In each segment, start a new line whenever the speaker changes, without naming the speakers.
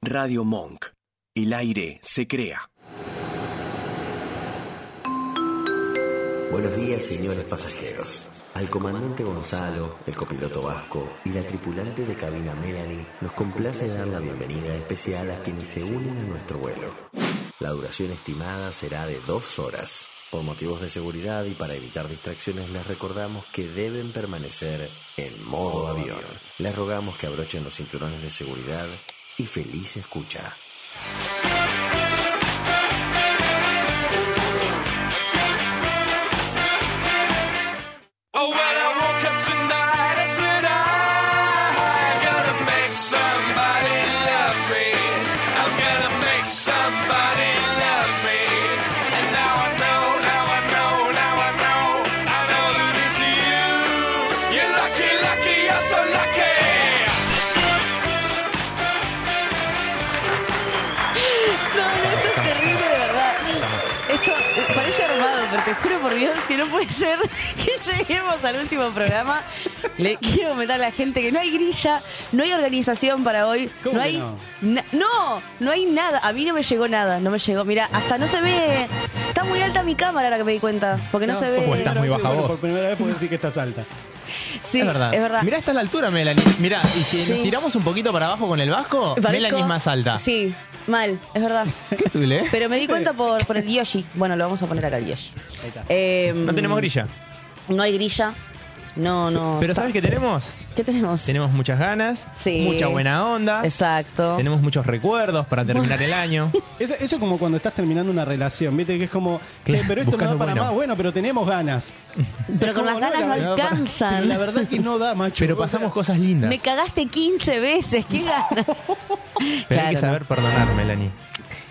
Radio Monk. El aire se crea.
Buenos días, señores pasajeros. Al comandante Gonzalo, el copiloto Vasco y la tripulante de cabina Melanie, nos complace dar la bienvenida especial a quienes se unen a nuestro vuelo. La duración estimada será de dos horas. Por motivos de seguridad y para evitar distracciones les recordamos que deben permanecer en modo avión. Les rogamos que abrochen los cinturones de seguridad y feliz escucha.
Oh, when I woke up tonight, I said, I'm gonna make somebody love me. I'm gonna make somebody love me. And now I know, now I know, now I know, I know that it's you. You're lucky, lucky, you're so lucky.
No, no, esto es terrible, de verdad. Esto parece armado, pero te juro por Dios que no puede ser que lleguemos al último programa. Le quiero comentar a la gente que no hay grilla, no hay organización para hoy.
¿Cómo
no
que
hay.
no?
na- no, no hay nada. A mí no me llegó nada, no me llegó. Mira, hasta no se ve. Está muy alta mi cámara ahora que me di cuenta, porque no, se ve.
O
estás muy
Sí,
baja
bueno,
voz.
Por primera vez puedo decir que estás alta.
Sí,
es verdad.
Es verdad.
Mirá, está a la altura, Melanie. Mirá, y si nos tiramos un poquito para abajo con el vasco,
Parezco-
Melanie es más alta.
Sí, mal, es verdad.
Qué tule, ¿eh?
Pero me di cuenta por, por el Yoshi. Bueno, lo vamos a poner acá el Yoshi.
Ahí está.
Eh,
No tenemos grilla.
No hay grilla. No, no.
Pero
está-
¿sabes qué tenemos?
¿Qué tenemos?
Tenemos muchas ganas,
Sí.
mucha buena onda,
Exacto.
tenemos muchos recuerdos para terminar el año.
Eso, eso es como cuando estás terminando una relación, ¿viste? Que es como, che,
Claro,
pero esto no da
buscando
para
bueno.
más. Bueno, pero tenemos ganas.
Pero con las
¿Cómo no?
ganas no
La-
verdad-
Pero
alcanzan.
la verdad es que no da, macho.
Pero pasamos cosas lindas.
Me cagaste 15 veces, qué ganas.
Pero hay
Claro,
que
no.
saber perdonar, Melanie.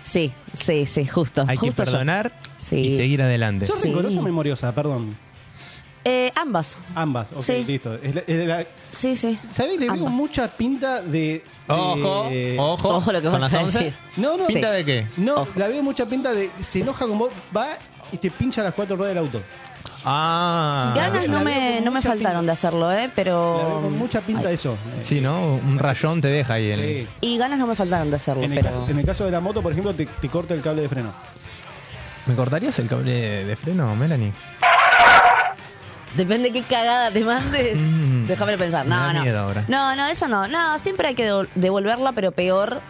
Sí, sí, sí, justo.
Hay que
justo yo.
perdonar
Sí.
y seguir adelante.
¿Sos
Sí.
rencorosa o memoriosa? Perdón.
Eh, ambas.
Ambas. Ok,
Sí.
listo. Es la- es la-
Sí, sí.
¿Sabés? Le veo
Ambas.
mucha pinta de... de-
Ojo, ojo,
Ojo lo que
son
vas
las
a
11.
decir.
No, no.
¿Pinta
Sí.
de qué?
No,
Ojo.
la veo mucha pinta de... Se enoja con vos, va y te pincha las cuatro ruedas del auto.
Ah.
la
Ganas
veo
no
con
me, no me
mucha
faltaron de hacerlo, ¿eh?
La veo
Pero.
con mucha pinta de
Ay.
eso. Eh,
Sí, ¿no? Un rayón te deja ahí en el-
sí.
Y ganas no me faltaron de hacerlo,
En el,
pero.
caso, en el caso de la moto, por ejemplo, te, te corta el cable de freno.
¿Me cortarías el cable de freno, Melanie?
Depende qué cagada te mandes.
Mm.
Déjame pensar.
Me
No,
da
Ah, no.
miedo ahora.
No, no, eso no. No, siempre hay que devol- devolverla, pero peor.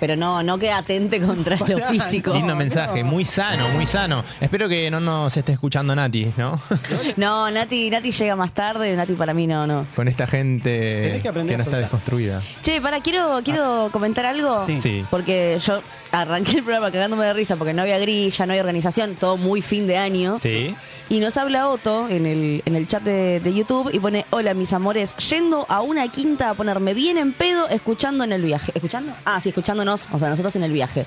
Pero no, no que atente contra lo
Pará,
físico.
Lindo mensaje, muy sano, muy sano. Espero que no nos esté escuchando Nati, ¿no?
No, Nati, Nati llega más tarde, Nati para mí no, no.
Con esta gente
Tenés que
que,
aprender
no
a
está
soltar.
desconstruida.
Che, para, quiero, quiero comentar algo.
Sí.
Sí.
Porque yo arranqué el programa cagándome de risa porque no había grilla, no había organización, todo muy fin de año.
Sí.
Y nos habla Otto en el, en el chat de, de YouTube y pone, hola mis amores, yendo a una quinta a ponerme bien en pedo, escuchando en el viaje. ¿Escuchando? Ah, sí, escuchándonos, o sea, nosotros en el viaje.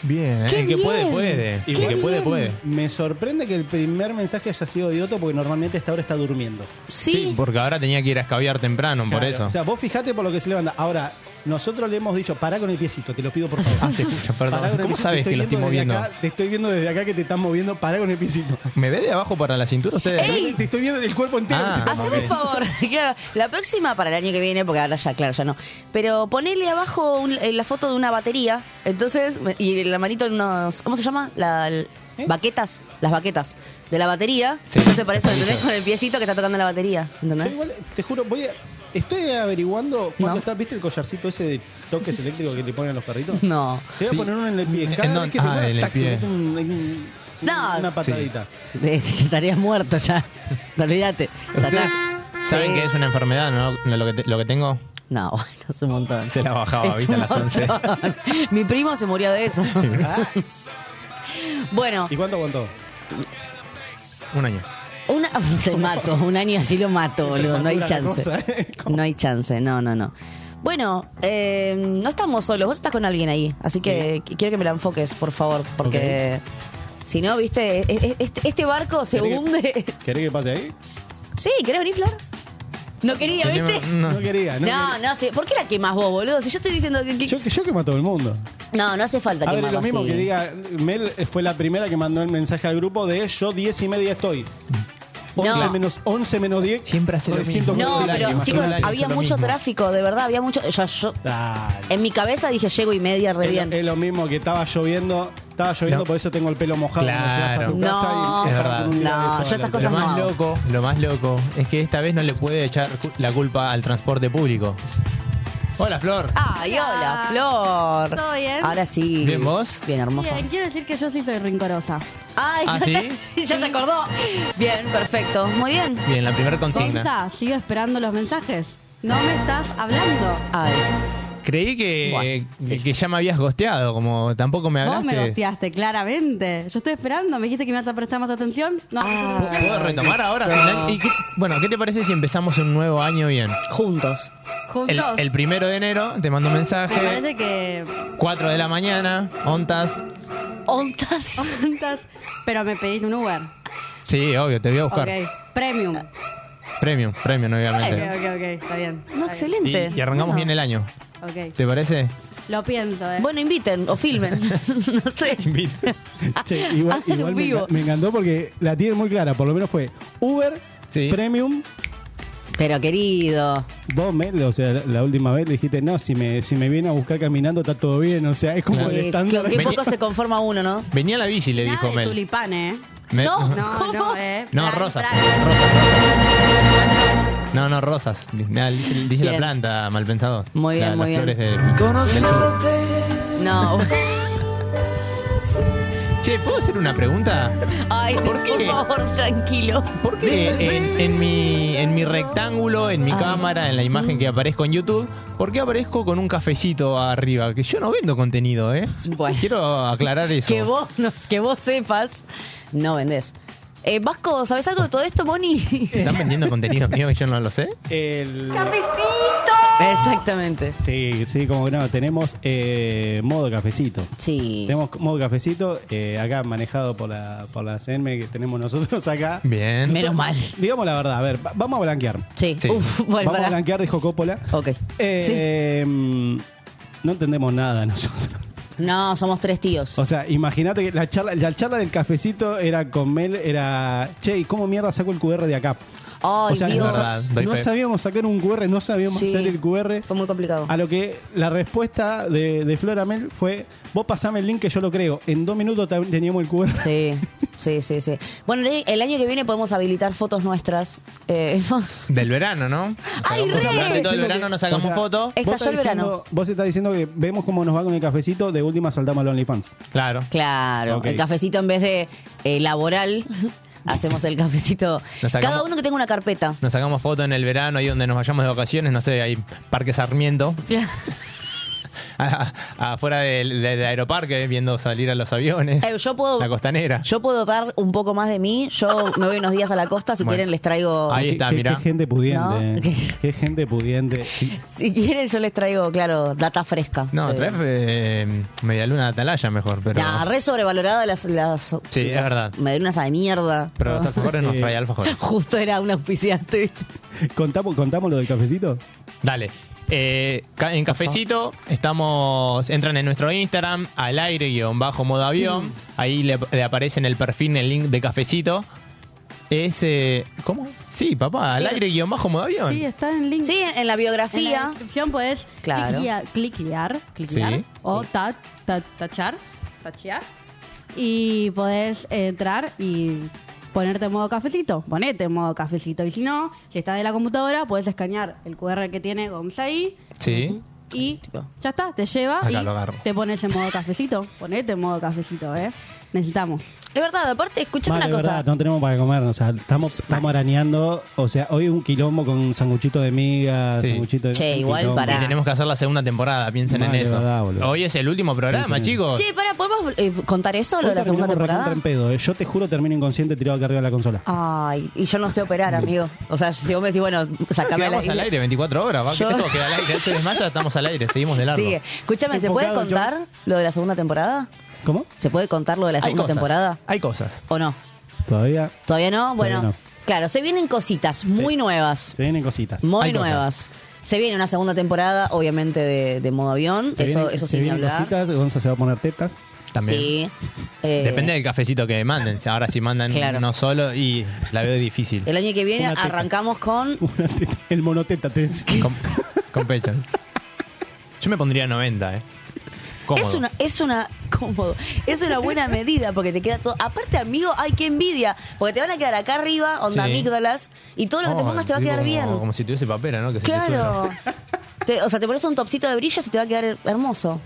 Bien, ¿eh?
¡Qué
el que puede,
bien!
puede.
¡Qué
El que puede,
bien!
puede.
Me sorprende que el primer mensaje haya sido de Otto porque normalmente a esta hora está durmiendo.
Sí.
porque ahora tenía que ir a escabiar temprano, por
Claro.
eso.
O sea, vos fijate por lo que se levanta. Ahora, nosotros le hemos dicho, pará con el piecito, te lo pido por
Ah,
favor.
se escucha, perdón.
Pará con el
¿Cómo
piecito,
sabes
te
que lo estoy
viendo desde
moviendo?
acá, te estoy viendo desde acá que te estás moviendo, pará con el piecito.
¿Me ve de abajo para la cintura ustedes?
¡Ey!
Te estoy viendo del cuerpo entero.
Ah.
que se está
Haceme un
moviendo.
favor, claro, la próxima para el año que viene, porque ahora ya, claro, ya no. Pero ponele abajo un- eh, la foto de una batería, entonces, y la manito en unos, ¿cómo se llama? La, l- Baquetas, las baquetas de la batería.
¿Eh? Sí.
Entonces parece, ¿entendés? Con el piecito que está tocando la batería,
Yo
¿entendés?
igual, te juro, voy a- estoy averiguando cuando
No.
está, ¿viste el collarcito ese de toques eléctricos que le ponen a los perritos?
No.
Te
Sí.
voy a poner uno en el pie.
¿En
Cada vez
dónde?
que te
Ah,
muevas,
en el
tac,
pie.
es un- un-
No.
Una patadita.
Eh, Estarías muerto ya. Olvídate. Ya
¿Ustedes
estás.
saben
Sí.
que es una enfermedad, ¿no? Lo que, te- lo que tengo.
No, bueno, es un montón.
Se la bajaba,
Es
Ah, viste, a
un
las 11.
montón. Mi primo se murió de eso.
Ah,
Bueno,
¿Y cuánto aguantó?
Un año.
Una, te mato, un año así lo mato, boludo, no hay
Dura la cosa,
chance.
¿eh?
No hay chance, no, no, no. Bueno, eh, no estamos solos, vos estás con alguien ahí, así que qu- quiero que me la enfoques, por favor, porque si no, viste, e- e- este, este barco se
¿Querés que-
hunde.
¿Querés que pase ahí?
Sí, ¿querés venir, Flor? No quería, ¿viste?
Tenemos- no.
No quería, no.
No, no, sí. ¿por qué la quemas vos, boludo? Si yo estoy diciendo que... que-
Yo, yo quemo a todo el mundo.
no, no hace falta
A ver, es
quemarla
lo mismo
así.
que diga, Mel fue la primera que mandó el mensaje al grupo de yo 10 y media estoy. 11
No.
menos, 11 menos 10.
Siempre hace lo mismo.
300
No,
millones de
pero
lágrimas.
chicos,
una lágrima,
había
lo
mucho
mismo.
tráfico, de verdad, había mucho. Yo, yo-
Dale.
en mi cabeza dije llego y media, re
Es
Eh,
lo-
bien.
Es lo mismo que estaba lloviendo, estaba lloviendo,
No.
por eso tengo el pelo mojado. cuando llegas a tu
Claro.
casa y
No.
empezás
Es verdad.
con un día
No,
de sol
yo esas
al
cosas
Lo
día.
más
no.
loco, lo más loco es que esta vez no le puede echar cu- la culpa al transporte público. Hola, Flor.
Ay, hola, Flor.
¿Todo bien?
Ahora sí.
¿Bien vos?
Bien, hermosa.
Bien, quiero decir que yo sí soy rincorosa.
Ay,
¿Ah, sí?
ya te acordó. Bien, perfecto. Muy bien.
Bien, la primera consigna.
Gonza, sigo esperando los mensajes. No me estás hablando.
Ay,
Creí que,
Bueno.
que ya me habías gosteado, como tampoco me
Vos me
hablaste.
gosteaste, claramente. Yo estoy esperando. Me dijiste que me ibas a prestar más atención. No,
Ah.
¿Puedo retomar ahora?
No.
¿Y qué- bueno, ¿qué te parece si empezamos un nuevo año bien?
juntos.
El,
juntos.
el primero de enero te mando un
Me
mensaje,
parece que
4 de la mañana, ontas.
Ontas.
juntas, pero me pedís un Uber.
Sí, obvio, te voy a buscar.
Ok. Premium. Ok,
Premium, premium, obviamente.
ok, ok. Está bien. está
No,
bien.
Y-
excelente.
Y, arrancamos
Bueno.
bien el año.
Ok.
¿Te parece?
Lo pienso, ¿eh?
Bueno, inviten o filmen. no sé.
Che, igual
Hazlo
igual me,
vivo.
enca- me encantó porque la tiene muy clara, por lo menos fue Uber,
Sí.
Premium,
Pero querido.
vos me, o sea, la- la última vez le dijiste, no, si me, si me viene a buscar caminando está todo bien, o sea, es como el
Eh,
estándar.
qué
Vení.
poco se conforma uno, ¿no?
Venía la bici, le
Nada
dijo
de
Mel.
tulipán, ¿eh?
Me-
No.
No,
¿Cómo?
no, ¿eh?
No,
Plan,
rosas.
plan.
rosas. No, no, rosas. Nada, dice, dice la
Bien.
planta, mal pensado.
Muy bien,
La-
muy bien.
las Flores de-
No.
Che, ¿puedo hacer una pregunta?
Ay,
¿Por
por,
qué?
favor, tranquilo.
¿Por qué en, en mi, en mi rectángulo, en mi
Ah.
cámara, en la imagen que aparezco en YouTube, ¿por qué aparezco con un cafecito arriba? Que yo no vendo contenido, ¿eh?
Bueno.
Quiero aclarar eso.
Que vos, nos, que vos sepas, no vendés. Eh, Vasco, ¿sabes algo de todo esto, Moni?
¿Están vendiendo contenido mío que yo no lo sé?
El-
Exactamente.
sí, sí, como que no, tenemos eh, modo cafecito.
Sí.
Tenemos modo cafecito, eh, acá manejado por la, por la CM que tenemos nosotros acá.
Bien.
Menos mal.
Digamos la verdad, a ver, va- vamos a blanquear.
Sí.
Sí.
Uf, bueno,
vamos a
pará.
blanquear, dijo Coppola.
Ok.
Eh, mm, No entendemos nada nosotros.
No, somos tres tíos.
O sea, imagínate que la charla, la charla del cafecito era con Mel, era, che, ¿y cómo mierda saco el QR de acá?
Ay,
o sea,
Dios.
Es verdad.
no,
doy
no
fe.
sabíamos sacar un QR, no sabíamos
Sí.
hacer el QR.
Fue muy complicado.
A lo que la respuesta de, de Flora Mel fue, vos pasame el link que yo lo creo. En dos minutos te- teníamos el QR.
Sí, sí, sí, sí. Bueno, el- el año que viene podemos habilitar fotos nuestras. Eh,
Del verano, ¿no?
Ay,
Hagamos
re.
un plan de todo el
Siento
verano,
que-
nos sacamos
o sea,
fotos.
Estalló
vos estás
el verano.
diciendo- Vos estás diciendo que vemos cómo nos va con el cafecito, de última saltamos al OnlyFans.
Claro.
claro,
Ok.
el cafecito en vez de eh, laboral, hacemos el cafecito.
Lo sacamos.
Cada uno que tenga una carpeta.
Nos sacamos fotos en el verano, ahí donde nos vayamos de vacaciones, no sé, ahí Parque Sarmiento, a- a- afuera del, del aeroparque, viendo salir a los aviones.
Eh, yo puedo-
La costanera.
Yo puedo dar un poco más de mí. Yo me voy unos días a la costa. Si
Bueno.
quieren, les traigo.
Ahí
Qué-
está,
qué,
mirá.
Qué gente pudiente.
No.
eh.
¿Qué?
Qué gente pudiente.
Si quieren, yo les traigo, claro, data fresca.
No,
Eh,
traes eh, medialuna de atalaya mejor, pero.
nah, re sobrevalorada las. las
Sí, es verdad.
Medialunas de mierda.
Pero los alfajores nos trae alfajores.
Justo era un auspiciante, ¿viste?
¿Contamos, contamos lo del cafecito?
Dale. Eh, ca- en cafecito estamos entran en nuestro Instagram al aire guión bajo modo
Mm.
avión ahí le, le aparece en el perfil el link de cafecito es eh, cómo sí papá al
Sí.
aire guión bajo modo avión
Sí, está en link.
Sí, en la
En la
biografía.
descripción podés
Claro.
cliquear, cliquear, cliquear
Sí.
o ta- ta- tachar, tachear y podés entrar y ponerte en modo cafecito, ponete en modo cafecito y si no, si estás de la computadora, podés escanear el QR que tiene Gonza ahí
sí
y ya está, te lleva
Acá
Ah,
y
lo agarro.
te pones en modo cafecito, ponete en modo cafecito, ¿eh? Necesitamos.
Es verdad, aparte, escuchame
Madre,
una cosa.
verdad, no tenemos para comer, o sea, estamos, estamos arañando. O sea, hoy un quilombo con un sanguchito de miga,
Sí.
sanguchito de.
Che,
un
igual
quilombo.
para-
Y tenemos que hacer la segunda temporada, piensen
Ah. Vale,
en eso.
verdad, boludo.
Hoy es el último programa,
Piensen en-
chicos.
Che, para, ¿podemos eh, contar eso, lo
Hoy
de la segunda
terminamos recontra
temporada?
en pedo, eh. Yo te juro, termino inconsciente tirado acá arriba de la consola.
Ay, y yo no sé operar, amigo. O sea, si vos me decís, bueno, sacame
Quedamos al aire 24 horas, va,
Yo-
esto queda al aire, Él se desmaya, estamos al aire, seguimos de largo.
Sigue. Escúchame, ¿se puede
Enfocado,
contar lo de la segunda temporada?
¿Cómo?
¿Se puede contar lo de la
Hay
segunda
cosas,
temporada?
Hay cosas.
¿O no?
Todavía
¿Todavía no? Bueno,
Todavía
claro, se vienen cositas muy nuevas.
se vienen cositas.
Muy
Hay cosas.
nuevas. Se viene una segunda temporada, obviamente, de, de modo avión.
Se
Ah, eso
vienen-
eso
se
sin
vienen
hablar.
cositas, Gonza se va a poner tetas.
También.
Sí. eh,
Depende del cafecito que manden. Ahora si mandan
Claro.
uno solo y la veo difícil.
El año que viene
Una teta.
arrancamos con.
Una teta- el monoteta te
Con, con pechos. Yo me pondría 90, ¿eh? Cómodo.
Es una, es una, cómodo. Es una buena medida porque te queda todo. Aparte, amigo, ay, qué envidia. Porque te van a quedar acá arriba, onda
Sí.
amígdalas, y todo lo que te
Oh,
pongas te va a
digo
quedar
como-
bien.
Como si tuviese papera, ¿no? Que se te
claro. Te- o sea, te pones un topsito de brillos y te va a quedar hermoso.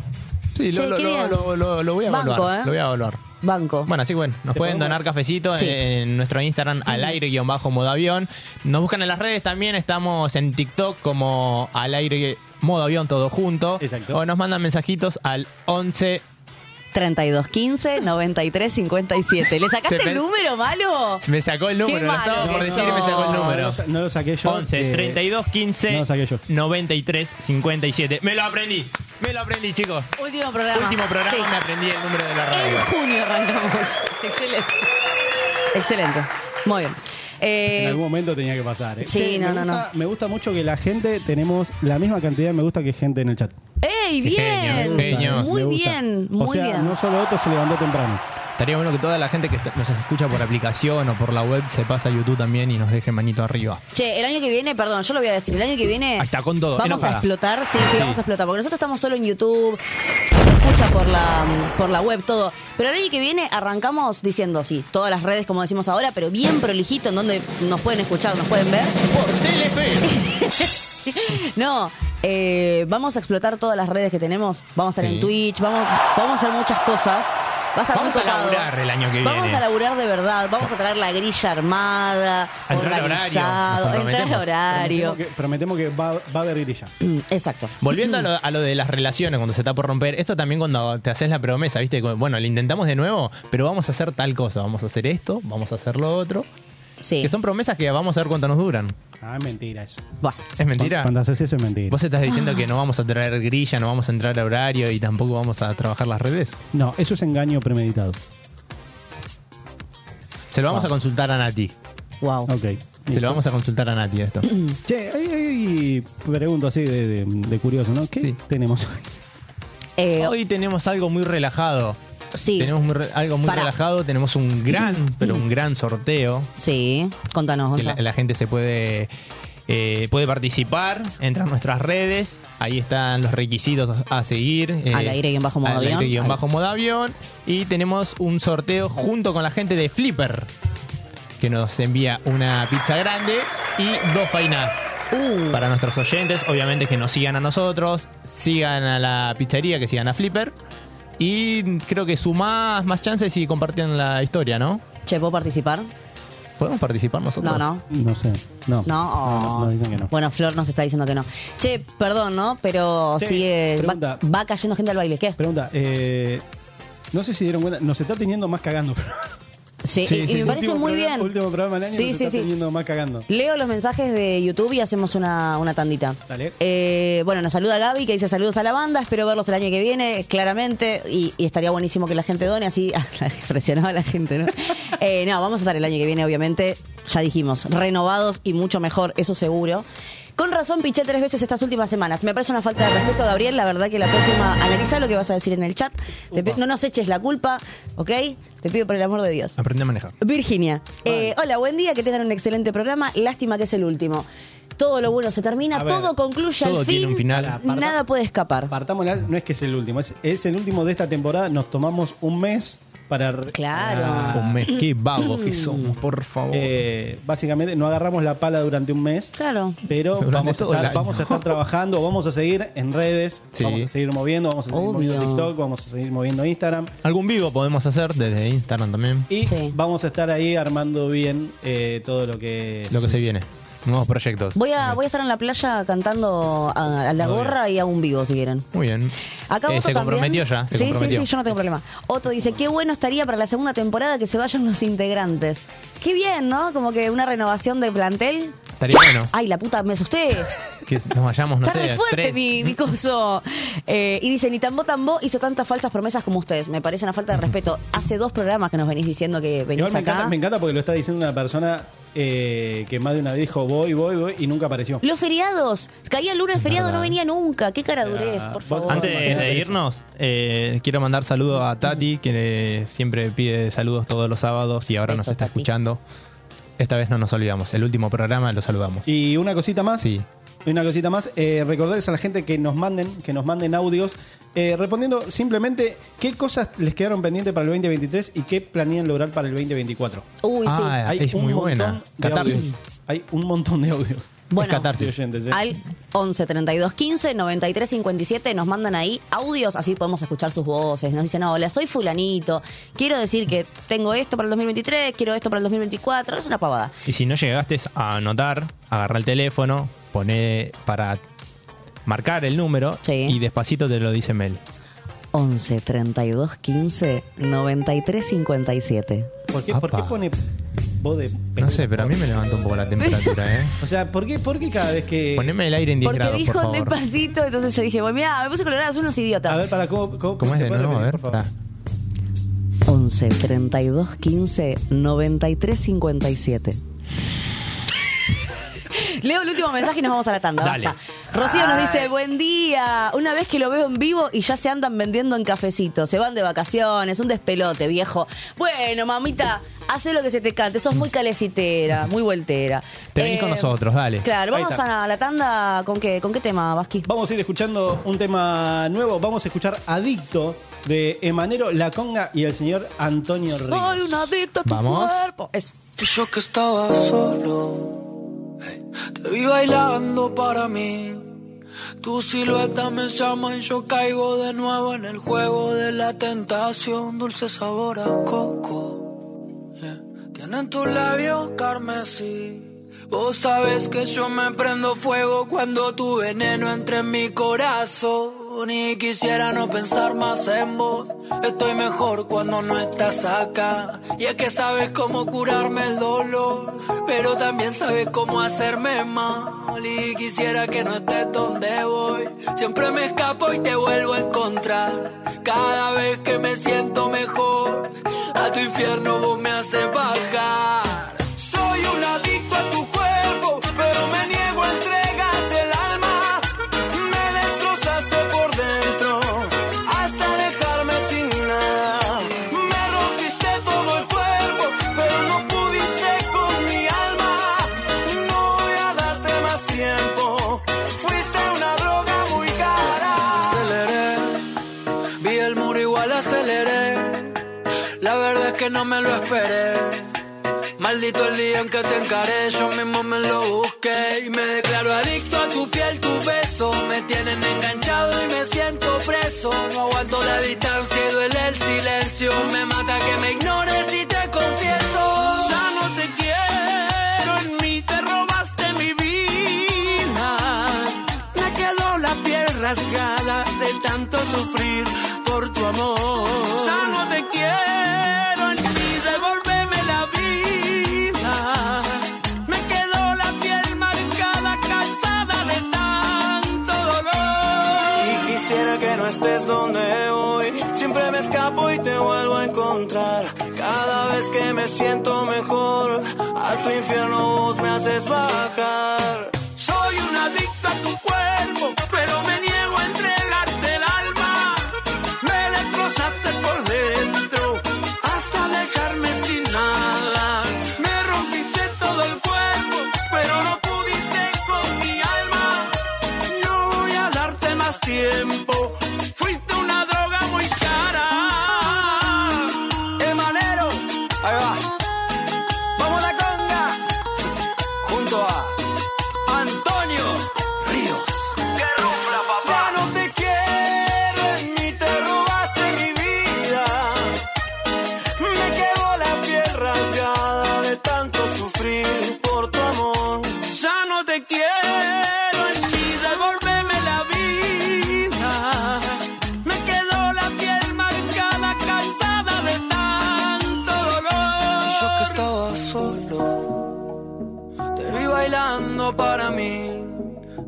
suelta. Sí, lo,
Che,
lo-
qué
lo-
bien.
lo- lo- lo voy a
Banco,
evaluar.
¿eh?
Lo voy a evaluar.
Banco.
Bueno, así que bueno, nos pueden donar cafecito
Sí.
en nuestro Instagram al aire guión bajo modo avión. Nos buscan en las redes también, estamos en TikTok como al aire modo avión todo junto.
Exacto.
O nos mandan mensajitos al 11.
3215 9357. ¿Le sacaste
Se me-
el número malo?
Me sacó el número,
Qué
lo estaba
malo
por
que
decir y me sacó el
sos.
número.
No lo saqué yo.
11
eh,
32 15
no lo saqué yo.
93 57. Me lo aprendí, me lo aprendí, chicos.
Último programa.
Último programa,
Ah, Sí.
me aprendí el número de la radio.
En junio arrancamos. Excelente. Excelente. Muy bien. Eh,
En algún momento tenía que pasar. ¿eh?
Sí,
Che,
no,
me
no,
gusta- Me gusta mucho que la gente tenemos la misma cantidad de me gusta que gente en el chat.
¡Ey,
Qué
bien!
genio, genio.
Muy
Me gusta.
bien,
O
muy
sea,
bien.
no solo otro se levantó temprano.
Estaría bueno que toda la gente que est- nos escucha por aplicación o por la web se pase a YouTube también y nos deje manito arriba.
Che, el año que viene, perdón, yo lo voy a decir, el año que viene
Ahí está, con todo,
vamos
enojada.
a explotar, sí, sí, vamos a explotar, porque nosotros estamos solo en YouTube, se escucha por la, por la web, todo. Pero el año que viene arrancamos diciendo, sí, todas las redes como decimos ahora, pero bien prolijito en donde nos pueden escuchar, nos pueden ver.
Por TLP.
No, eh, vamos a explotar todas las redes que tenemos. Vamos a estar
Sí.
en Twitch, vamos, vamos a hacer muchas cosas. Va a estar
Vamos
muy
a
copado.
laburar el año que
vamos
viene.
a laburar de verdad. Vamos a traer la grilla armada,
A entrar al horario, nos
organizado, entrar al
comprometemos.
horario.
Prometemos que, prometemos que va, va a haber grilla.
Mm, Exacto.
Volviendo a lo, a lo de las relaciones, cuando se está por romper, esto también cuando te haces la promesa, ¿viste? Como, Bueno, lo intentamos de nuevo, pero vamos a hacer tal cosa, vamos a hacer esto, vamos a hacer lo otro.
Sí.
Que son promesas que vamos a ver cuánto nos duran.
Ah, es mentira eso.
Buah.
¿Es mentira?
Cuando haces eso es mentira.
Vos estás diciendo que no vamos a traer grilla, no vamos a entrar a horario y tampoco vamos a trabajar las redes.
No, eso es engaño premeditado.
Se lo vamos a consultar a Nati.
Wow.
Ok.
Se lo vamos a consultar a Nati esto.
Che, hay, hay- pregunto así de, de- de curioso, ¿no? ¿Qué
Sí.
tenemos
Eh,
Hoy tenemos algo muy relajado.
sí.
Tenemos muy re- algo muy
Pará.
relajado, tenemos un gran, pero un gran sorteo.
Sí. Contanos,
que
Gonza.
la, la gente se puede eh, puede participar, entra a nuestras redes, ahí están los requisitos a seguir. eh,
Al aire y en bajo modo
al aire
avión.
y en
Al-
bajo modo avión. Y tenemos un sorteo junto con la gente de Flipper, que nos envía una pizza grande y dos fainas. Para nuestros oyentes, obviamente que nos sigan a nosotros, sigan a la pizzería, que sigan a Flipper. Y creo que sumás más chances si comparten la historia, ¿no?
Che, ¿puedo participar?
¿Podemos participar nosotros?
No, no.
No sé. No.
No,
no, no, dicen que no.
Bueno, Flor nos está diciendo que no. Che, perdón, ¿no? Pero
Che,
sigue. Va,
pregunta.
va cayendo gente al baile. ¿Qué?
Pregunta, eh, no sé si dieron cuenta, nos está teniendo más cagando.
Sí,
Sí,
y, y
sí,
me
sí.
parece
Último
muy
programa-
bien.
Último programa del año
Sí,
nos
sí,
está
sí.
teniendo más cagando.
Leo los mensajes de YouTube y hacemos una, una tandita.
Dale.
Eh, bueno, nos saluda Gaby que dice saludos a la banda, espero verlos el año que viene, claramente, y, y estaría buenísimo que la gente done, así presionaba a la gente, ¿no? Eh, no, vamos a estar el año que viene, obviamente, ya dijimos, renovados y mucho mejor, eso seguro. Con razón piché tres veces estas últimas semanas. Me parece una falta de respeto, Gabriel. La verdad que la próxima, analiza lo que vas a decir en el chat. Te pi- no nos eches la culpa, ¿ok? Te pido por el amor de Dios.
Aprende a manejar.
Virginia, eh, hola, buen día, que tengan un excelente programa. Lástima que es el último. Todo lo bueno se termina,
A ver,
todo concluye
todo
al fin.
tiene un final.
Pará.
Nada puede escapar.
Partamos, la- no es que es el último, es, es el último de esta temporada. Nos tomamos un mes para. re-
Claro. Mm.
para-
Un mes, qué vagos que somos, por favor.
eh, básicamente, no agarramos la pala durante un mes.
Claro.
Pero
Durante
vamos a,
todo el
estar,
año.
vamos a estar trabajando, vamos a seguir en redes,
Sí.
vamos a seguir moviendo, vamos a seguir
Obvio.
moviendo TikTok, vamos a seguir moviendo Instagram.
Algún vivo podemos hacer desde Instagram también.
Y
Sí.
vamos a estar ahí armando bien eh, todo lo que...
Lo que se viene. Nuevos proyectos.
Voy a, voy a estar en la playa cantando a, a la gorra y a un vivo, si quieren.
Muy bien.
Acá
Eh,
Otto
se comprometió
también.
ya. Se
sí,
comprometió.
sí, sí, yo no tengo problema. Otto dice, qué bueno estaría para la segunda temporada que se vayan los integrantes. Qué bien, ¿no? Como que una renovación de plantel.
Estaría bueno
Ay, la puta, me asusté.
que nos vayamos, no
Está
sé,
re fuerte
tres.
mi, mi coso. Eh, y dice, ni Tambo Tambo hizo tantas falsas promesas como ustedes. Me parece una falta de respeto. Hace dos programas que nos venís diciendo que venís
Igual me
acá.
encanta, me encanta porque lo está diciendo una persona eh, que más de una vez dijo voy, voy, voy y nunca apareció.
Los feriados. Caía el lunes, feriado, no
verdad.
venía nunca. Qué cara durez,
Ah,
por
vos-
favor.
Antes-
Antes de irnos, eh, quiero mandar saludos a Tati, que eh, siempre pide saludos todos los sábados y ahora
Beso,
nos está
Tati.
escuchando. Esta vez no nos olvidamos. El último programa lo saludamos.
Y una cosita más.
Sí.
Y una cosita más, eh, recordarles a la gente que nos manden, que nos manden audios, eh, respondiendo simplemente qué cosas les quedaron pendientes para el 2023 y qué planean lograr para el 2024.
Uy, sí.
Ah, es muy buena.
de
Catarsis.
audios. Hay un montón de audios.
es catarsis.
de oyentes, eh.
Al 11 32 15 93 57 nos mandan ahí audios, así podemos escuchar sus voces. Nos dicen, hola, soy fulanito, quiero decir que tengo esto para el 2023, quiero esto para el 2024. Es una pavada.
Y si no llegaste a anotar, agarra el teléfono, pone para marcar el número
Sí.
y despacito te lo dice Mel.
11 32 15 93 57.
¿Por, qué, por qué
Apa.
pone voz de
No sé, pero a mí me levanta un poco la temperatura, ¿eh?
O sea, ¿por qué, por qué cada vez que.
Poneme el aire en 10
Porque
grados,
dijo
por favor.
despacito, entonces yo dije, bueno, mira, me puse colorada, son unos idiotas.
A ver, para cómo. ¿Cómo,
¿Cómo es
se
de
puede
nuevo? A ver,
repetir, por favor?
pará.
11 32 15 93 57. Leo el último mensaje y nos vamos a la tanda.
Dale.
basta. Rocío nos dice, buen día. Una vez que lo veo en vivo y ya se andan vendiendo en cafecitos. Se van de vacaciones, un despelote, viejo. Bueno, mamita, hace lo que se te cante. Sos muy calecitera, muy vueltera. Eh,
Te venís con nosotros, dale.
Claro,
Ahí
vamos
está.
a la tanda. ¿Con qué, ¿Con qué tema, Vasqui?
Vamos a ir escuchando un tema nuevo. Vamos a escuchar Adicto de Emanero, La Conga y el señor Antonio Ríos.
Soy un adicto a tu
Vamos.
cuerpo. Eso.
Y yo que estaba solo, ey, te vi bailando para mí. Tu silueta me llama y yo caigo de nuevo en el juego de la tentación, dulce sabor a coco. Yeah. Tienen tus labios carmesí. Vos sabes que yo me prendo fuego cuando tu veneno entre en mi corazón. Y quisiera no pensar más en vos. Estoy mejor cuando no estás acá. Y es que sabes cómo curarme el dolor. Pero también sabes cómo hacerme mal. Y quisiera que no estés donde voy. Siempre me escapo y te vuelvo a encontrar. Cada vez que me siento mejor. A tu infierno vos me haces bajar. Soy un adicto a tu cuerpo, pero me niego a entregarte el alma. Me destrozaste por dentro, hasta dejarme sin nada. Me rompiste todo el cuerpo, pero no pudiste con mi alma. No voy a darte más tiempo, fuiste una droga muy cara. Aceleré, vi el muro igual aceleré. La verdad es que no me lo esperé. Maldito el día en que te encaré, yo mismo me lo busqué y me declaro adicto a tu piel, tu beso. Me tienen enganchado y me siento preso. No aguanto la distancia y duele el silencio. Me mata que me ignores y te confieso. Ya no te quiero, en mí te robaste mi vida. Me quedó la piel rasgada de tanto sufrir por tu amor. Ya no te quiero ni devolverme la vida. Me quedó la piel marcada, cansada de tanto dolor. Y quisiera que no estés donde voy. Siempre me escapo y te vuelvo a encontrar. Cada vez que me siento mejor, a tu infierno vos me haces bajar. Soy un adicto a tu cuerpo, pero me niego a entregarte el alma. Me destrozaste por dentro, hasta dejarme sin nada. Me rompiste todo el cuerpo, pero no pudiste con mi alma. No voy a darte más tiempo, fuiste una droga muy cara. El manero, ahí va. Vamos a la conga, junto a... Antonio Ríos. Ya no te quiero, en mí te robaste mi vida. Me quedó la piel rasgada de tanto sufrir por tu amor. Ya no te quiero, en mí devolveme la vida. Me quedó la piel marcada, cansada de tanto dolor. Yo que estaba solo. Te vi bailando para mí.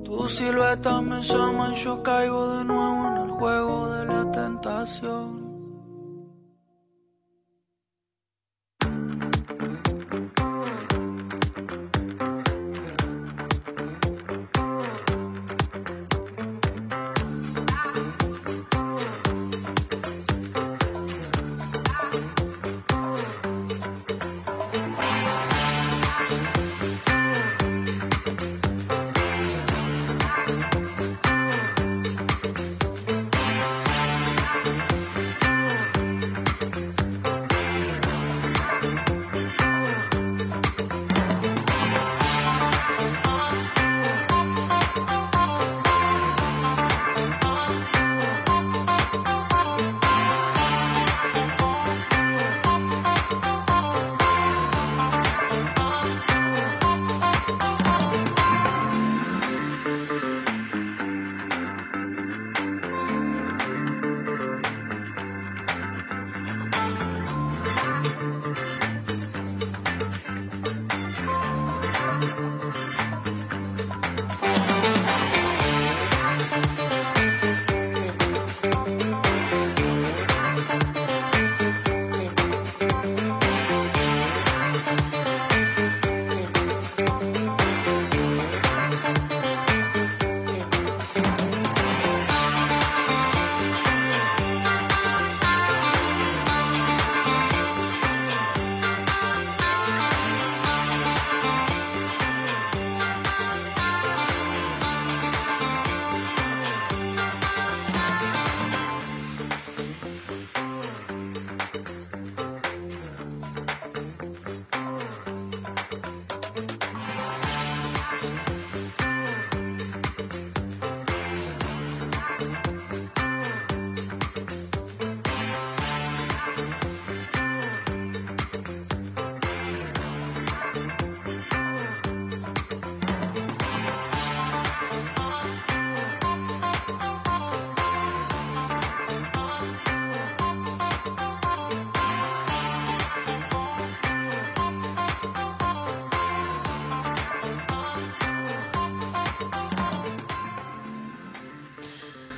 Tu silueta me llama y yo caigo de nuevo en el juego de la tentación.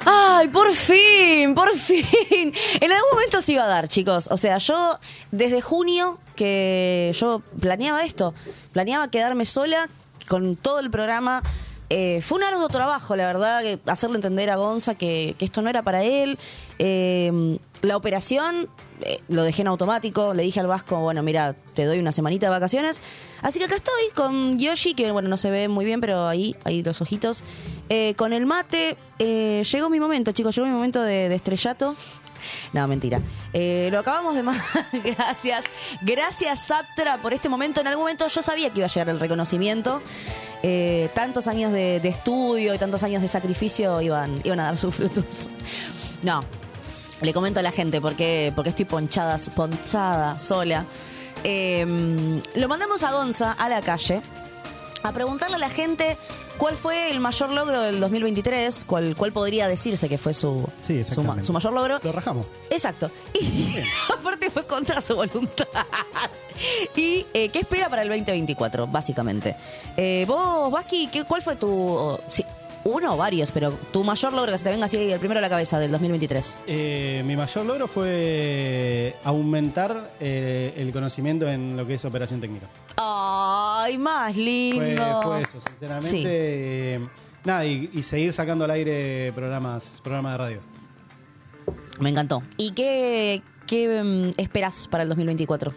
¡Ay, por fin! ¡Por fin! En algún momento se iba a dar, chicos. O sea, yo desde junio que yo planeaba esto. Planeaba quedarme sola con todo el programa. Eh, fue un arduo trabajo, la verdad, que hacerle entender a Gonza que, que esto no era para él. Eh, la operación eh, lo dejé en automático. Le dije al Vasco, bueno, mira, te doy una semanita de vacaciones. Así que acá estoy con Yoshi, que bueno, no se ve muy bien, pero ahí, ahí los ojitos. Eh, con el mate, eh, llegó mi momento, chicos, llegó mi momento de, de estrellato. No, mentira. Eh, lo acabamos de más. Gracias. Gracias, Saptra, por este momento. En algún momento yo sabía que iba a llegar el reconocimiento. Eh, tantos años de, de estudio y tantos años de sacrificio iban, iban a dar sus frutos. No, le comento a la gente porque, porque estoy ponchada, ponchada, sola. Eh, lo mandamos a Gonza a la calle a preguntarle a la gente cuál fue el mayor logro del 2023, cuál, cuál podría decirse que fue su,
Sí,
su, ma-
exactamente.
su mayor logro.
Lo rajamos.
Exacto. Y aparte fue contra su voluntad. ¿Y eh, qué espera para el 2024, básicamente? Eh, vos, Vasqui, ¿qué- ¿cuál fue tu... oh, sí, uno o varios, pero tu mayor logro que se te venga así el primero a la cabeza del 2023?
Eh, mi mayor logro fue aumentar eh, el conocimiento en lo que es operación técnica.
Ay, más
Fue,
lindo.
fue eso, sinceramente.
Sí.
eh, nada, y, y seguir sacando al aire programas, programas de radio.
Me encantó. ¿Y qué, qué mm, esperas para el 2024?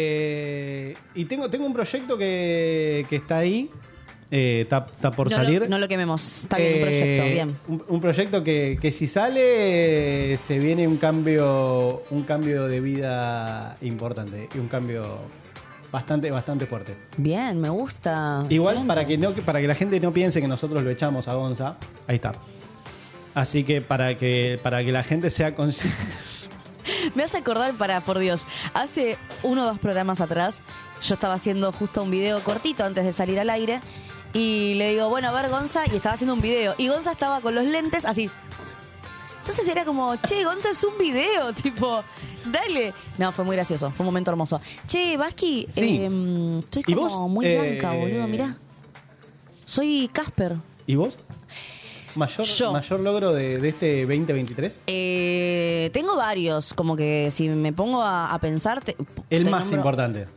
Eh, y tengo, tengo un proyecto que, que está ahí, eh, está, está por
no
salir.
Lo, no lo quememos. Está bien, un
Eh,
proyecto. Bien.
Un, un proyecto que, que si sale eh, se viene un cambio, un cambio de vida importante y un cambio bastante, bastante fuerte.
Bien, me gusta.
Igual
Excelente.
para que no, para que la gente no piense que nosotros lo echamos a Gonza, ahí está. Así que para que para que la gente sea consciente.
Me hace acordar para, por Dios, hace uno o dos programas atrás, yo estaba haciendo justo un video cortito antes de salir al aire. Y le digo, bueno, a ver, Gonza, y estaba haciendo un video. Y Gonza estaba con los lentes así. Entonces era como, che, Gonza es un video, tipo, dale. No, fue muy gracioso, fue un momento hermoso. Che, Vasqui,
Sí.
em, estoy
¿Y
como
vos?
muy
Eh,
blanca, boludo, mirá. Soy Casper.
¿Y vos? Mayor
Yo.
mayor logro de, de este 2023.
Eh, tengo varios, como que si me pongo a, a pensar. te-
El
te
más
nombro-
importante.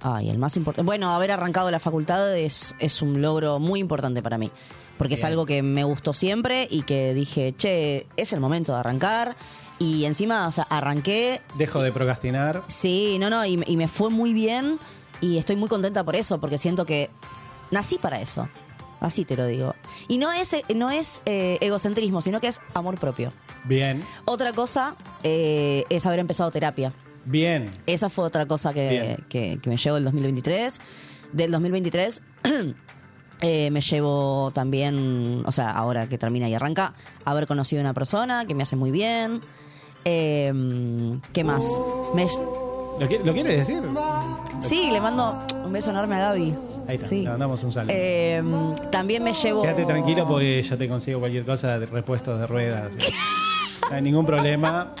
Ay, el más importante. Bueno, haber arrancado la facultad es, es un logro muy importante para mí. Porque es
Bien.
algo que me gustó siempre y que dije, che, es el momento de arrancar. Y encima, o sea, arranqué.
Dejo de procrastinar.
Sí, no, no, y, me- y me fue muy bien. Y estoy muy contenta por eso, porque siento que nací para eso. Así te lo digo. Y no es, no es eh, egocentrismo, sino que es amor propio.
Bien.
Otra cosa eh, es haber empezado terapia.
Bien.
Esa fue otra cosa que,
Bien.
que- que me llevo del 2023. Del 2023 eh, me llevo también, o sea, ahora que termina y arranca, haber conocido a una persona que me hace muy bien. Eh, ¿Qué más? Me-
¿Lo, qui- lo quieres decir?
sí, le mando un beso enorme a Gaby.
Ahí está.
Sí.
Le mandamos un saludo.
Eh, también me llevo...
Quédate tranquilo porque yo te consigo cualquier cosa de repuestos de ruedas. No hay ningún problema.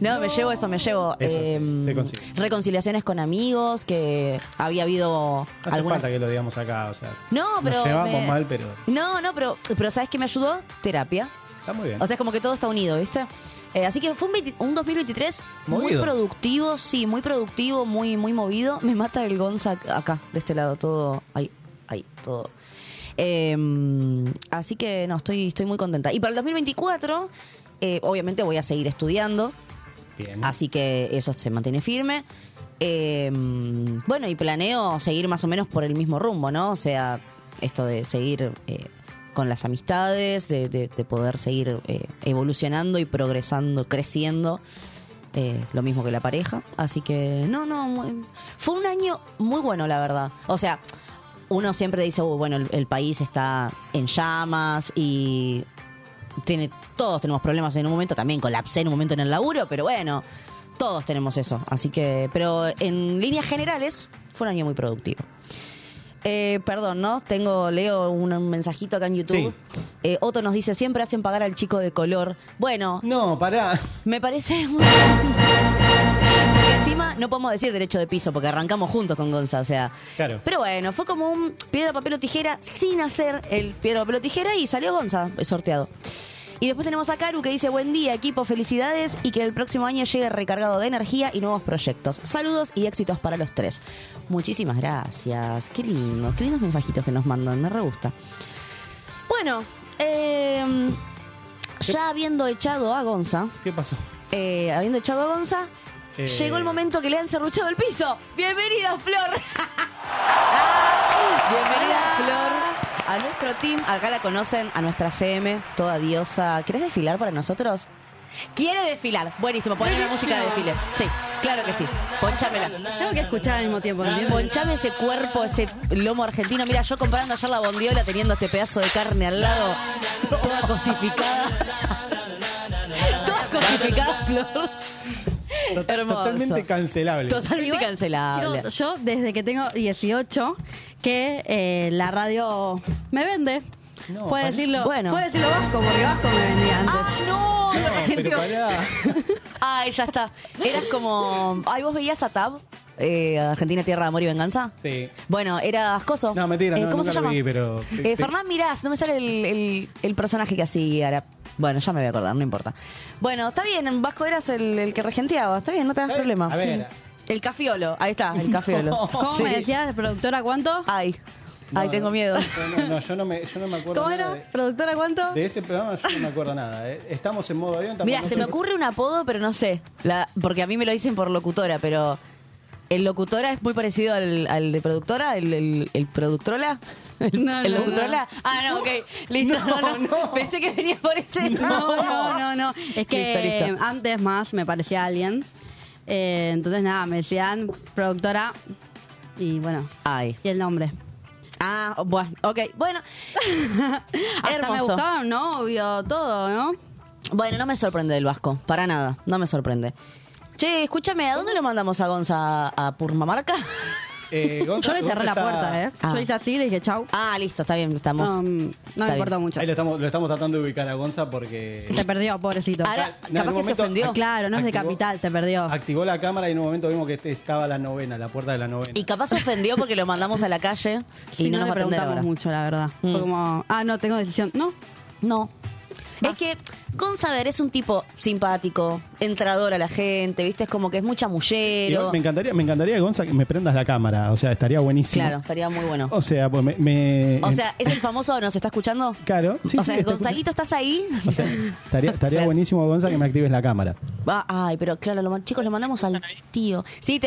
No, me llevo eso, me llevo.
Eso,
eh,
sí, se consigue.
reconciliaciones con amigos, que había habido
No hace
algunas.
falta que lo digamos acá, o sea.
No, pero.
Nos llevamos
me-
mal, pero
No, no, pero, pero ¿sabes qué me ayudó? Terapia.
está muy bien.
O sea, es como que todo está unido, ¿viste? Eh, así que fue un, 20 un 2023 muy
Movido.
productivo, sí, muy productivo, muy, muy movido. Me mata el Gonza ac- acá, de este lado, todo. Ahí, ahí, todo. Eh, así que no, estoy, estoy muy contenta. Y para el 2024, eh, obviamente voy a seguir estudiando.
bien.
Así que eso se mantiene firme. Eh, bueno, y planeo seguir más o menos por el mismo rumbo, ¿no? O sea, esto de seguir eh, con las amistades, de, de- de poder seguir eh, evolucionando y progresando, creciendo. eh, lo mismo que la pareja. Así que, no, no, muy- fue un año muy bueno, la verdad. O sea, uno siempre dice, "Uh, bueno, el- el país está en llamas y tiene, todos tenemos problemas en un momento, también colapsé en un momento en el laburo, pero bueno, todos tenemos eso. Así que, pero en líneas generales, fue un año muy productivo. Eh, perdón, ¿no? Tengo, leo un, un mensajito acá en YouTube. Eh, Otto nos dice, siempre hacen pagar al chico de color. Bueno,
No, pará.
me parece... muy- Porque encima no podemos decir derecho de piso, porque arrancamos juntos con Gonza, o sea...
Claro.
Pero bueno, fue como un piedra, papel o tijera sin hacer el piedra, papel o tijera y salió Gonza sorteado. Y después tenemos a Karu que dice, buen día equipo, felicidades y que el próximo año llegue recargado de energía y nuevos proyectos. Saludos y éxitos para los tres. Muchísimas gracias. Qué lindos, qué lindos mensajitos que nos mandan, me re gusta. Bueno, eh, ya habiendo echado a Gonza,
¿Qué pasó?
eh, habiendo echado a Gonza,
Eh.
llegó el momento que le han cerruchado el piso. Bienvenida, Flor. Bienvenida, Flor, a nuestro team. Acá la conocen, a nuestra CM, toda diosa. ¿Querés desfilar para nosotros? Quiere desfilar. Buenísimo, poneme la música de desfile. Sí, claro que sí. Ponchámela.
Tengo que escuchar al mismo tiempo. ¿entiendes?
Ponchame ese cuerpo, ese lomo argentino. Mira, yo comprando ayer la bondiola teniendo este pedazo de carne al lado, toda cosificada. toda cosificada, Flor.
Tot-
Hermoso.
Totalmente cancelable.
Totalmente
Igual,
cancelable.
quiero- yo, desde que tengo 18, que eh, la radio me vende.
No,
puede
pará.
decirlo,
Bueno.
puede decirlo Vasco, porque Vasco me vendía antes.
¡Ah, no!
No, pero pará.
Ay, ya está. Eras como. Ay, ¿vos veías a Tab? Eh, Argentina, Tierra de Amor y Venganza.
Sí.
Bueno, era ascoso.
No, mentira,
Eh,
no,
¿Cómo
nunca
se
lo
llama?
vi, pero- este-
Eh, Fernán Mirás, no me sale el, el- el personaje que hacía. era- Bueno, ya me voy a acordar, no importa. Bueno, está bien, en Vasco eras el, el que regenteaba. Está bien, no te das
Eh,
problema.
a ver.
El cafiolo, ahí está, el cafiolo.
¿Cómo
Sí.
me decía productora cuánto?
Ay, ay,
No,
tengo
no,
miedo.
No, no, no, yo no me, yo no me acuerdo.
¿Cómo
nada
era?
de-
¿Productora cuánto?
De ese programa yo no me acuerdo nada. eh. Estamos en modo avión. estamos-
Mira,
no
se me
estoy-
ocurre un apodo, pero no sé. La- porque a mí me lo dicen por locutora, pero el locutora es muy parecido al, al de productora, el, el, el productrola. ¿El,
No,
el
no,
locutrola? Ah, no, ok. Listo. No, no. Pensé que venía por ese.
No, no, no, no. Es que
Listo, listo.
antes más me parecía alguien. Eh, entonces nada, me decían productora y bueno,
Ay.
y el nombre.
Ah, bueno, ok. Bueno,
Hasta me
Hermoso.
buscaba un novio, todo, ¿no?
bueno, no me sorprende el Vasco. Para nada. No me sorprende. Che, escúchame, ¿a dónde lo mandamos a Gonza? ¿A Purmamarca?
Eh, Gonza-
Yo le
Gonza
cerré la
está-
puerta, ¿eh?
Ah.
Yo hice así, le dije chau.
Ah, listo, está bien, estamos.
No, mm, no
bien.
me importó mucho.
Ahí lo estamos, lo estamos tratando de ubicar a Gonza porque.
Se perdió, pobrecito. Ah,
Ahora,
en
Ah, capaz
algún
que se ofendió.
Claro, no es de
activó-
capital, se perdió.
Activó la cámara y en un momento vimos que este- estaba la novena, la puerta de la novena.
Y capaz se ofendió porque lo mandamos a la calle y
Sí,
no, nos
le
va a atender
preguntamos
ahora.
mucho, la verdad. Fue
Mm.
como, ah, no, tengo decisión. No,
No. Es que Gonzaver es un tipo simpático, entrador a la gente, ¿viste? Es como que es muy
Igual
chamullero.
me encantaría, me encantaría, Gonza, que me prendas la cámara. O sea, estaría buenísimo.
Claro, estaría muy bueno.
O sea, pues me. me-
O sea, es el famoso, ¿nos está escuchando?
claro. sí,
o
sí,
sea,
está-
Gonzalito, ¿estás ahí?
o sea, estaría estaría buenísimo, Gonza, que me actives la cámara.
Ah, Ay, pero claro, lo man- chicos, lo mandamos al tío. Sí, te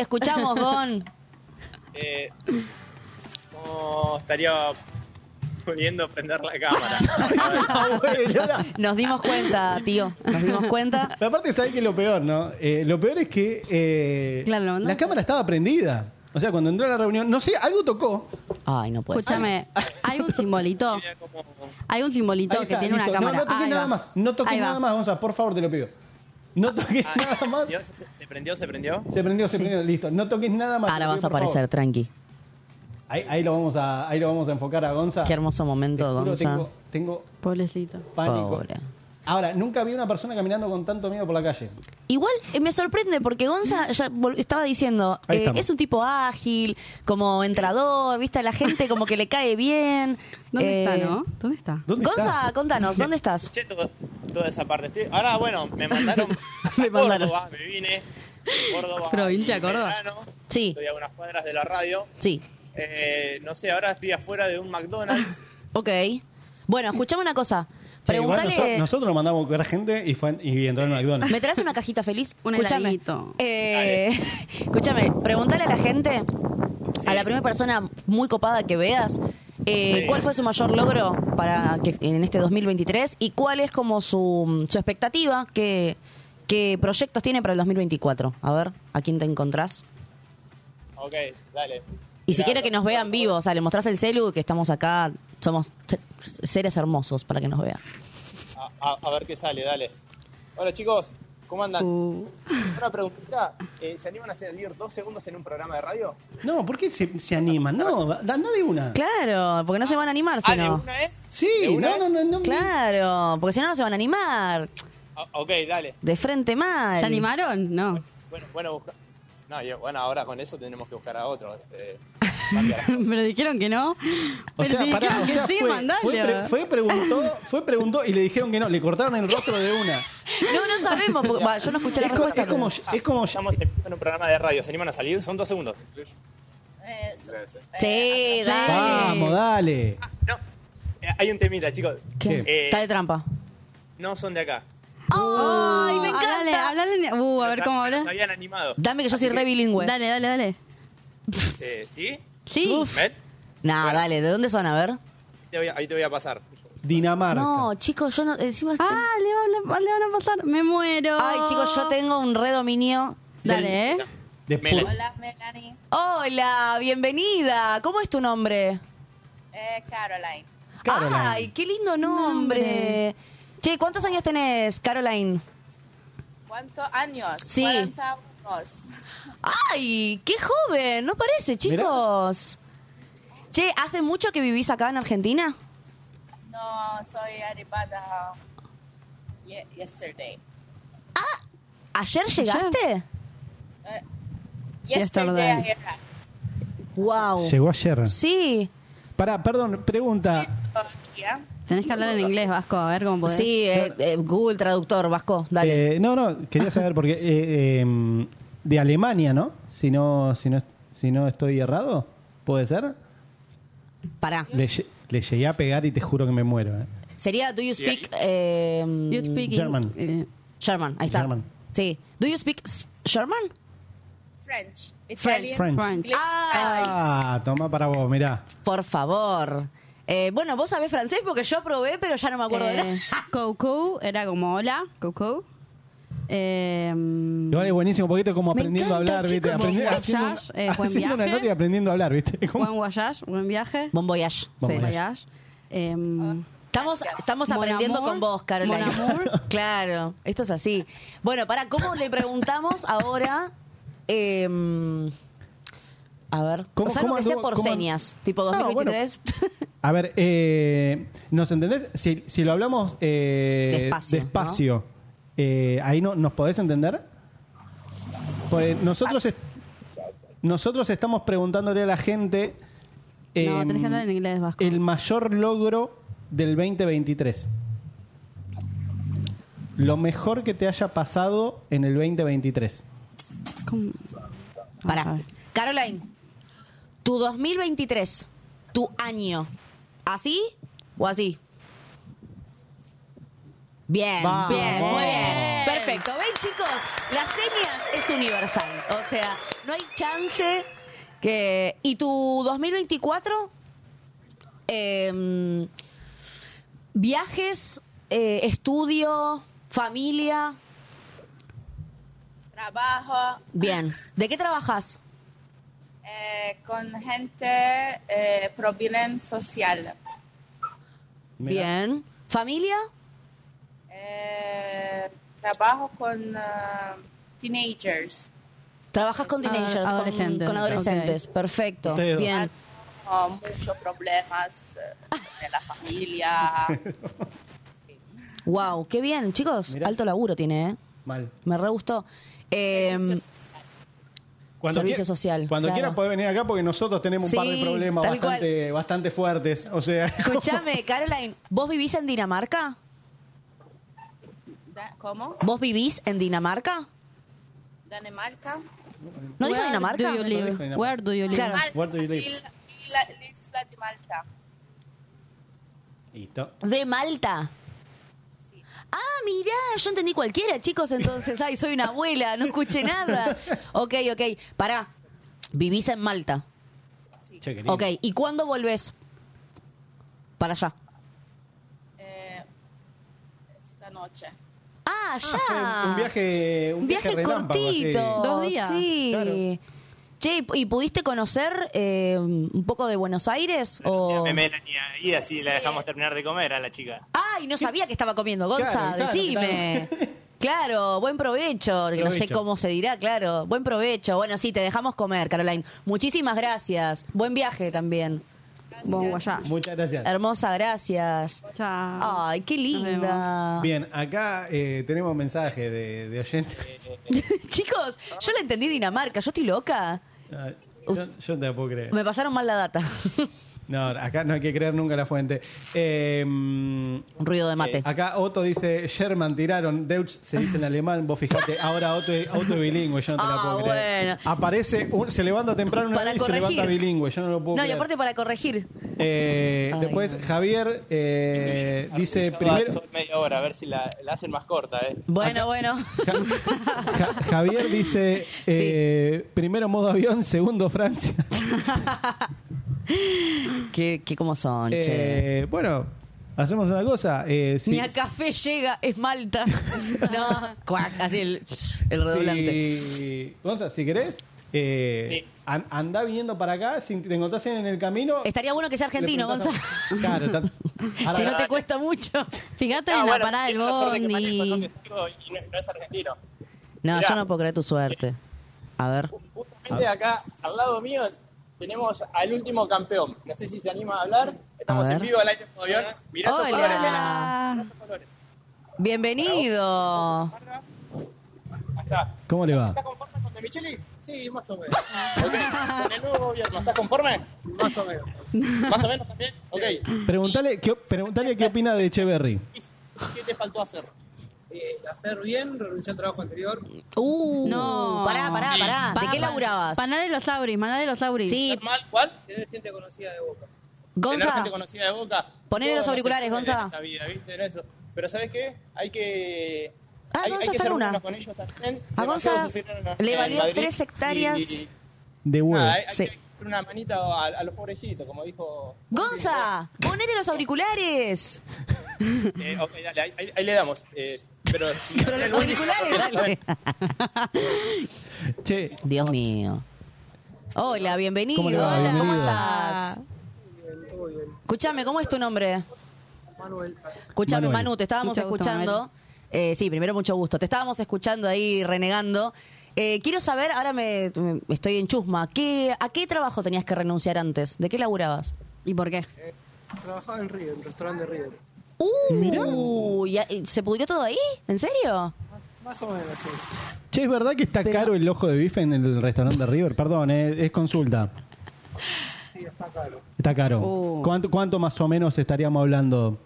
escuchamos, Gon.
Eh, no estaría pudiendo prender la cámara.
Ah,
Nos dimos cuenta, tío. Nos dimos cuenta.
Pero aparte, ¿sabes qué es lo peor, no? Eh, lo peor es que eh,
Claro, lo mandó.
la cámara estaba prendida. O sea, cuando entró a la reunión, no sé, algo tocó.
Ay, no puede ser.
escúchame, hay un simbolito.
Sería como-
Hay un simbolito
Ahí
que
está,
tiene
listo.
una cámara.
No, no toques
Ahí
nada
va.
más. No toques
Ahí va.
nada más, Gonza, por favor, te lo pido. No toques
Ah,
nada más.
Dios, ¿se- ¿Se prendió? ¿Se prendió?
Se prendió, se prendió, listo. No toques nada más. te
Ahora
lo
vas
pido,
a
por favor.
aparecer, tranqui.
Ahí, ahí lo vamos a, ahí lo vamos a enfocar a Gonza.
Qué hermoso
Te
momento,
juro,
Gonza.
Tengo, tengo
Pobrecito.
pánico.
Pobre.
Ahora, nunca vi una persona caminando con tanto miedo por la calle.
Igual eh, me sorprende porque Gonza ya vol- estaba diciendo,
Ahí
eh,
estamos.
es un tipo ágil, como entrador, viste a la gente como que le cae bien.
¿Dónde
Eh,
está, no? ¿Dónde está?
¿Dónde
Gonza,
está?
contanos, ¿dónde estás?
Escuché todo- toda esa parte. Estoy- ahora, bueno, me mandaron a
Me mandaron.
Córdoba, me vine. Córdoba.
Provincia de Córdoba.
Belgrano.
Sí.
Estoy a unas cuadras de la radio.
Sí,
Eh, no sé, ahora estoy afuera de un McDonald's.
ok. Bueno, escuchame una cosa.
Che, igual
Preguntale,
noso- nosotros lo mandamos a buscar gente y, fue, y entró en McDonald's.
¿me traes una cajita feliz?
Un
escúchame.
heladito.
Eh, escúchame, preguntale a la gente,
Sí.
a la primera persona muy copada que veas, eh,
Sí.
¿cuál fue su mayor logro para que en este 2023 y cuál es como su, su expectativa? ¿Qué, ¿Qué proyectos tiene para el 2024? A ver, ¿a quién te encontrás?
Ok, dale.
Y si
Mirá,
quiere que nos vean vivos, o sea, le mostrás el celu que estamos acá, somos se- seres hermosos para que nos vean.
A, a- a ver qué sale, dale. Hola chicos, ¿cómo andan?
Uh.
Una preguntita, eh, ¿se animan a salir dos segundos en un programa de radio?
No, ¿por qué se, se animan? No, da, anda de una.
Claro, porque no se van a animar si
Ah. ¿de
no.
una es? ¿De
Sí,
una
no,
es?
no, no, no.
Claro, porque si no, no se van a animar.
Ah, ok, dale.
De frente mal.
¿Se animaron? No.
Bueno, bueno, busca- No, y bueno, ahora con eso tendremos que buscar a otro. Este, cambiar.
Pero dijeron que no.
O
Pero
sea,
te
pará,
dijeron
o
que
sea,
sí,
fue,
mandalo.
fue, pre- fue preguntó, fue preguntó y le dijeron que no, le cortaron el rostro de una.
No, no sabemos. porque- va, yo no escuché la
Es como,
respuesta.
es como, es como-
Estamos en vivo Ah, en un programa de radio. ¿Se animan a salir? Son dos segundos. Eh,
Sí, Eh, dale.
vamos, dale.
No. Eh, hay un temita, chicos.
¿Qué?
Eh,
Está de trampa.
no son de acá.
Uh,
¡Ay, me encanta!
Háblale, háblale. Uh, a
Los
ver
ha-
cómo
los
hablas.
habían animado.
Dame que yo soy re bilingüe.
Dale, dale, dale.
Eh, ¿Sí?
Sí.
¿Ven?
Nah, dale, ¿de dónde son? A ver.
Te voy a- ahí te voy a pasar.
Dinamarca.
No, chicos, yo no. Encima.
Ah, le van, a, le van a pasar. Me muero.
Ay, chicos, yo tengo un redominio.
Dale, ¿eh?
De
Melanie.
pu-
Hola, Melanie.
Hola, bienvenida. ¿Cómo es tu nombre?
Eh, Caroline.
Caroline.
Ay, qué lindo nombre. Che, ¿cuántos años tenés, Caroline?
¿Cuántos años?
Sí.
40 años.
Ay, qué joven, no parece, chicos. Che, ¿hace mucho que vivís acá en Argentina?
No, soy arribada ye- yesterday.
¿Ayer llegaste?
Yesterday I
Yesterday.
arrived.
Wow.
Llegó ayer.
Sí,
Pará, perdón, pregunta.
Turquía.
Tenés que hablar en inglés, Vasco, a ver cómo podés.
sí, eh, eh, Google Traductor, Vasco, dale.
Eh, no, no, quería saber porque eh, eh, de Alemania, ¿no? Si no, si no, si no estoy errado, puede ser.
Pará.
Le, lle- le llegué a pegar y te juro que me muero. eh.
Sería, do you speak...
You
eh,
speak
German.
in- eh,
German, ahí está.
German.
Sí. ¿Do you speak s- German?
French, Italian,
French.
French.
English,
Ah, toma para vos, mirá.
Por favor. Eh, bueno, vos sabés francés porque yo probé, pero ya no me acuerdo de nada.
Eh, Coco era como hola, Coco. Eh,
Igual es buenísimo porque esto es como
Me
aprendiendo
encanta,
a hablar, ¿viste?
chicos,
Aprende-
buen
haciendo un-
voyage, eh, buen
haciendo una
viaje.
nota y aprendiendo a hablar, ¿viste? Como-
buen voyage, buen viaje.
Bon voyage.
Bon
Sí,
voyage.
voyage. Eh,
Estamos, estamos
Mon
aprendiendo
amour,
con vos, Carolina.
mon amour.
Claro, esto es así. Bueno, para ¿cómo le preguntamos ahora? Em, a ver,
¿Cómo-
o sea,
cómo
lo que sea
anduvo-
por
cómo-
señas, tipo
Ah, bueno.
2023.
A ver, eh, ¿nos entendés? Si, si lo hablamos eh,
Despacio,
despacio, eh, ¿ahí no, nos podés entender? Pues nosotros, es- nosotros estamos preguntándole a la gente
no,
em,
tenés que hablar en inglés, Vasco.
el mayor logro del 2023. Lo mejor que te haya pasado en el 2023.
¿Cómo? Vamos a
Pará.
ver.
Caroline, tu 2023, tu año, ¿así o así? Bien,
Vamos.
bien, muy bien. Perfecto. ¿Ven, chicos? Las señas es universal. O sea, no hay chance que. ¿Y tu 2024? Eh, viajes, eh, estudio, familia.
trabajo
Bien. ¿De qué trabajas?
eh, con gente, eh, problema social.
Mirá.
Bien. ¿Familia?
Eh, trabajo con eh, teenagers,
Trabajas con
Ah,
teenagers, con-
adolescentes.
con, adolescentes. Perfecto.
Ustedes dos.
Bien.
Oh, muchos problemas eh, de la familia. Sí.
Wow, qué bien, chicos.
Mirá.
Alto laburo tiene, ¿eh?
Mal.
Me re gustó. Eh,
Servicio social.
Servicio social,
Cuando
claro.
quieras podés venir acá porque nosotros tenemos un par de
Sí,
problemas
tal cual.
bastante, bastante fuertes. O sea,
escuchame, Caroline, ¿vos vivís en Dinamarca?
Da- ¿Cómo?
¿Vos vivís en Dinamarca?
Dinamarca.
¿No dijo
Where
Dinamarca?
do you
No
live?
dijo Dinamarca.
Where do you live?
Claro.
Malta,
Where do you live?
isla- isla- isla de Malta.
Listo.
De Malta. Ah, mirá, yo entendí cualquiera, chicos, entonces, ay, soy una abuela, no escuché nada. Ok, ok, pará. Vivís en Malta.
Che, querido.
Ok, ¿y cuándo volvés? Para allá.
Eh, esta noche.
Ah,
Ah,
allá.
fue un viaje, un
Un
viaje,
viaje,
relámpago,
cortito.
así.
Dos días.
Sí.
Claro.
Che, ¿y pudiste conocer eh, un poco de Buenos Aires? O...
Me Melanie ahí, así la dejamos terminar de comer a la chica.
Ay, no sabía que estaba comiendo, Gonza,
Claro, claro,
decime.
claro.
Claro, buen provecho. que No sé
Provecho.
cómo se dirá, claro. Buen provecho. Bueno, sí, te dejamos comer, Caroline. Muchísimas gracias. Buen viaje también.
Bon guayá.
Muchas gracias.
Hermosa, gracias.
Chao.
Ay, qué linda.
Bien, acá eh, tenemos un mensaje de, de oyente.
Chicos, yo la entendí Dinamarca, yo estoy loca.
Ah, Yo, yo no te la puedo creer.
Eh, Me pasaron mal la data.
No, acá no hay que creer nunca la fuente. Eh,
Ruido de mate.
acá Otto dice, Sherman tiraron, Deutsch se dice en alemán, vos fijate, ahora Otto, es- Otto es bilingüe, yo no te la
Ah,
puedo creer.
bueno.
Aparece, un- se levanta temprano una
Para
vez y se
corregir.
levanta bilingüe, yo no lo puedo
No, y
creer.
aparte para corregir.
Eh,
Ay,
después
no.
Javier eh, dice
Son-
primero...
son media hora, a ver si la, la hacen más corta, ¿eh?
Bueno, bueno.
Ja- Javier dice eh, primero modo avión, segundo Francia.
¿Qué, qué cómo son, che?
Eh, bueno, hacemos una cosa. eh, si-
Ni a café llega, es Malta. No, cuac, así el, el redoblante.
Si, Gonza, si querés, eh,
Sí.
an- andá viniendo para acá. Si te encontrás en el camino.
Estaría bueno que sea
le
argentino,
preguntás
Gonzalo.
a- Claro, está- Ahora,
Si no te
dale.
cuesta mucho.
Fíjate
Ah,
en la
bueno,
parada del
tiene la suerte que Mario Conde
bondi.
es amigo pues, y no- no es argentino.
Ah. No,
Mirá.
yo no puedo creer tu suerte. A ver.
Justamente acá, al lado mío, tenemos al último campeón. No sé si se anima a hablar. Estamos
A
en
ver.
vivo al aire en avión. Mirá esos
Hola.
colores, Elena.
Ah,
Mirá esos colores.
Bienvenido.
Ahí está.
¿Cómo le va?
¿Estás conforme con De Micheli? Sí, más o menos.
Ah.
Ok. Con el nuevo gobierno, ¿estás conforme? Más o menos. ¿Más o menos también? Ok.
Preguntale qué, preguntale qué opina de Echeverry.
¿Qué te faltó hacer?
Eh, hacer bien, renunciar al trabajo anterior.
Uh,
No.
Pará, pará, pará. ¿De
Pa-
qué laburabas?
Panar de los auris, maná de los auris.
Sí,
¿Hacer mal? ¿Cuál?
Tener gente conocida de boca.
Tener
Gonza.
gente conocida de boca.
Ponele
Todo
los
no se
auriculares,
puede en
Gonza.
esta vida, ¿viste? No, eso. Pero ¿sabes qué? Hay que.
Ah,
hay,
Gonza
hay que
está
ser
en una.
buenos con ellos también.
A Gonza
Demasiado sufrieron en-
le
en
valió
Madrid
tres hectáreas.
y-
De huevo.
nada, Ah, hay, hay
Sí.
que dar una manita a, a los pobrecitos, como dijo.
Gonza, ponele los auriculares.
Eh, ok, dale, ahí, ahí- ahí le damos. Eh, pero si
Pero los auriculares, dale.
Che,
Dios mío. Hola, bienvenido.
¿Cómo le va?
Hola, ¿cómo
Bienvenido.
estás? Escuchame, ¿cómo es tu nombre?
Manuel,
Escuchame,
Manuel.
Manu, te estábamos
Mucho gusto,
escuchando. Eh, sí, primero mucho gusto. Te estábamos escuchando ahí renegando. Eh, quiero saber, ahora me, me- estoy en chusma, ¿qué, ¿a qué trabajo tenías que renunciar antes? ¿De qué laburabas?
¿Y por qué?
trabajaba en River, en restaurante de River.
Uh, ¿y a- y ¿se pudrió todo ahí? ¿En serio?
Más, más o menos, sí.
che, ¿es verdad que está caro el ojo de bife en el restaurante de River? Perdón, eh, es consulta.
Sí, está caro.
Está caro.
Oh.
Uh.
¿Cuánto, ¿Cuánto más o menos estaríamos hablando?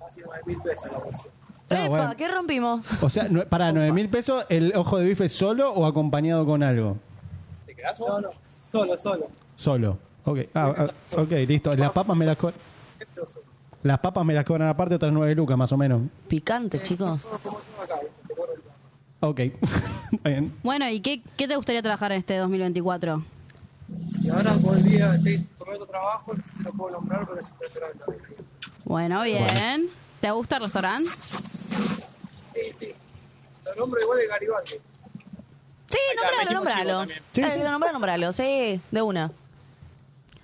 Casi más de mil pesos la porción.
Ah,
Epa,
bueno.
¿qué rompimos?
O sea, nue- para 9 mil pesos, ¿el ojo de bife solo o acompañado con algo?
¿Te quedás vos?
No, no, solo, solo.
Solo. Ok, ah, ah, ok, listo. Las papas me las co-
¿Qué trozo?
las papas me las cobran aparte otras 9 lucas más o menos.
Picante, chicos.
Todo como todo acá, te corro el plato.
Ok. Está bien.
Bueno, ¿y qué, qué te gustaría trabajar en este 2024?
Y ahora volví a, estoy tomando trabajo, no sé si lo puedo nombrar, pero es un restaurante.
Bueno, bien. ¿Te gusta el restaurante?
Sí, sí. Lo nombro igual de Garibaldi.
Sí, nombralo,
metimos chivo
nombralo.
también.
Sí,
Eh,
sí.
nombralo, nombralo, sí, de una.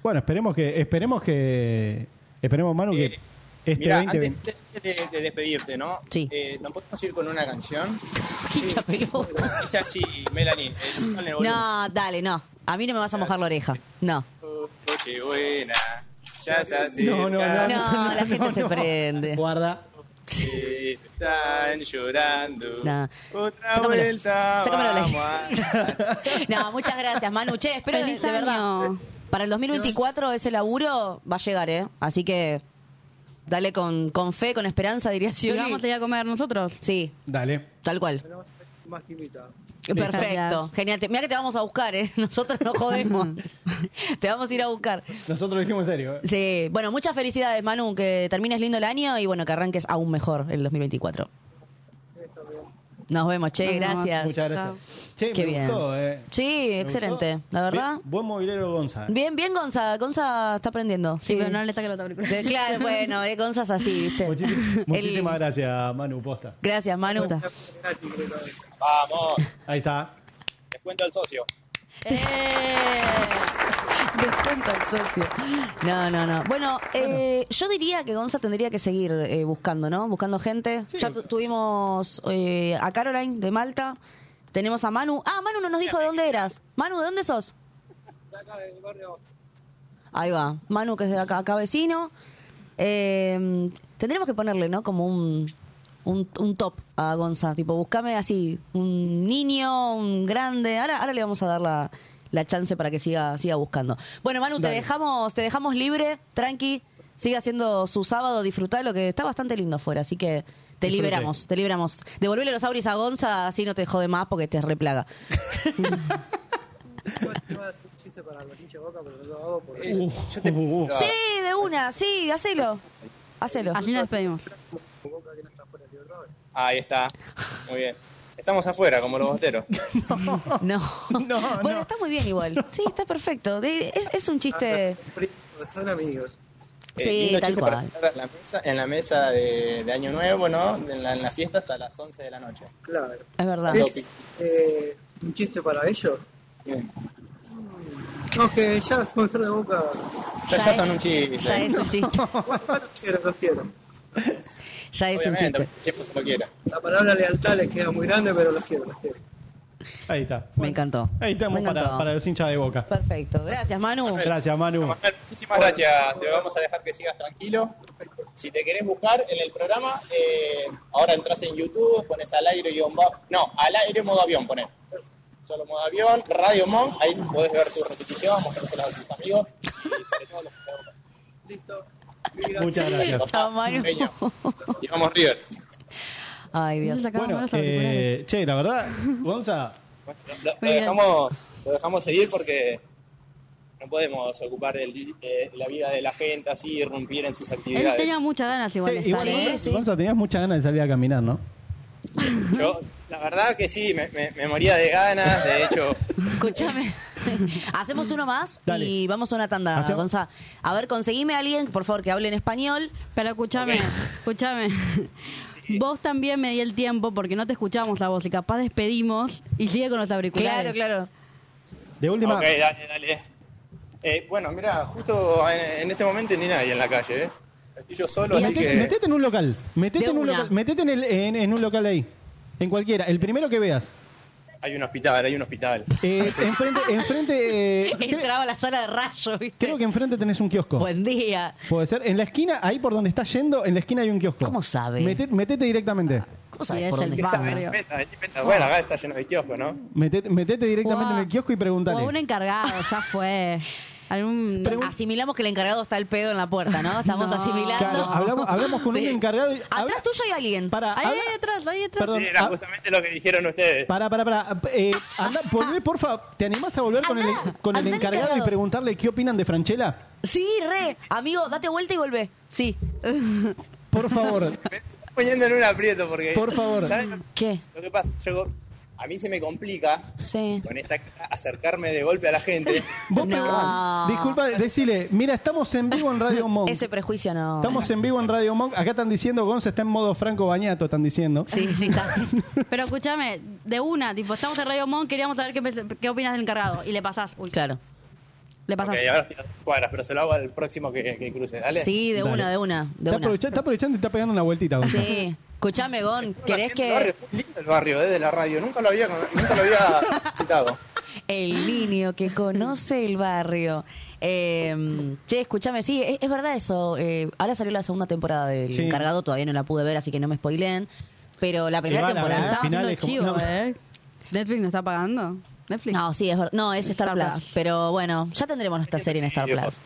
Bueno, esperemos que esperemos que esperemos Manu que
Eh,
este
Mirá,
20
antes de, de- de despedirte, ¿no?
Sí.
Eh, ¿Nos podemos ir con una canción?
Hincha peludo.
Dice así, Melanie. eh, súbale el volumen.
No, dale, no. A mí no me vas a mojar la oreja. No.
Noche buena, ya se acerca.
No, no, no.
No, la gente
No,
se
no.
prende.
guarda.
Están llorando.
No.
Otra
Sácamelo.
vuelta.
Sácamelo al
vamos a-
No, muchas gracias, Manu. Che, espero de,
Feliz
de verdad.
año.
Para el 2024 ese laburo va a llegar, ¿eh? Así que dale con, con fe, con esperanza, diría
¿Y vamos a
Sioli.
ir a comer nosotros?
Sí,
Dale.
tal cual.
Tenemos más que invitado.
Perfecto. Genial. Mira que te vamos a buscar, ¿eh? Nosotros no jodemos. te vamos a ir a buscar.
Nosotros lo dijimos en serio. ¿eh?
Sí, bueno, muchas felicidades, Manu, que termines lindo el año y bueno, que arranques aún mejor el 2024. Nos vemos, che,
Nos vemos.
gracias.
Muchas gracias. Che,
Qué
me
bien.
gustó, eh.
Sí,
Me
excelente,
gustó.
la verdad.
Bien- buen movilero Gonza.
Bien, bien, Gonza. Gonza está aprendiendo.
Sí, pero no le saque los auriculares.
De- claro, bueno, eh, Gonza es así, ¿viste?
Muchísimas,
El-
muchísimas gracias, Manu Posta.
Gracias, Manu.
ah. Vamos,
Ahí está.
descuento al socio.
Descuento al socio. No, no, no. Bueno, eh, yo diría que Gonza tendría que seguir eh, buscando, ¿no? Buscando gente. ya tu- tuvimos eh, a Caroline de Malta. Tenemos a Manu. Ah, Manu no nos dijo de dónde eras. Manu, ¿de dónde sos?
De acá, del barrio.
Ahí va. Manu, que es de acá, acá vecino. Eh, tendremos que ponerle, ¿no? Como un, un, un top a Gonza. Tipo, buscame así, un niño, un grande. Ahora, ahora le vamos a dar la, la chance para que siga, siga buscando. Bueno, Manu, te
Dale.
dejamos, te dejamos libre, tranqui. Sigue haciendo su sábado, disfrutá lo que está bastante lindo afuera, así que te
Disfrute.
liberamos, te liberamos. Devolvele los auris a Gonza, así no te jode más porque te replaga.
Iba a hacer un chiste para el boliche boca, pero no lo hago porque.
Eh,
Uh.
Sí, de una, sí, hacelo. Hacelo. Así nos despedimos.
Boca que no está fuera del libro.
Ahí está. Muy bien. Estamos afuera, como los bosteros.
No. bueno, está muy bien igual. Sí, está perfecto. De- Es, es un chiste.
Son amigos.
Eh,
Sí,
lindo
tal
chiste
cual.
para estar en la mesa, en la mesa de, de Año Nuevo, ¿no? En la, en la fiesta hasta las 11 de la noche.
Claro.
Es verdad.
Es, eh, un chiste para ellos.
Bien.
No, que ya con ser de boca.
Ya, Ya ya son es- un chiste. ya es un
chiste.
los quiero, los quiero.
Ya
es un Obviamente, chiste. Siempre se lo quiera.
La palabra lealtad les queda muy grande, pero los quiero, los quiero.
Ahí está.
Me encantó.
Ahí estamos
Me encantó.
para, para los hinchas de boca.
Perfecto. Gracias, Manu.
Gracias, Manu.
Muchísimas gracias. Te vamos a dejar que sigas tranquilo. Si te querés buscar en el programa, eh, ahora entras en YouTube, pones al aire guión bajo. No, al aire modo avión, pones. Solo modo avión, Radio Monk, ahí podés ver tu repetición, mostrársela a tus amigos y sobre todo a los que te buscan.
Muchas gracias.
Chao, Manu.
Peña. Y vamos, River.
Ay, Dios.
Bueno, eh, che, la verdad, Gonza,
Lo, lo dejamos, lo dejamos seguir porque no podemos ocupar el- eh, la vida de la gente así, irrumpir en sus
Él
actividades.
tenía muchas ganas igual de
igual,
estar.
¿eh?
Gonza, Gonza, tenías muchas ganas de salir a caminar, ¿no?
Yo, la verdad que sí, me, me- me moría de ganas. De hecho,
Escúchame. Hacemos uno más
Dale.
y vamos a una tanda,
Hacemos-
Gonza. A ver, conseguime a alguien, por favor, que hable en español.
Pero escúchame, escúchame. Vos también me di el tiempo porque no te escuchamos la voz y capaz despedimos y sigue con los auriculares.
claro.
De última.
Ok, dale, dale. Eh, bueno, mira, justo en, en este momento ni nadie en la calle, ¿eh? Estoy yo solo, así
Metete,
que.
metete en un local. Metete,
De
en un,
una.
local, metete en, el- en- en un local ahí. En cualquiera. El primero que veas.
Hay un hospital, hay un hospital.
Eh, enfrente, enfrente, eh,
Entraba a la sala de rayo, ¿viste?
creo que enfrente tenés un kiosco.
Buen día.
Puede ser. En la esquina, ahí por donde estás yendo, en la esquina hay un kiosco. ¿Cómo
sabe? Ah,
metete directamente.
¿Cómo
sabes
por dónde está? Meta, meta. Bueno, acá está lleno de kiosco, ¿no?
Metete, metete directamente
Guau.
en el kiosco y
O
preguntale.
un encargado, ya fue. Algún...
Asimilamos que el encargado está el pedo en la puerta, ¿no? Estamos
No.
asimilando.
Claro, hablamos, hablamos con un encargado. y-
Atrás tuyo hay alguien.
Para,
ahí,
habla-
atrás, ahí atrás.
Perdón,
Sí, era
ah.
justamente lo que dijeron ustedes.
Para, para, para. Eh, anda, volvé, porfa, ¿te animás a volver con el, con el
andá al
encargado y
encargado.
preguntarle qué opinan de Franchella?
Sí, re. Amigo, date vuelta y volvé. Sí.
Por favor.
poniendo en un aprieto porque.
Por favor.
¿sabes lo-
¿Qué?
Lo que pasa, yo, a mí se me complica
Sí.
con esta cara acercarme de golpe a la gente.
Vos pregun- Disculpa, decile, mira, estamos en vivo en Radio Monk.
Ese prejuicio no.
Estamos en vivo en Radio Monk. Acá están diciendo, Gonza está en modo Franco Bañato, están diciendo.
Sí, sí, está.
Pero escúchame, de una, tipo, estamos en Radio Monk, queríamos saber qué, pens- qué opinas del encargado. Y le pasás. Uy,
claro.
Le pasás.
Ok, ahora estoy a dos cuadras, pero se lo hago al próximo que, que cruce, ¿dale?
Sí, de una, de una, de
está,
una.
aprovecha- está aprovechando y está pegando una vueltita. Gonza.
Sí. Escuchame,
Eh,
Gon, ¿querés
El barrio,
que
muy lindo el barrio, eh, de la radio. Nunca lo había, nunca lo había citado.
el niño que conoce el barrio? Eh, che, escúchame, sí, es, es verdad eso. eh, ahora salió la segunda temporada del
Sí.
encargado, todavía no la pude ver, así que no me spoileen. Pero la
Se
primera
van a ver,
temporada.
al final es como-
Chivo,
no.
¿eh? ¿Netflix no está pagando? ¿Netflix?
No, sí, es verdad. No, es Star,
Star
Plus. Pero bueno, ya tendremos nuestra
Este
serie en Star Plus.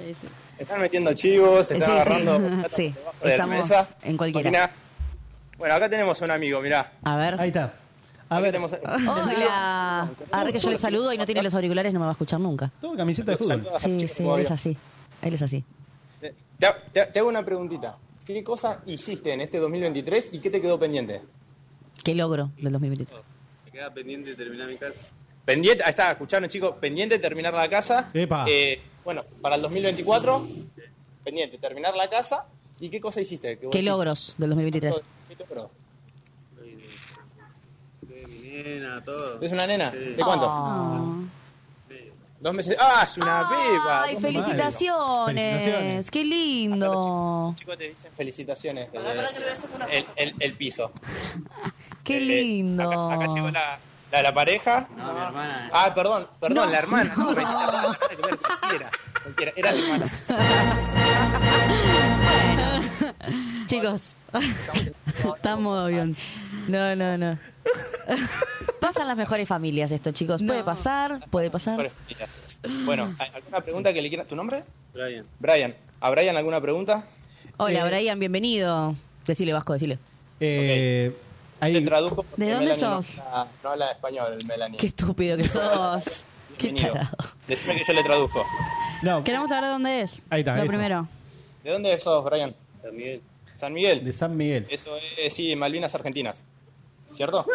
Están metiendo chivos, se están
Sí, sí.
agarrando por
Sí,
debajo de la
estamos
mesa.
en cualquiera.
Imagina- Bueno, acá tenemos un amigo, mirá.
A ver.
Ahí está. A
ver.
Hola. Ahora que yo le saludo y no tiene los auriculares, no me va a escuchar nunca.
Todo camiseta de fútbol.
Sí, sí, él es así. Él es así.
Te, te- te hago una preguntita. ¿Qué cosa hiciste en este 2023 y qué te quedó pendiente?
Qué logro del 2023.
Me queda pendiente de terminar mi casa.
Pendiente, ahí está, escucharon chicos, pendiente de terminar la casa.
Epa.
Eh, bueno, para el 2024, pendiente, terminar la casa. ¿Y qué cosa hiciste? Que vos
Qué
decís,
logros del 2023.
¿Qué logro?
Mi nena, todo.
¿Es una nena?
Sí. Ah.
¿De cuánto?
Oh.
Dos meses. ¡Ah, es una piba!
Ay,
Dos meses.
felicitaciones.
Felicitaciones.
Qué lindo.
Chicos, te dicen felicitaciones. desde el, el- el piso.
Qué
Eh,
lindo.
Acá llegó la, ¿La de la pareja?
No, mi hermana.
Ah, perdón, perdón,
No.
la hermana. No,
No.
mentira, la hermana, nada que ver, cualquiera, cualquiera, Era la hermana.
Chicos.
Está en modo avión. No, no, no. Pasan las mejores familias esto, chicos. Puede pasar, puede pasar.
Bueno, ¿hay ¿alguna pregunta que le quieras? ¿Tu nombre?
Brian.
Brian. ¿A Brian alguna pregunta?
Hola,
Eh,
Brian, bienvenido. Decile, Vasco, decile.
Eh,
Te traduzco. porque
¿De dónde
Melanie no
sos?
habla- No habla español, Melanie.
Qué estúpido que sos. Qué
Bienvenido.
carajo.
Decime que yo le traduzco.
Queremos saber dónde es.
Ahí está,
Lo
eso.
primero.
¿De dónde sos, Brian? San Miguel. San Miguel. De
San Miguel.
Eso es, sí, Malvinas Argentinas. ¿Cierto?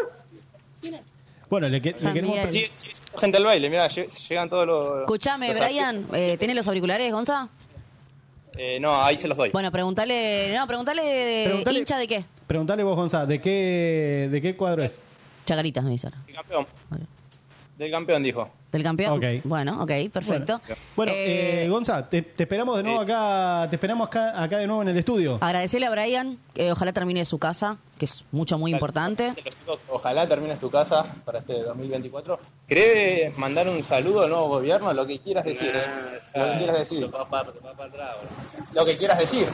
Bueno, le, que- le
San
queremos
Miguel.
pre-
Sí, sí, gente al baile, mira, llegan todos los.
Escuchame,
los
Brian, eh, ¿tenés los auriculares, Gonza?
artistas. Eh, no, ahí se los doy.
Bueno, preguntale, no, preguntale, de-
Preguntale-
hincha de qué.
Preguntale vos, Gonzalo, ¿de qué, ¿de qué cuadro es?
Chacaritas, me dice ahora.
Del campeón. Del campeón, dijo.
¿Del campeón?
Ok.
Bueno, ok, perfecto.
Bueno,
Eh,
eh, Gonza, te, te esperamos de nuevo acá, te esperamos acá, acá de nuevo en el estudio.
Agradecerle a Brian, que ojalá termine su casa, que es mucho, muy importante.
Los chicos, ojalá termines tu casa para este 2024. ¿Querés mandar un saludo al nuevo gobierno? Lo que quieras decir. eh. Lo que quieras decir.
Va para atrás, boludo.
Lo que quieras decir.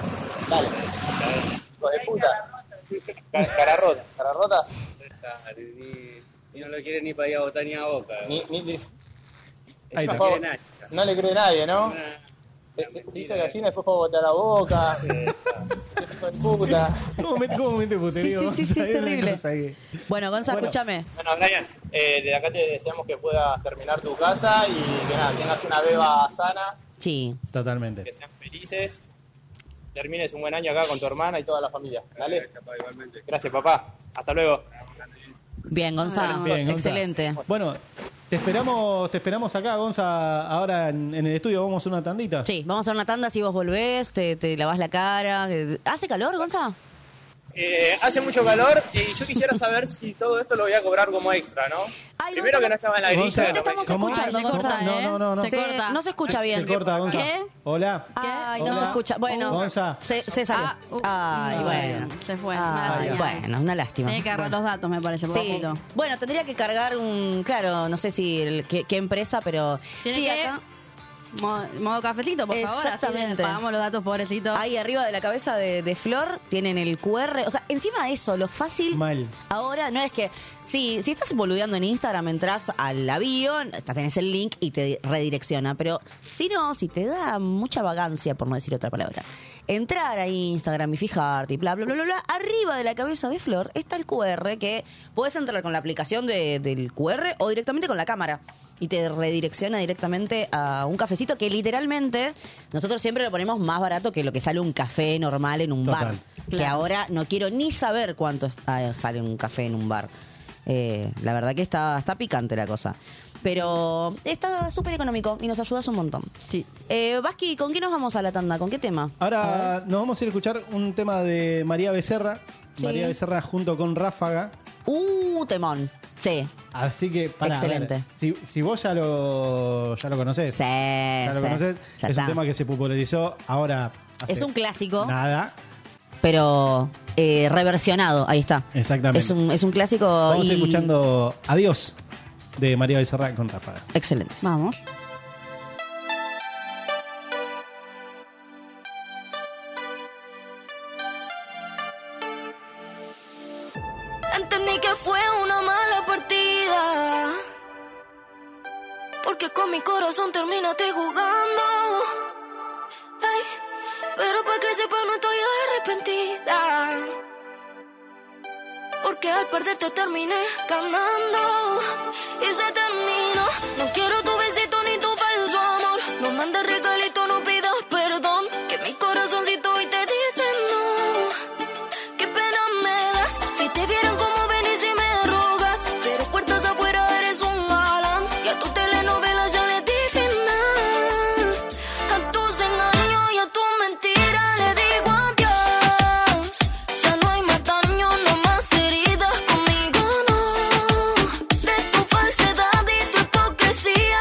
Dale. Hijo de puta. Ca- Cara rota. Cara rota.
Claro, Ni, ni no lo quiere ni para ir a votar ni a boca.
Ni, ni, ni.
Ahí
Encima
está.
fue- No le cree nadie, ¿no? Se, se- se hizo
eh.
gallina, después fue a botar a boca. Hijo de puta.
¿Cómo mete, cómo mete puterío,
Sí, sí, sí, sí,
Gonza?
es
una
terrible.
cosa que-
Bueno, Gonza,
Bueno.
escúchame.
Bueno, Brian, eh, de acá te deseamos que puedas terminar tu casa y que nada, tengas una beba sana,
Sí.
Totalmente.
que sean felices, termines un buen año acá con tu hermana y toda la familia. ¿Dale? Gracias, papá. Hasta luego.
Bien, Gonza,
Bien, Gonza.
excelente.
Bueno, te esperamos, te esperamos acá, Gonza, ahora en, en el estudio. Vamos a una tandita.
Sí, vamos a hacer una tanda si vos volvés, te, te lavás la cara. eh, ¿Hace calor, Gonza?
Eh, hace mucho calor y yo quisiera saber si todo esto lo voy a cobrar como extra, ¿no? Primero que no estaba en la grilla.
Gonza,
no me-
Estamos
¿Cómo?
escuchando,
Se
Gonza.
corta, no,
¿eh?
no, no, no.
Se,
Se
corta.
No se escucha bien.
Se corta, Gonza.
¿Qué?
Hola.
Ay, no
Hola.
se escucha. Bueno,
Gonza.
Se, se salió. Ay, bueno.
Ah. Se fue.
Ay, Ah, bueno, una lástima.
Tiene que agarrar los datos, me parece, por
Sí.
poquito.
Bueno, tendría que cargar un. Claro, no sé si el- qué, qué empresa, pero.
Tiene
Sí,
que-
acá.
Modo, modo cafecito, por favor. así
Exactamente.
Pagamos los datos, pobrecito.
Ahí arriba de la cabeza de, de Flor tienen el QR. O sea, encima de eso, lo fácil.
Mal.
Ahora no es que. Sí, si estás boludeando en Instagram, entras al la bio, tenés el link y te redirecciona. Pero si no, si te da mucha vagancia, por no decir otra palabra, entrar a Instagram y fijarte y bla, bla, bla, bla, bla, arriba de la cabeza de Flor está el QR que puedes entrar con la aplicación de- del QR o directamente con la cámara. Y te redirecciona directamente a un cafecito que literalmente nosotros siempre lo ponemos más barato que lo que sale un café normal en un
Total.
bar. Que ahora no quiero ni saber cuánto es- ah, sale un café en un bar. Eh, la verdad que está, está picante la cosa. Pero está súper económico y nos ayudas un montón.
Sí.
Eh, Vasqui, ¿con qué nos vamos a la tanda? ¿Con qué tema?
Ahora nos vamos a ir a escuchar un tema de María Becerra.
Sí.
María Becerra junto con Ráfaga.
Uh, temón. Sí.
Así que, pará, a ver,
Excelente.
si, si vos ya lo, ya lo conocés,
Sí,
ya lo
sí.
conocés,
Ya
es
está.
un tema que se popularizó ahora. hace
Es un clásico,
Nada,
pero eh, reversionado. Ahí está.
exactamente.
Es un, es un clásico.
Vamos a
y-
ir escuchando Adiós de María Becerra con Ráfaga.
Excelente.
Vamos.
Entendí que fue una mala partida. Porque con mi corazón terminaste jugando. Ay, pero para que sepa no estoy arrepentida. Porque al perderte terminé ganando. Y se terminó. No quiero tu besito ni tu falso amor. No mandes regalito, no pidas perdón. Que mi corazoncito hoy te dice no. Qué pena me das si te vieran como venís y me rogas. Pero puertas afuera eres un galán. Y a tu telenovela ya le di final. A tus engaños y a tus mentiras le digo adiós. Ya no hay más daño, no más heridas conmigo, no. De tu falsedad y tu hipocresía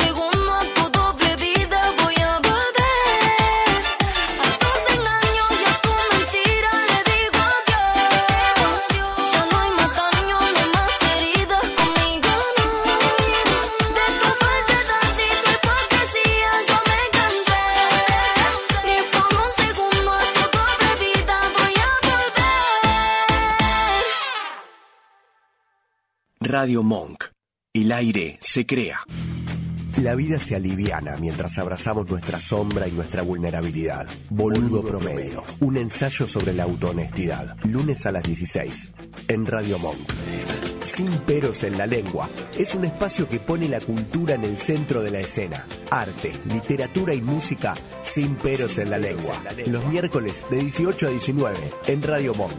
este
Radio Monk. El aire se crea.
La vida se aliviana mientras abrazamos nuestra sombra y nuestra vulnerabilidad. Boludo Promedio, un ensayo sobre la autohonestidad. Lunes a las 16, en Radio Monk. Sin peros en la lengua, es un espacio que pone la cultura en el centro de la escena. Arte, literatura y música, sin peros en la lengua. Los miércoles de 18 a 19, en Radio Monk.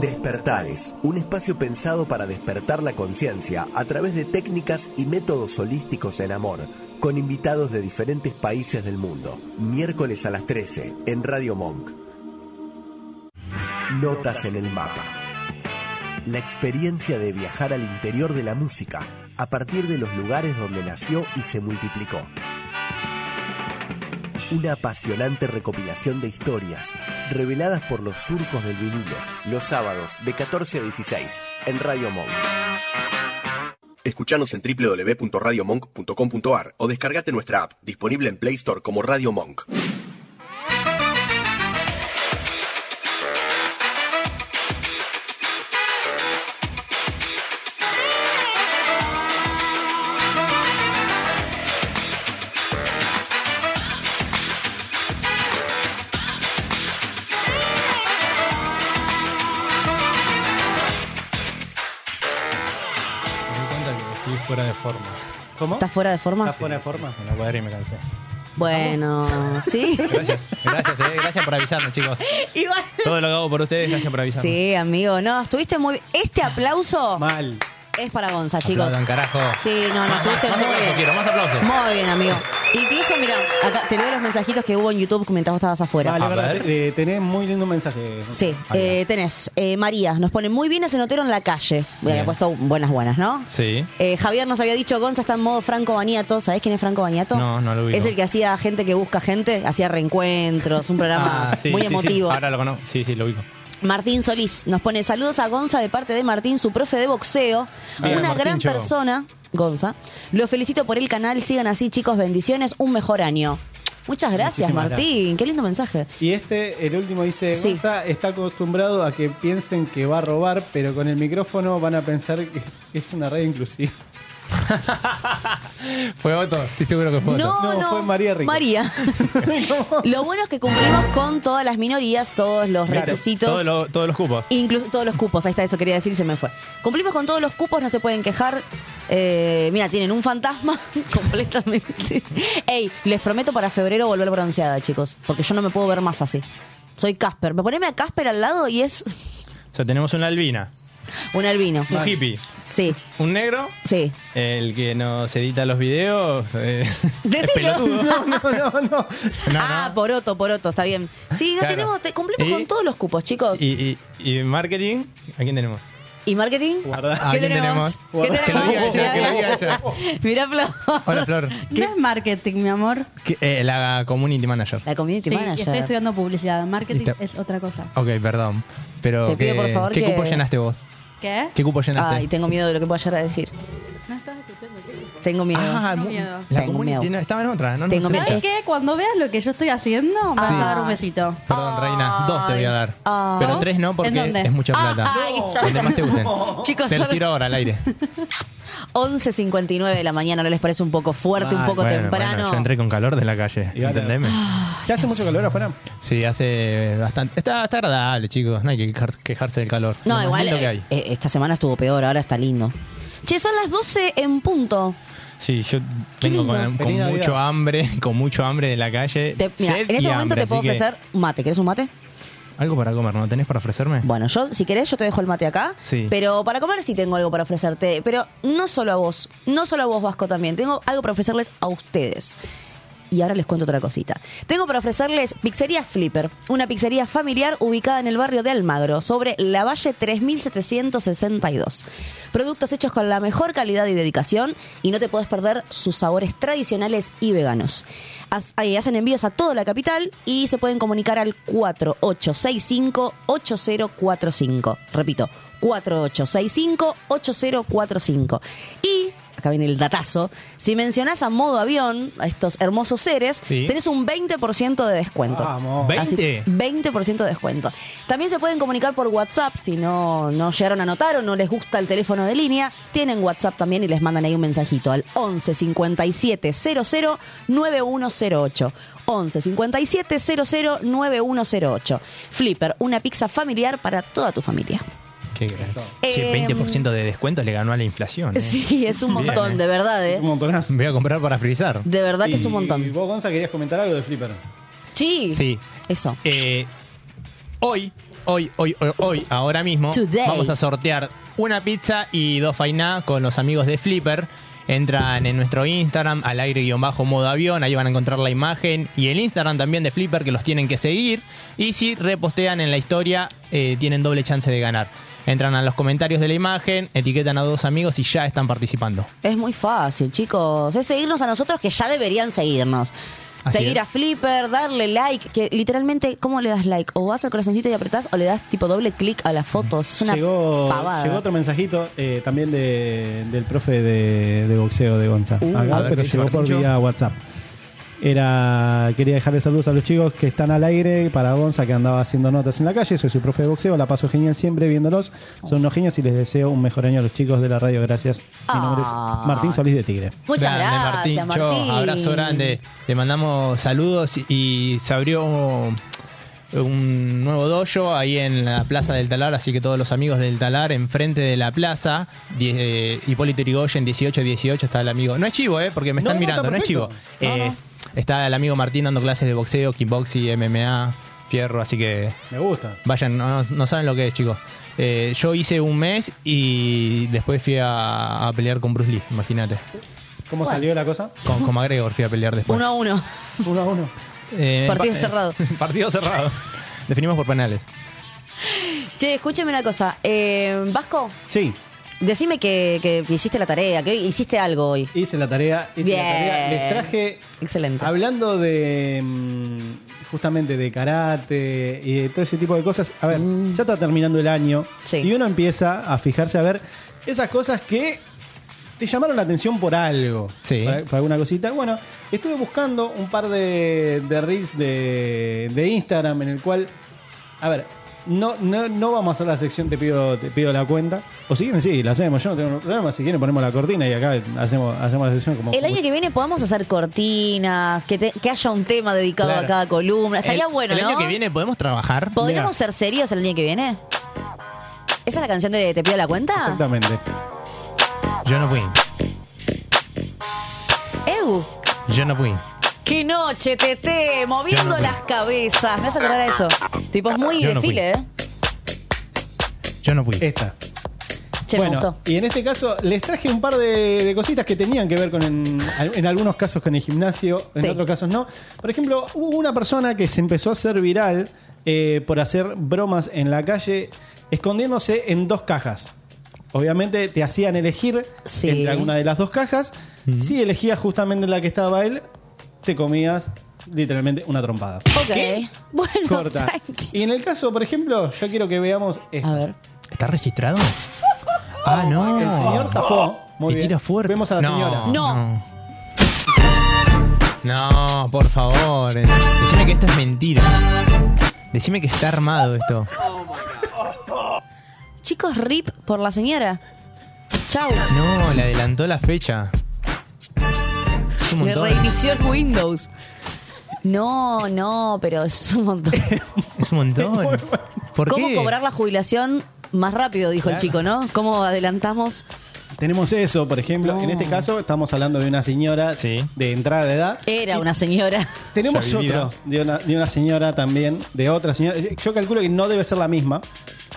Despertares, un espacio pensado para despertar la conciencia a través de técnicas y métodos holísticos en amor, con invitados de diferentes países del mundo. Miércoles a las 13 en Radio Monk. Notas en el mapa. La experiencia de viajar al interior de la música, a partir de los lugares donde nació y se multiplicó. Una apasionante recopilación de historias, reveladas por los surcos del vinilo, los sábados de 14 a 16 en Radio Monk.
Escuchanos en www.radiomonk.com.ar o descargate nuestra app, disponible en Play Store como Radio Monk.
Me di cuenta que estoy fuera de forma.
¿Cómo?
¿Estás fuera de forma?
¿Estás fuera de forma?
Me la cuadré y me cansé.
Bueno, sí.
Gracias, gracias, eh, gracias por avisarnos, chicos.
Igual.
Todo lo que hago por ustedes, gracias por avisarnos.
Sí, amigo, no, estuviste muy Este aplauso
Mal.
es para Gonza, chicos.
Aplaudan, carajo.
Sí, no, no,
Más, más,
estuviste
más
muy
aplausos
bien.
quiero, más aplausos.
Muy bien, amigo. Incluso, mira, acá te leo los mensajitos que hubo en YouTube mientras vos estabas afuera.
Vale, verdad, eh, tenés muy lindo mensaje.
Sí, eh, tenés. eh, María, nos pone muy bien ese notero en la calle. Bueno,
Bien.
ha puesto buenas, buenas, ¿no?
Sí.
Eh, Javier nos había dicho, Gonza está en modo Franco Baniato. ¿Sabés quién es Franco Baniato?
No, no lo ubico.
Es el que hacía gente que busca gente, hacía reencuentros, un programa
Ah, sí,
muy
sí, sí.
emotivo.
Ahora lo conozco. Sí, sí, lo ubico.
Martín Solís nos pone saludos a Gonza de parte de Martín, su profe de boxeo,
Bien,
una
Martín,
gran
chao.
persona, Gonza. Lo felicito por el canal, sigan así chicos, bendiciones, un mejor año. Muchas gracias
Muchísimas
Martín, qué lindo mensaje.
Y este, el último dice, Gonza está acostumbrado a que piensen que va a robar, pero con el micrófono van a pensar que es una red inclusiva.
Fue Otto, estoy seguro que fue Otto.
No, no,
fue María Rico.
María. lo bueno es que cumplimos con todas las minorías, todos los
Claro,
requisitos.
Todos, los- todos los cupos.
Incluso todos los cupos, ahí está, eso quería decir y se me fue. Cumplimos con todos los cupos, no se pueden quejar. Eh, mira, tienen un fantasma completamente. Ey, les prometo para febrero volver bronceada, chicos, porque yo no me puedo ver más así. Soy Casper. Me poneme a Casper al lado y es
O sea, tenemos una albina,
un albino.
un hippie,
Sí,
un negro,
sí.
el que nos edita los videos. eh, es pelotudo.
No, no, no, no.
ah, poroto, poroto, está bien. Sí, no
Claro.
tenemos, te- cumplimos
Y-
con todos los cupos, chicos.
Y, y- y en marketing, ¿a quién tenemos?
¿Y marketing?
¿A
¿Qué
quién tenemos?
¿Qué
Que lo
tenemos?
diga ella, que lo diga ella.
Mirá, Flor.
Hola, Flor.
¿Qué es marketing, mi amor?
Que- eh, la community manager.
La community
Sí,
manager.
estoy estudiando publicidad. Marketing
Listo.
es otra cosa.
Ok, perdón. Pero,
Te pido,
¿qué,
por favor,
¿qué
que-
cupo llenaste vos?
¿Qué?
¿Qué cupo llenaste?
Ay, tengo miedo de lo que pueda llegar a decir.
No estás escuchando. ¿qué cosa?
Tengo miedo.
Ah, Tengo mu- miedo.
La
Tengo
community
miedo.
no, estaba en otra. No, no
Tengo
sé
miedo.
otra.
¿Sabes qué? Cuando veas lo que yo estoy haciendo, me vas
Ah.
a dar un besito.
Perdón, reina. Dos te voy a dar.
Ah.
Pero tres no,
¿En
porque
dónde?
es mucha
Ah,
plata.
ahí está.
Donde más te gusten.
No. Chicos,
te lo
solo-
tiro ahora al aire.
11.59 de la mañana, ¿no les parece un poco fuerte, un
Ay,
poco
bueno,
temprano?
bueno, yo entré con calor de la calle. ¿Entendeme?
¿Ya hace mucho calor afuera?
Sí, hace bastante. Está, está agradable, chicos. No hay que quejar- quejarse del calor.
No,
Lo más
igual,
lindo que
eh,
hay.
eh, esta semana estuvo peor, ahora está lindo. Che, son las 12 en punto.
Sí, yo vengo
lindo.
con, con
Feliz Navidad.
mucho hambre, con mucho hambre de la calle.
Te- mira,
Sed
en
y
este momento
hambre,
te puedo
así que
ofrecer un mate. ¿Querés un mate?
Algo para comer, ¿no? ¿Tenés para ofrecerme?
Bueno, yo, si querés, yo te dejo el mate acá.
Sí.
Pero para comer sí tengo algo para ofrecerte. Pero no solo a vos, no solo a vos, Vasco, también. Tengo algo para ofrecerles a ustedes. Y ahora les cuento otra cosita. Tengo para ofrecerles Pizzería Flipper, una pizzería familiar ubicada en el barrio de Almagro, sobre la Valle 3762. Productos hechos con la mejor calidad y dedicación y no te puedes perder sus sabores tradicionales y veganos. Haz- ahí Hacen envíos a toda la capital y se pueden comunicar al 4865-8045. Repito, 4865-8045. Y acá viene el datazo, si mencionás a modo avión, a estos hermosos seres,
Sí.
tenés un 20% de descuento.
Vamos.
Así-
20.
20% de descuento. También se pueden comunicar por WhatsApp si no, no llegaron a anotar o no les gusta el teléfono de línea. Tienen WhatsApp también y les mandan ahí un mensajito al 11 57 00 9108. 11 57 00 9108. Flipper, una pizza familiar para toda tu familia.
Qué grande. Che,
Em,
20% de descuento le ganó a la inflación. ¿eh?
Sí, es un
Bien,
montón,
eh.
de verdad, ¿eh?
Un montonazo.
Voy a comprar para frizar.
De verdad que es un
Y-
montón.
¿Y vos, Gonza, querías comentar algo de Flipper?
Sí.
Sí. Eh,
Eso.
hoy, hoy, hoy, hoy, hoy, ahora mismo,
Today.
vamos a sortear una pizza y dos fainá con los amigos de Flipper. Entran en nuestro Instagram, al aire guión bajo modo avión, ahí van a encontrar la imagen y el Instagram también de Flipper que los tienen que seguir. Y si repostean en la historia, eh, tienen doble chance de ganar. Entran a los comentarios de la imagen, etiquetan a dos amigos y ya están participando.
Es muy fácil, chicos. Es seguirnos a nosotros que ya deberían seguirnos.
Así
Seguir
es.
a Flipper, darle like, que literalmente, ¿cómo le das like? O vas al corazoncito y apretás, o le das tipo doble clic a la foto. Es una
Llegó,
pavada.
llegó otro mensajito eh, también de- del profe de, de boxeo de Gonza.
Uh,
Acá,
a ver,
pero
¿qué dice
llegó por
Martincho?
vía WhatsApp. Era, quería dejarle saludos a los chicos que están al aire para Gonza que andaba haciendo notas en la calle. Soy su profe de boxeo, la paso genial siempre viéndolos. Son unos genios y les deseo un mejor año a los chicos de la radio. Gracias. Mi nombre es
Ah.
Martín Solís de Tigre.
Muchas gracias,
Martín, Cho,
Martín.
abrazo grande. Le mandamos saludos y- y se abrió un nuevo dojo ahí en la Plaza del Talar, así que todos los amigos del Talar enfrente de la plaza, die- eh, Hipólito Yrigoyen 1818 está el amigo. No es chivo, eh, porque me
No,
están
no,
mirando,
está
no es chivo.
perfecto. No,
Eh, Está el amigo Martín dando clases de boxeo, kickboxing, MMA, fierro, así que
Me gusta.
Vayan, no, no saben lo que es, chicos. Eh, yo hice un mes y después fui a, a pelear con Bruce Lee, imagínate.
¿Cómo salió la cosa?
Con, con McGregor fui a pelear después.
Uno a uno.
Uno a uno.
Eh,
Partido
pa- eh,
cerrado.
partido cerrado. Definimos por penales.
Che, escúcheme una cosa. Eh, Vasco.
Sí.
Decime que, que hiciste la tarea, que hoy hiciste algo hoy.
Hice la tarea, hice
Bien.
la tarea. Les traje.
Excelente.
Hablando de. mm, Justamente de karate y de todo ese tipo de cosas. A ver,
Mm.
ya está terminando el año. Y uno empieza a fijarse a ver esas cosas que te llamaron la atención por algo. Por, por alguna cosita. Bueno, estuve buscando un par de, de reels de, de Instagram en el cual. A ver, no, no, no vamos a hacer la sección, te pido, te pido la cuenta. O si quieren, sí, la hacemos. Yo no tengo problema. Si quieren, ponemos la cortina y acá hacemos, hacemos la sección como.
El año que viene podamos hacer cortinas, que, te- que haya un tema dedicado
Claro.
a cada columna. Estaría
el,
bueno,
El
¿no?
año que viene podemos trabajar.
¿Podríamos ser serios el año que viene? ¿Esa es la canción de Te pido la cuenta?
Exactamente.
Yo no fui.
¡Eu!
Yo no fui.
¡Qué noche, Tete!
Yo no
Moviendo
fui.
las cabezas. Me vas a acordar a eso. Tipo, es muy
Yo no
desfile, ¿eh?
Yo no fui.
Esta.
Che, me
bueno,
gustó.
y en este caso les traje un par de, de cositas que tenían que ver con, en, en algunos casos con el gimnasio, en
Sí.
otros casos no. Por ejemplo, hubo una persona que se empezó a hacer viral eh, por hacer bromas en la calle escondiéndose en dos cajas. Obviamente te hacían elegir entre alguna de las dos cajas. Si elegías justamente la que estaba él, te comías literalmente una trompada.
Ok. Bueno,
Corta. Y en el caso, por ejemplo, yo quiero que veamos esto. A ver.
¿Está registrado? Ah, no.
El señor zafó. Muy
Y
bien.
tira fuerte.
Vemos a la
No,
señora.
No. No, por favor. eh. Decime que esto es mentira. Decime que está armado esto.
Chicos, rip por la señora. Chau.
No, le adelantó la fecha. Es un
Le
montón.
reinició el Windows. No, no, pero es un montón.
Es un montón. ¿Por
¿Cómo
qué?
cobrar la jubilación más rápido? Dijo el
Claro.
chico, ¿no? ¿Cómo adelantamos?
Tenemos eso, por ejemplo. En este caso, estamos hablando de una señora de entrada de edad.
Era una señora.
Tenemos otro de una, de una señora también, de otra señora. Yo calculo que no debe ser la misma,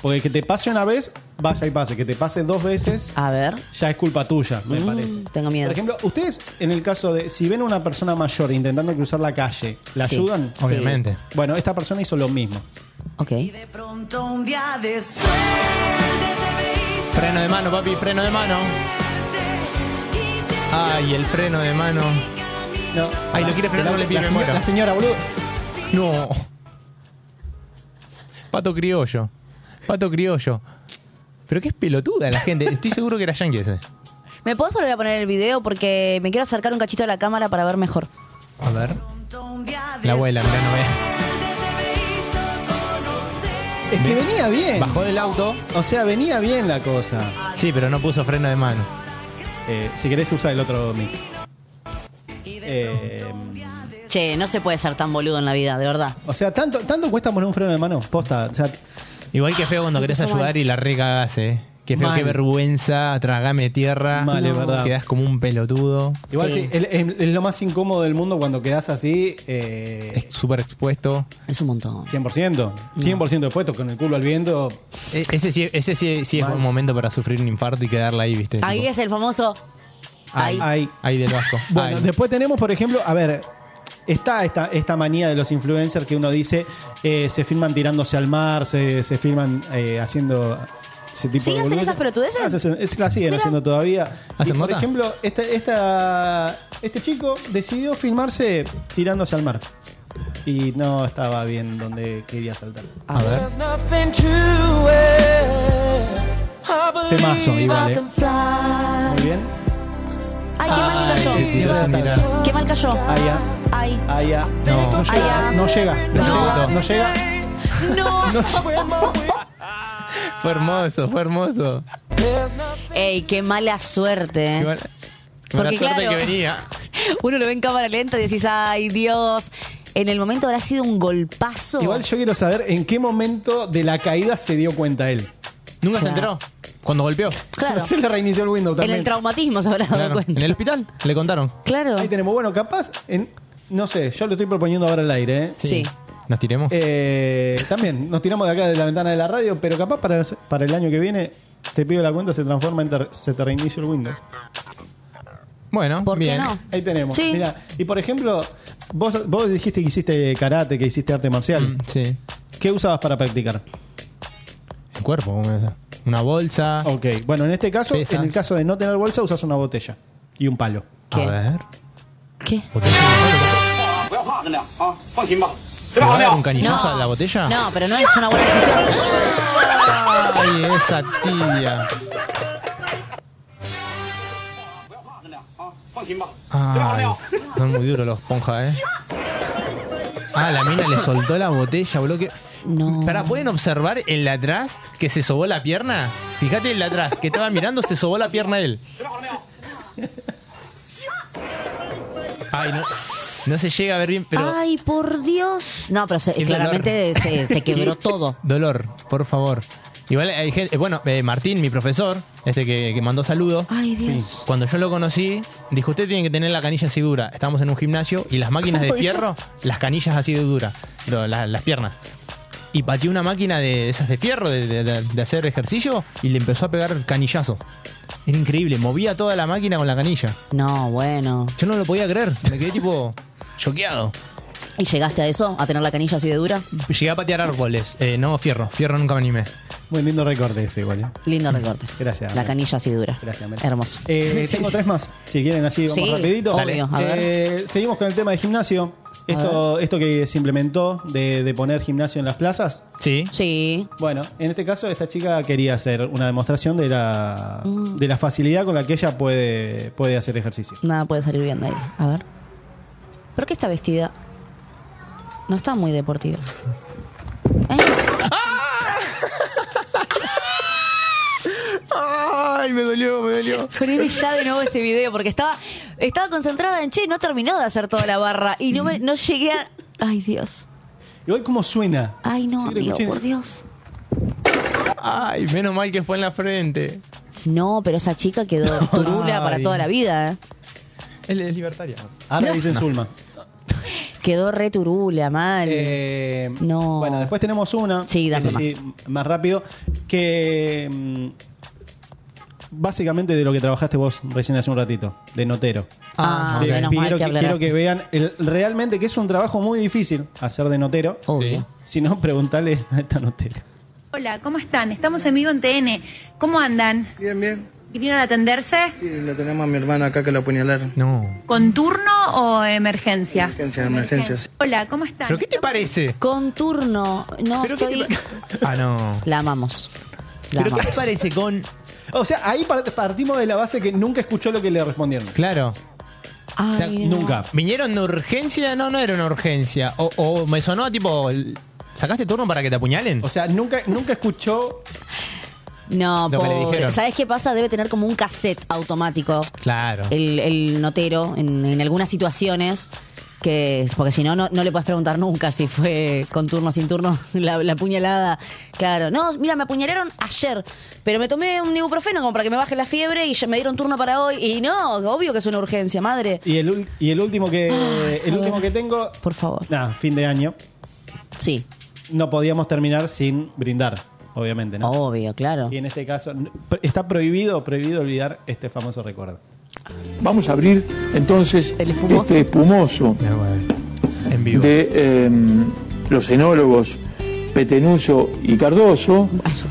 porque que te pase una vez, vaya y pase. Que te pase dos veces,
a ver,
ya es culpa tuya, me
Mm,
parece.
Tengo miedo.
Por ejemplo, ustedes en el caso de si ven a una persona mayor intentando cruzar la calle, ¿la
Sí.
ayudan?
Obviamente.
Sí. Bueno, esta persona hizo lo mismo.
Ok.
Pronto un día de
Freno de mano, papi, freno de mano. Ay, el freno de mano.
No.
Ay, lo quiere frenar,
La-
no le pide,
la
me
señora-
muero.
la señora, boludo.
No. Pato criollo. Pato criollo. Pero qué es pelotuda la gente. Estoy seguro que era yankee ese.
¿Me podés volver a poner el video? Porque me quiero acercar un cachito a la cámara para ver mejor.
A ver. La abuela, mirá, no ve.
Es que venía bien.
Bajó del auto.
O sea, venía bien la cosa. Eh,
Sí, pero no puso freno de mano.
si querés, usa el otro mic. Eh,
Em.
Che, no se puede ser tan boludo en la vida, de verdad.
o sea, tanto, tanto cuesta poner un freno de mano. Posta. O sea,
Igual que feo cuando querés
Empezó
ayudar
mal.
y la recagás, eh. Qué feo,
Mal.
qué vergüenza, tragame tierra.
Mal, es verdad.
Quedás como un pelotudo.
igual sí, es, es- es lo más incómodo del mundo cuando quedás así. eh,
Súper expuesto.
Es un montón.
100%. 100% expuesto, con el culo al viento.
E- Ese sí, ese sí, sí es
Mal.
buen momento para sufrir un infarto y quedarla ahí, ¿viste?
Ahí
Tipo,
es el famoso. Ahí.
Ahí.
ahí del Vasco.
Bueno,
Ahí.
después tenemos, por ejemplo, a ver, está esta, esta manía de los influencers que uno dice, eh, se filman tirándose al mar, se, se filman eh, haciendo ese tipo
¿Sí
de...
hacen
boludeces.
esas pelotudeces?
Ah, se hacen- es- la siguen
Mira.
haciendo todavía.
¿Hacen
Y, por
mota?
ejemplo, esta, esta- este chico decidió filmarse tirándose al mar. Y no estaba bien donde quería saltar.
A ver.
Nothing to it. I believe
Temazo, igual,
I
eh.
can fly.
Muy bien.
Ay, qué mal que
Ay,
cayó.
sí, sin mirar.
Qué mal cayó.
Allá,
Ay.
allá.
No,
ah, No
ah.
llega, no llega, no llega. No llega.
No.
fue hermoso, fue hermoso.
Ey, qué mala suerte.
Qué
eh.
mala- qué mala
Porque,
suerte
claro.
que venía.
Uno lo ve en cámara lenta y decís, ay, Dios. En el momento habrá sido un golpazo.
Igual yo quiero saber en qué momento de la caída se dio cuenta él.
Nunca se
Claro.
enteró. Cuando golpeó.
Claro.
Se le reinició el Windows
En
también.
el traumatismo se habrá dado
Claro.
cuenta.
En el hospital le contaron.
Claro.
Ahí tenemos. Bueno, capaz, en, no sé, yo lo estoy proponiendo ahora al aire. ¿eh?
Sí.
Nos tiremos.
Eh, también, nos tiramos de acá de la ventana de la radio, pero capaz para, para el año que viene, te pido la cuenta, se transforma en ter- se te reinicia el Windows.
Bueno,
Ah, ¿Por qué
bien.
no?
Ahí tenemos.
Sí.
Mirá, y por ejemplo, vos, vos dijiste que hiciste karate, que hiciste arte marcial.
Mm, Sí.
¿Qué usabas para practicar?
El cuerpo, ¿cómo es? una bolsa.
Ok, bueno, en este caso,
Pesa.
en el caso de no tener bolsa, usas una botella y un palo.
¿Qué?
A ver.
¿Qué?
Ah, ¿Se va a dar un cañonazo
No.
a la botella?
No, pero no es una buena decisión.
Ay, esa tibia. Ay, son muy duros los ponjas, eh. Ah, la mina le soltó la botella, boludo. que-
No.
Pará, ¿pueden observar el de atrás que se sobó la pierna? Fíjate el de atrás, que estaba mirando, se sobó la pierna él. Ay, no, no se llega a ver bien, pero...
Ay, por Dios. No, pero se-
Qué
Ah, claramente
dolor.
se, se quebró todo.
Dolor, por favor. Igual hay gente, bueno, eh, Martín, mi profesor, este que, que mandó saludos,
Ay, Dios.
cuando yo lo conocí, dijo, usted tiene que tener la canilla así dura. Estábamos en un gimnasio y las máquinas de fierro, las canillas así de dura, lo- la- las piernas. Y pateó una máquina de esas de fierro, de, de- de- de hacer ejercicio, y le empezó a pegar canillazo. Era increíble, movía toda la máquina con la canilla.
No, bueno.
Yo no lo podía creer, me quedé tipo choqueado.
¿Y llegaste a eso? ¿A tener la canilla así de dura?
Llegué a patear árboles, eh, no fierro, fierro nunca me animé.
Muy lindo recorte ese, igual. ¿eh?
Lindo recorte.
Gracias.
La canilla así dura.
Gracias, Mel.
Hermoso.
Eh, tengo tres más. Si quieren, así vamos
Sí,
rapidito.
obvio, a ver.
Eh, seguimos con el tema de gimnasio. Esto, esto que se implementó de, de poner gimnasio en las plazas.
Sí.
Sí.
Bueno, en este caso, esta chica quería hacer una demostración de la,
Mm.
de la facilidad con la que ella puede, puede hacer ejercicio.
Nada puede salir bien de ahí. A ver. ¿Pero qué está vestida? No está muy deportiva. ¿Eh?
¡Ah!
Ay, me dolió, me dolió.
Poneme ya de nuevo ese video porque estaba, estaba concentrada en che, no terminó de hacer toda la barra y no, me, no llegué a. Ay, Dios.
Igual, ¿cómo suena?
Ay, no,
Sí, lo
amigo,
escuché.
por Dios.
Ay, menos mal que fue en la frente.
No, pero esa chica quedó turula para
Ay.
toda la vida, ¿eh?
Él es libertaria.
Ahora dicen Zulma.
Quedó re turula, mal.
Eh,
no.
Bueno, después tenemos una.
Sí, dame
Esta más rápido. Que. mm, Básicamente de lo que trabajaste vos recién hace un ratito, de notero.
ah,
Te-
menos mal
quiero,
que
que, quiero
hablarás.
que vean el- realmente que es un trabajo muy difícil hacer de notero.
Obvio.
Si no, preguntale a esta notera.
Hola, ¿cómo están? Estamos en vivo en TN. ¿Cómo andan?
Bien, bien.
¿Vinieron a atenderse?
Sí, la tenemos a mi hermana acá que la apuñalaron.
No.
¿Con turno o emergencia?
Emergencias, emergencias.
Hola, ¿cómo están?
¿Pero qué te parece?
Con
Oh,
turno. No, estoy.
Ah, no.
La amamos. La
¿Pero qué
amamos.
te parece con
O sea, ahí par- partimos de la base que nunca escuchó lo que le respondieron.
Claro. Ah,
O sea, nunca.
¿Vinieron de urgencia? No, no era una urgencia. O, o me sonó tipo, ¿sacaste turno para que te apuñalen? O
sea, nunca, nunca escuchó.
No,
Lo que le
pobre.
dijeron.
¿Sabes qué pasa? Debe tener como un cassette automático.
Claro.
El, el notero en, en algunas situaciones. Que, porque si no, no, no le puedes preguntar nunca si fue con turno o sin turno la, la puñalada. Claro. No, mira, me apuñalaron ayer, pero me tomé un ibuprofeno como para que me baje la fiebre y ya me dieron turno para hoy. Y no, obvio que es una urgencia, madre.
Y el, ul- y el último que el último que tengo.
Ah, Por favor.
Nada, fin de año.
Sí.
No podíamos terminar sin brindar, obviamente, ¿no?
Obvio, claro.
Y en este caso, n- pr- está prohibido, prohibido olvidar este famoso recuerdo.
Vamos a abrir entonces este espumoso de eh, los enólogos Petenuso y Cardoso.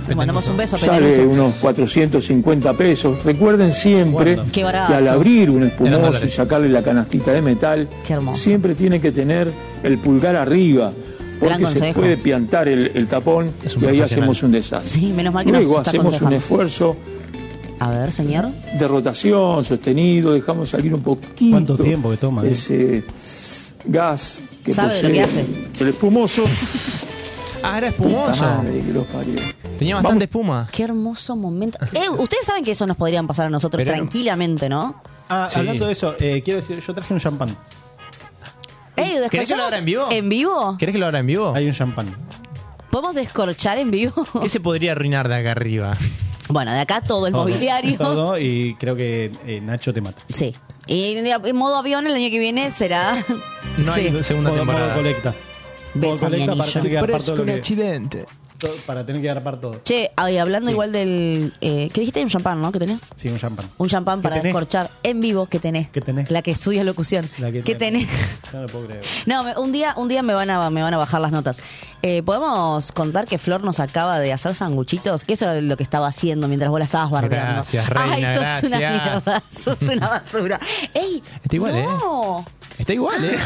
Le mandamos un beso a
Sale
Petenuso.
unos 450 pesos. Recuerden siempre
¿Cuándo? Qué
que
barato.
al abrir un
Eran
espumoso y
dólares.
sacarle la canastita de metal, siempre tiene que tener el pulgar arriba.
Gran
Porque se
consejo.
puede piantar el, el tapón y ahí
profesional.
hacemos un desastre.
Sí, menos mal que nos
Luego
está
hacemos un
aconsejando.
esfuerzo
A ver, señor.
de rotación, sostenido, dejamos salir un poquito.
¿Cuánto tiempo que toma, eh?
Ese gas que
Sabe de lo
posee
que hace.
El espumoso.
Ah, era espumoso.
Puta madre que los parió.
Tenía bastante espuma.
Qué hermoso momento. Eh, ustedes saben que eso nos podrían pasar a nosotros
Pero no.
tranquilamente, ¿no?
Ah, hablando de eso, eh, quiero decir, yo traje un champán.
Ey,
¿Querés que lo
¿descorchamos
haga en vivo?
¿En vivo?
¿Querés que lo haga en vivo?
Hay un champán.
¿Podemos descorchar en vivo?
¿Qué se podría arruinar de acá arriba?
Bueno, de acá todo el
Todo,
mobiliario.
Todo, y creo que eh, Nacho te mata.
Sí. Y en en modo avión el año que viene será.
No hay
Sí.
segunda
Modo- modo
temporada.
colecta. Modo
Besa mi
colecta para
anillo.
tener que garpar
Parece
todo lo
un
que- todo- Para tener que garpar todo.
Che, ay, hablando
Sí.
igual del. Eh, ¿Qué dijiste? Un champán, ¿no? ¿Qué tenés?
Sí, un champán.
Un champán para
tenés?
descorchar en vivo que tenés.
¿Qué tenés?
La que estudia locución.
La que-
¿Qué tenés?
No lo puedo creer.
No, me- un día, un día me van a, me van a bajar las notas. Eh, Podemos contar que Flor nos acaba de hacer sanguchitos, que eso era lo que estaba haciendo mientras vos la estabas bardeando.
Gracias, reina,
Ay, sos una
gracias.
mierda, sos una basura. Ey,
Está igual, ¿eh?
no.
Está igual, ¿eh?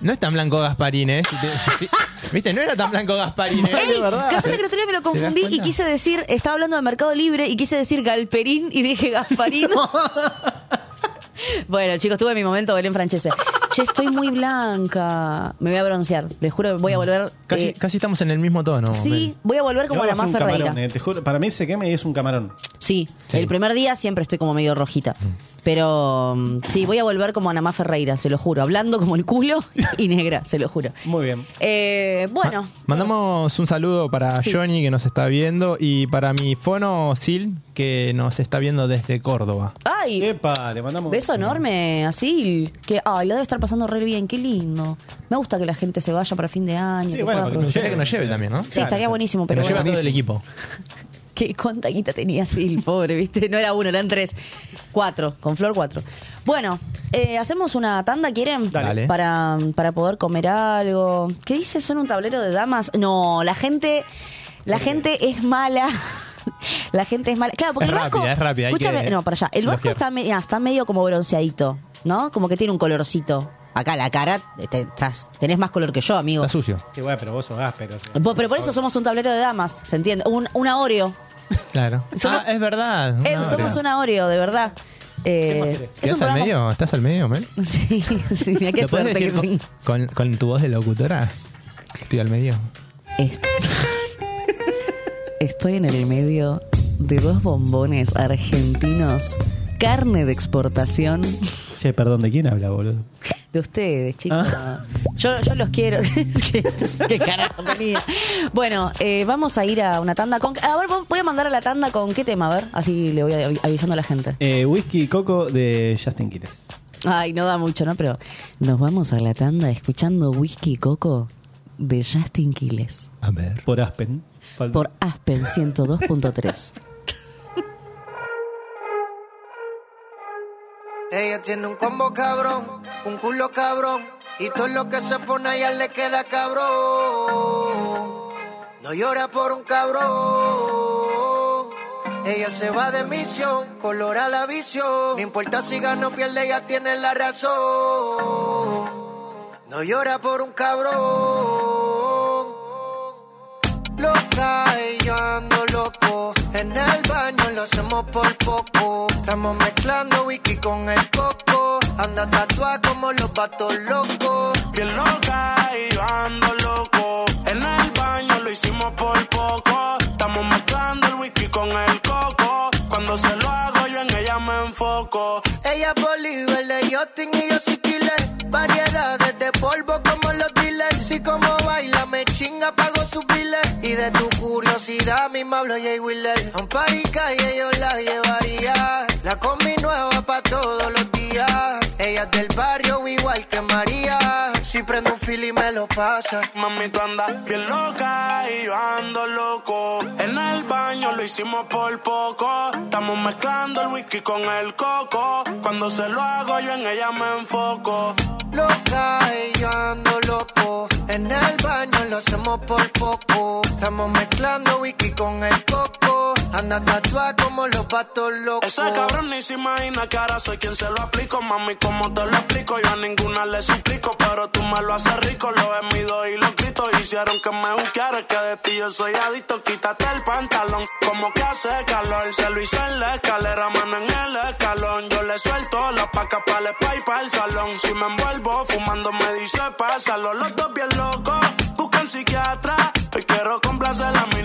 No es tan blanco Gasparín, ¿eh? Si te- si- ¿Viste? No era tan blanco Gasparín, ¿eh?
Ey, capaz que el otro día me lo
¿Te das
confundí y
cuenta?
quise decir, estaba hablando de Mercado Libre y quise decir Galperín y dije Gasparino. bueno, chicos, tuve mi momento Belén Francese. Che, estoy muy blanca. Me voy a broncear. Les juro, voy a volver.
Casi,
eh,
casi estamos en el mismo tono.
sí, voy a volver como
Ahora
la
es
más
un
Ferreira.
camarón, eh, te juro, para mí se quema y es un camarón.
Sí, el primer día siempre estoy como medio rojita. Pero mm, sí, voy a volver como Anamá Ferreira, se lo juro. Hablando como el culo y negra, se lo juro.
Muy bien.
Eh, bueno,
Mandamos un saludo para
Sí.
Johnny que nos está viendo y para mi fono Sil que nos está viendo desde Córdoba.
ay,
Epa, le mandamos.
Beso enorme, así. Que, ay, lo debe estar pasando re bien, qué lindo. Me gusta que la gente se vaya para fin de año. que
porque
pueda
me
aprovechar.
gustaría que nos lleve también, ¿no?
Sí, estaría buenísimo, pero
que nos lleve a
bueno.
todo el equipo.
¿Qué, ¿Cuánta guita tenía así, pobre, viste? No era uno, eran tres. Cuatro, con Flor cuatro. Bueno, eh, hacemos una tanda, ¿quieren?
Dale.
Para, para poder comer algo. ¿Qué dice? ¿Son un tablero de damas? No, la gente, la gente es mala. La gente es mala. Claro, porque
Es
el vasco.
rápida, es rápida, hay
Escúchame,
que
no, para allá. El vasco
bloquear.
está, me- ah, está medio como bronceadito, ¿no? Como que tiene un colorcito. Acá la cara, te- estás- tenés más color que yo, amigo.
Está sucio.
Qué guay, pero vos sos áspero. o sea.
Vos- Pero por eso somos un tablero de damas, ¿se entiende? Un, una Oreo.
Claro.
Somos-
ah, es verdad.
Eh,
Una
somos
hora.
una Oreo, de verdad. Eh, es un
¿Estás al
programa-
medio? ¿Estás al medio, man?
Sí, sí, mira qué
¿Lo podés
suerte que
decir con,
tengo.
con, con tu voz de locutora? Estoy al medio.
Estoy en el medio de dos bombones argentinos, carne de exportación
Che, perdón, ¿de quién habla, boludo? Ah,
de ustedes, chicos.
Ah.
Yo, yo los quiero. ¿Qué, qué carajo tenía? Bueno, eh, vamos a ir a una tanda con. A ver, voy a mandar a la tanda con qué tema, a ver. Así le voy avi- avisando a la gente.
Eh, whisky y coco de Justin Quiles.
Ay, no da mucho, ¿no? Pero nos vamos a la tanda escuchando Whisky y Coco de Justin Quiles.
A ver.
Por Aspen. Falta-
por Aspen 102.3.
Ella tiene un combo cabrón, un culo cabrón, y todo lo que se pone a ella le queda cabrón. No llora por un cabrón. Ella se va de misión, colora la visión. No importa si gana o pierde, ella tiene la razón. No llora por un cabrón. Loca, ella ando loco. En el baño lo hacemos por poco. Estamos mezclando whisky con el coco. Anda tatuada como los vatos locos.
Bien loca y yo ando loco. En el baño lo hicimos por poco. Estamos mezclando el whisky con el coco. Cuando se lo hago yo en ella me enfoco.
Ella es Bolívar de Justin y yo soy killer. Variedades de polvo como los dealers. Si como baila me chinga, pago su piler. Y de tu curiosidad mi me hablo Jay Wheeler. A un parica y yo la llevaría. La combi nueva pa' todos los días. Ella es del barrio igual que María. Si prendo un fil y me lo pasa.
Mami, tú andas bien loca y yo ando loco. En el baño lo hicimos por poco. Estamos mezclando el whisky con el coco. Cuando se lo hago yo en ella me enfoco.
Loca y yo ando loco. En el baño lo hacemos por poco. Estamos mezclando whisky con el coco. Anda tatuada como los patos locos.
Esa cabrón ni se imagina que ahora soy quien se lo aplico. Mami, como te lo explico, yo a ninguna le suplico. Pero tú me lo haces rico, lo he mido y lo grito. Hicieron que me buscaras, que de ti yo soy adicto. Quítate el pantalón, como que hace calor. Se lo hice en la escalera, mano en el escalón. Yo le suelto la paca para el spa y pa' el salón. Si me envuelvo, fumando me dice pásalo. Los dos bien locos, buscan psiquiatra. Hoy quiero complacer a mi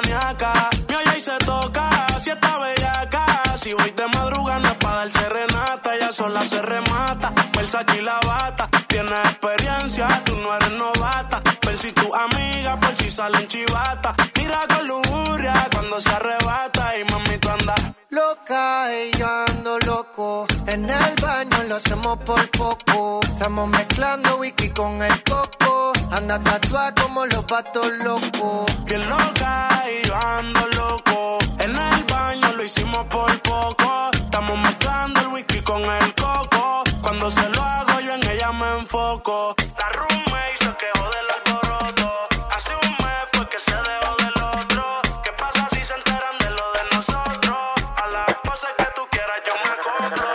ninfomaniaca. Mi oye y se toca, si está bellaca. Si voy de madrugada no es pa' darse renata, ya sola se remata. Versa y la bata, tienes experiencia, tú no eres novata. Ver si tu amiga, por si salen chivata. Tira con lujuria cuando se arrebata y mami tú andas.
Loca y yo ando loco. En el baño lo hacemos por poco. Estamos mezclando whisky con el coco. Anda tatuada como los patos locos.
Bien loca y yo ando loco. En el baño lo hicimos por poco. Estamos mezclando el whisky con el coco. Cuando se lo hago yo en ella me enfoco. La roommate se quejó del alboroto. Hace un mes fue que se dejó del otro. ¿Qué pasa si se enteran de lo de nosotros? A la esposa que tú quieras yo me compro.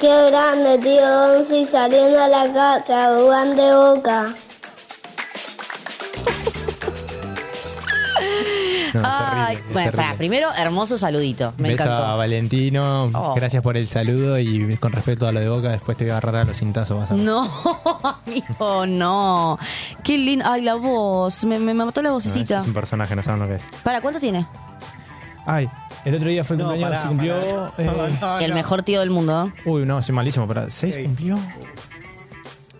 Qué grande, tío Onzi, saliendo a la casa, Juan de boca.
No,
Ay,
terrible,
bueno, pará,
terrible.
primero, hermoso saludito. Me
Beso
encantó. Oh.
a Valentino, gracias por el saludo y con respecto a lo de Boca, después te voy a agarrar a los cintazos, vas a ver.
No, amigo, no. Qué lindo. Ay, la voz. Me, me mató la
No, es-
vocecita.
es un personaje, no saben lo que es.
¿Para cuánto tiene?
Ay, el otro día fue el cumpleaños,
pará,
se cumplió... eh,
El mejor tío del mundo.
Uy, no, soy malísimo, para ¿Seis cumplió?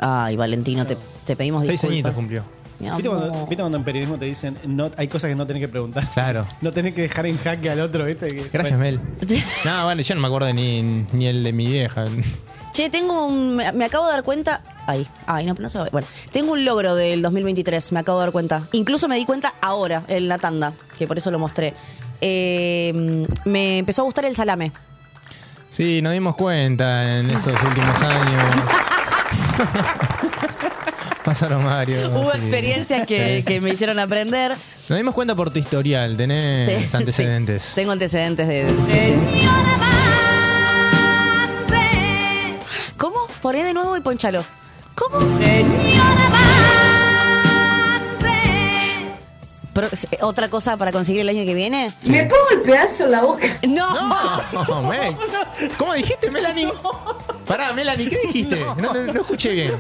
Ay, Valentino, te, te pedimos
Seis
disculpas.
añitos cumplió.
Mi
¿Viste
amor.
cuando, viste cuando en periodismo te dicen no, hay cosas que no tenés que preguntar?
Claro.
No tenés que dejar en jaque al otro, ¿viste? Que-
Gracias,
bueno.
Mel. no, bueno, yo no me acuerdo ni, ni el de mi vieja.
Che, tengo un. Me, me acabo de dar cuenta. Ay, ay, no, pero no se ve. Bueno, tengo un logro del 2023, me acabo de dar cuenta. Incluso me di cuenta ahora, en la tanda, que por eso lo mostré. Eh, me empezó a gustar el salame.
Sí, nos dimos cuenta en esos últimos años. Pasaron varios.
Hubo
Ah, sí.
experiencias que,
Sí.
que me hicieron aprender.
Nos dimos cuenta por tu historial, tenés
Sí.
antecedentes.
Tengo antecedentes de. ¿Cómo? Poné de nuevo y ponchalo. ¿Cómo? Pro- eh, ¿Otra cosa para conseguir el año que viene?
¿Me
pongo el pedazo en la boca? No.
No, Oh, Mel. ¿Cómo dijiste, Melanie? Pará, Melanie, ¿qué dijiste? No, no- no escuché bien.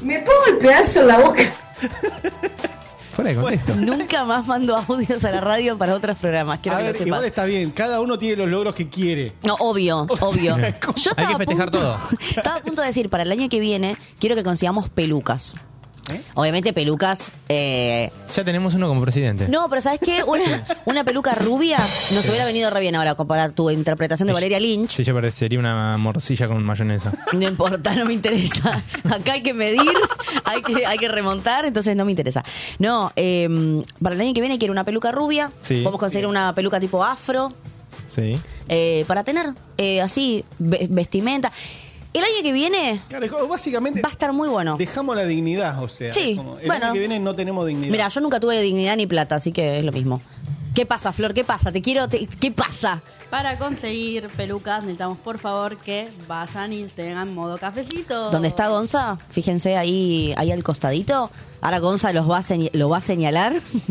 Me pongo el pedazo en la boca.
Fuera de contexto.
Nunca más mando audios a la radio para otros programas. Quiero
A
que
ver,
lo sepas.
igual está bien, cada uno tiene los logros que quiere.
No, obvio, obvio.
Hay
Yo estaba
que
a
festejar
punto-
todo.
Estaba a punto de decir, para el año que viene, quiero que consigamos pelucas. Obviamente pelucas... eh,
Ya tenemos uno como presidente.
No, pero ¿sabes qué? Una, una peluca rubia nos
Sí.
hubiera venido re bien ahora comparar tu interpretación de Valeria Lynch.
Sí, yo parecería una morcilla con mayonesa.
No importa, no me interesa. Acá hay que medir, hay que, hay que remontar, entonces no me interesa. No, eh, para el año que viene quiero una peluca rubia.
Sí.
Vamos a conseguir una peluca tipo afro
Sí.
eh, para tener eh, así ve- vestimenta. El año que viene
básicamente
va a estar muy bueno.
Dejamos la dignidad, o sea.
Sí,
es como, el
bueno.
año que viene no tenemos dignidad.
Mira, yo nunca tuve dignidad ni plata, así que es lo mismo. ¿Qué pasa, Flor? ¿Qué pasa? Te quiero, te- ¿qué pasa?
Para conseguir pelucas necesitamos por favor que vayan y tengan modo cafecito.
¿Dónde está Gonza? Fíjense ahí, ahí al costadito. Ahora Gonza los va a señ- lo va a señalar.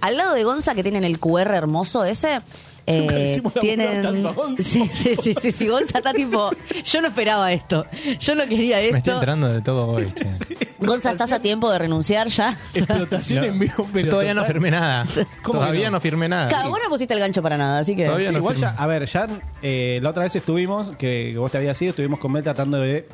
al lado de Gonza, que tienen el QR hermoso ese. eh,
Nunca le hicimos laburar
tienen
tanto a Gonza.
sí, sí, sí, sí, sí, Gonza está tipo yo no esperaba esto yo no quería
Me estoy
esto
enterando de todo hoy. che.
Gonza estás a tiempo de renunciar ya
No, yo todavía no firmé nada.
¿Cómo
Todavía
que
no?
no?
firmé nada.
Cada vos no pusiste el gancho para nada así que
Sí, igual ya, a ver, ya eh, la otra vez estuvimos, que, que vos te habías ido, estuvimos con Mel tratando de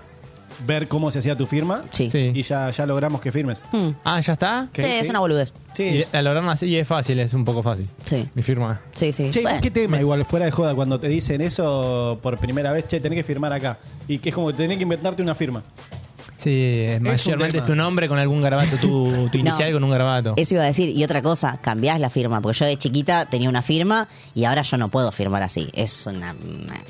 ver cómo se hacía tu firma. Y ya, ya logramos que firmes.
Ah, ¿ya está?
Sí, es una
boludez.
Sí.
eh,
Y lograrlo así y es fácil, es un poco fácil.
Sí.
Mi firma.
sí sí
Che,
Bueno.
¿qué tema? Igual fuera de joda, cuando te dicen eso por primera vez, che, tenés que firmar acá. Y que es como que tenés que inventarte una firma.
Sí, mayormente
tema.
es tu nombre con algún garabato, tu, tu inicial con un garabato.
Eso iba a decir. Y otra cosa, cambiás la firma. Porque yo de chiquita tenía una firma y ahora yo no puedo firmar así. Es una,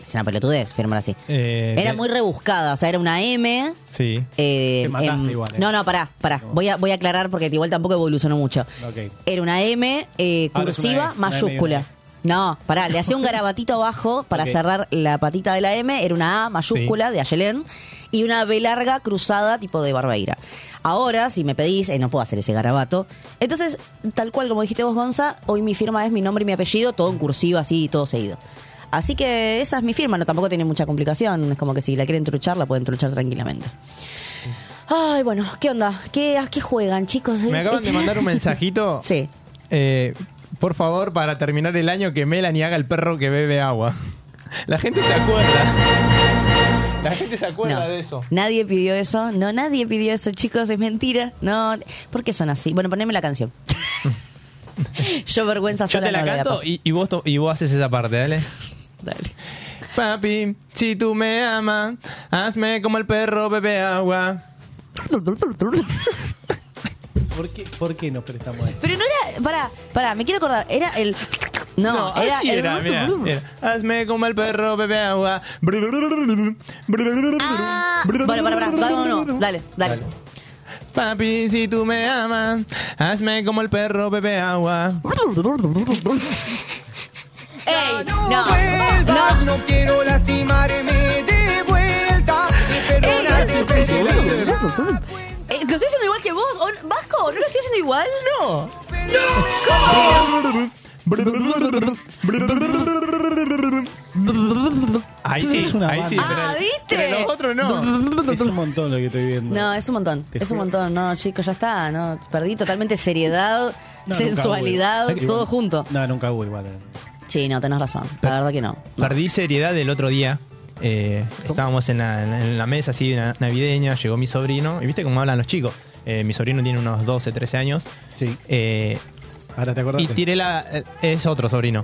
es una pelotudez firmar así.
Eh,
Era
de-
muy rebuscada. O sea, era una M.
Sí.
eh,
Te mataste
em,
igual, eh.
No, no, pará, pará. Voy a, voy a aclarar porque igual tampoco evolucionó mucho.
Ok.
Era una M eh,
Ahora es una
cursiva
E, una M y una
mayúscula.
E.
No, pará, le hacía un garabatito abajo para
Ok.
cerrar la patita de la M, era una A mayúscula
Sí.
de Ayelén y una B larga cruzada tipo de Barbeira. Ahora, si me pedís, eh, no puedo hacer ese garabato. Entonces, tal cual como dijiste vos, Gonza, hoy mi firma es mi nombre y mi apellido, todo en cursiva, así, todo seguido. Así que esa es mi firma, no tampoco tiene mucha complicación, es como que si la quieren truchar, la pueden truchar tranquilamente. Ay, bueno, ¿qué onda? ¿Qué, ¿A qué juegan, chicos?
Me acaban de mandar un mensajito.
Sí.
por favor, para terminar el año, que Melanie haga el perro que bebe agua. La gente se acuerda. La gente se acuerda
No.
de eso.
Nadie pidió eso. No, nadie pidió eso, chicos. Es mentira. No. ¿Por qué son así? Bueno, poneme la canción. Yo vergüenza
Yo
sola
te la
no voy a
canto
pasar.
y, y vos to- y vos haces esa parte, dale.
Dale.
Papi, si tú me amas, hazme como el perro bebe agua.
¿Por qué, por qué nos prestamos a esto?
Pero no era... Pará, pará. Me quiero acordar. Era el... No, era
así
el-
era, mirá, mirá. Hazme como el perro bebe agua.
Ah, bueno, pará, pará. Dale, no, no. Dale, dale.
Papi, si tú me amas, hazme como el perro bebe agua.
¡Ey!
No, vuelvas, no. quiero lastimarme de vuelta. Y perdonarte, perdí.
Eh, ¿Lo estoy haciendo igual que vos? ¿O- ¿Vasco? ¿No lo estoy haciendo igual?
No. Ahí sí,
Es una
ahí
banda.
sí. pero-
Ah, ¿viste?
Pero los otros no.
Es un montón lo que estoy viendo.
No, es un montón.
Te
Es un
juro.
montón. No, chicos, ya está. No, perdí totalmente seriedad,
No, nunca
sensualidad,
hubo.
todo junto.
No, nunca hubo igual.
Sí, no, tenés razón. La verdad que no.
Perdí seriedad el otro día. Eh, estábamos en la, en la mesa así na- navideña, llegó mi sobrino. ¿Y viste cómo hablan los chicos? Eh, mi sobrino tiene unos 12, 13 años.
Sí.
Ahora te
acordaste.
Y tiré la. eh, Es otro sobrino.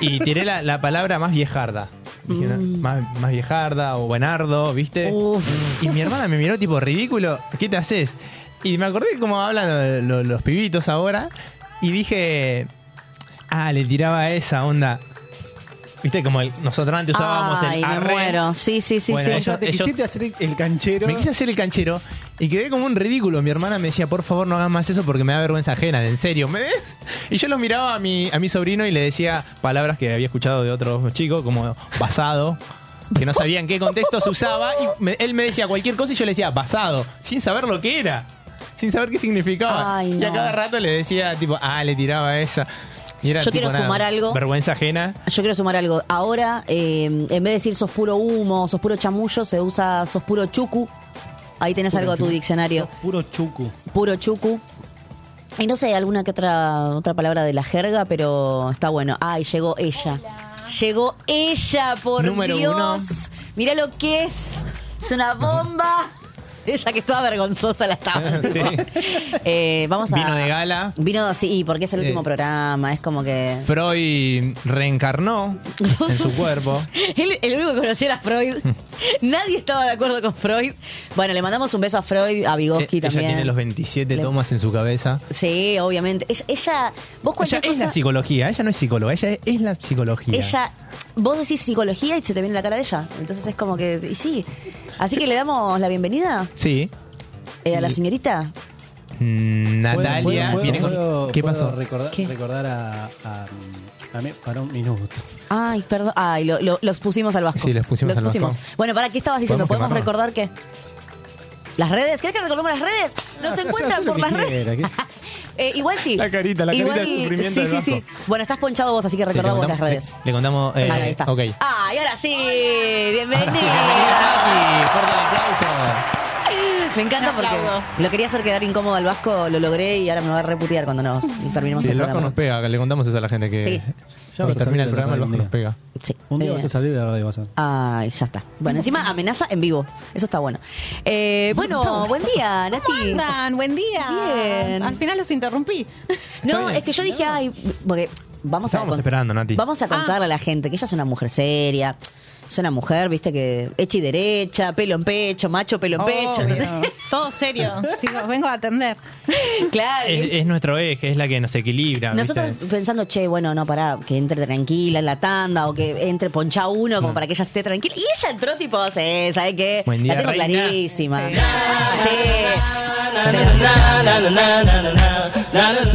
y tiré la, la palabra más viejarda. Dije, ¿no? más, más viejarda o buenardo, ¿viste? Y mi hermana me miró tipo ridículo. ¿Qué te haces? Y me acordé cómo hablan lo- lo- los pibitos ahora. Y dije. Ah, le tiraba esa onda. Viste, como el- nosotros antes usábamos
Ay,
el
me
arre.
muero. Sí, sí, sí,
Bueno,
sí.
ellos- ellos-
hacer el canchero.
Me quise hacer el canchero y quedé como un ridículo. Mi hermana me decía, por favor, no hagas más eso porque me da vergüenza ajena, en serio. ¿Me ves? Y yo lo miraba a mi, a mi sobrino y le decía palabras que había escuchado de otros chicos, como basado, que no sabía en qué contexto se usaba. Y me- él me decía cualquier cosa y yo le decía basado, sin saber lo que era, sin saber qué significaba.
Ay,
Y a
no.
cada rato le decía, tipo, ah, le tiraba esa. Y era
Yo
tipo,
quiero
nada,
sumar algo.
Vergüenza ajena.
Yo quiero sumar algo. Ahora, eh, en vez de decir sos puro humo, sos puro chamullo, se usa sos puro chucu. Ahí tenés algo a tu diccionario.
Puro chucu.
Puro chucu. Y no sé, alguna que otra, otra palabra de la jerga, pero está bueno. Ay, llegó ella. Llegó ella, por
Número
Dios. Mirá lo que es. Es una bomba. Ella que es toda vergonzosa la estaba. Eh, vamos a.
Vino de gala.
Vino, sí, porque es el último
Eh.
programa. Es como que.
Freud reencarnó en su cuerpo.
Él- el único que conocía era Freud. Nadie estaba de acuerdo con Freud. Bueno, le mandamos un beso a Freud, a Vygotsky
Eh, Ella
también.
tiene los 27
Le-
tomas en su cabeza.
Sí, obviamente. Ella, ella-
Ella
vos cualquier
es
cosa-
la psicología, ella no es psicóloga, ella es, es la psicología.
ella, vos decís psicología y se te viene la cara de ella. Entonces es como que, y sí. Así que le damos la bienvenida
Sí.
eh, a la señorita.
Mm, Natalia
¿Puedo-
viene con.
puedo-
¿Qué
puedo
pasó?
Recordar, recordar a, a, a mí para un minuto.
Ay, perdón. Ay, lo, lo- los pusimos al Vasco.
Sí, los pusimos al Vasco.
Bueno, ¿para qué estabas diciendo?
Podemos
¿Podemos,
quemarlo.
recordar qué? ¿Las redes? ¿Querés que recordemos las redes?
Ah,
Nos encuentran por las redes. Eh, igual sí. La
carita, la
igual,
carita de sufrimiento
Sí,
del
sí,
Vasco.
sí. Bueno, estás ponchado vos, así que
Sí, le
recordá vos las
contamos-
redes.
Le, le contamos. eh,
Ah, ahí está.
Ok.
Ah, y ahora sí. Bienvenida. Me encanta
Un
porque
aplauso.
lo quería hacer quedar incómodo al Vasco, lo logré y ahora me va a reputear cuando nos terminemos
Sí,
el
el Vasco
programa.
nos pega, le contamos eso a la gente que.
Sí.
Ya cuando
vas a
termina
salir
el
de la
programa, el
radio
Vasco
un
nos pega.
Sí.
Un día
Eh.
vas a salir de la radio, vas a.
Ay, ya está. Bueno, encima amenaza en vivo. Eso está bueno. Eh, bueno, buen día, Nati.
Buen día.
Bien.
Al final los interrumpí.
No, es que yo dije, ay, porque vamos
Estábamos
a. con-
esperando, Nati.
Ah.
Vamos a contarle a la gente que ella es una mujer seria. Es una mujer, viste, que hecha y derecha, pelo en pecho, macho pelo en
Oh,
pecho. ¿entendés?
Todo serio, chicos, vengo a atender.
Claro.
Es, es nuestro eje, es la que nos equilibra.
Nosotros
Ah, ¿viste?
pensando, che, bueno, no, pará, que entre tranquila en la tanda o que entre poncha uno como para que ella esté tranquila. Y ella entró tipo, sí, ¿sabes qué?
Mm. Buen día,
la tengo
reina.
clarísima. Sí.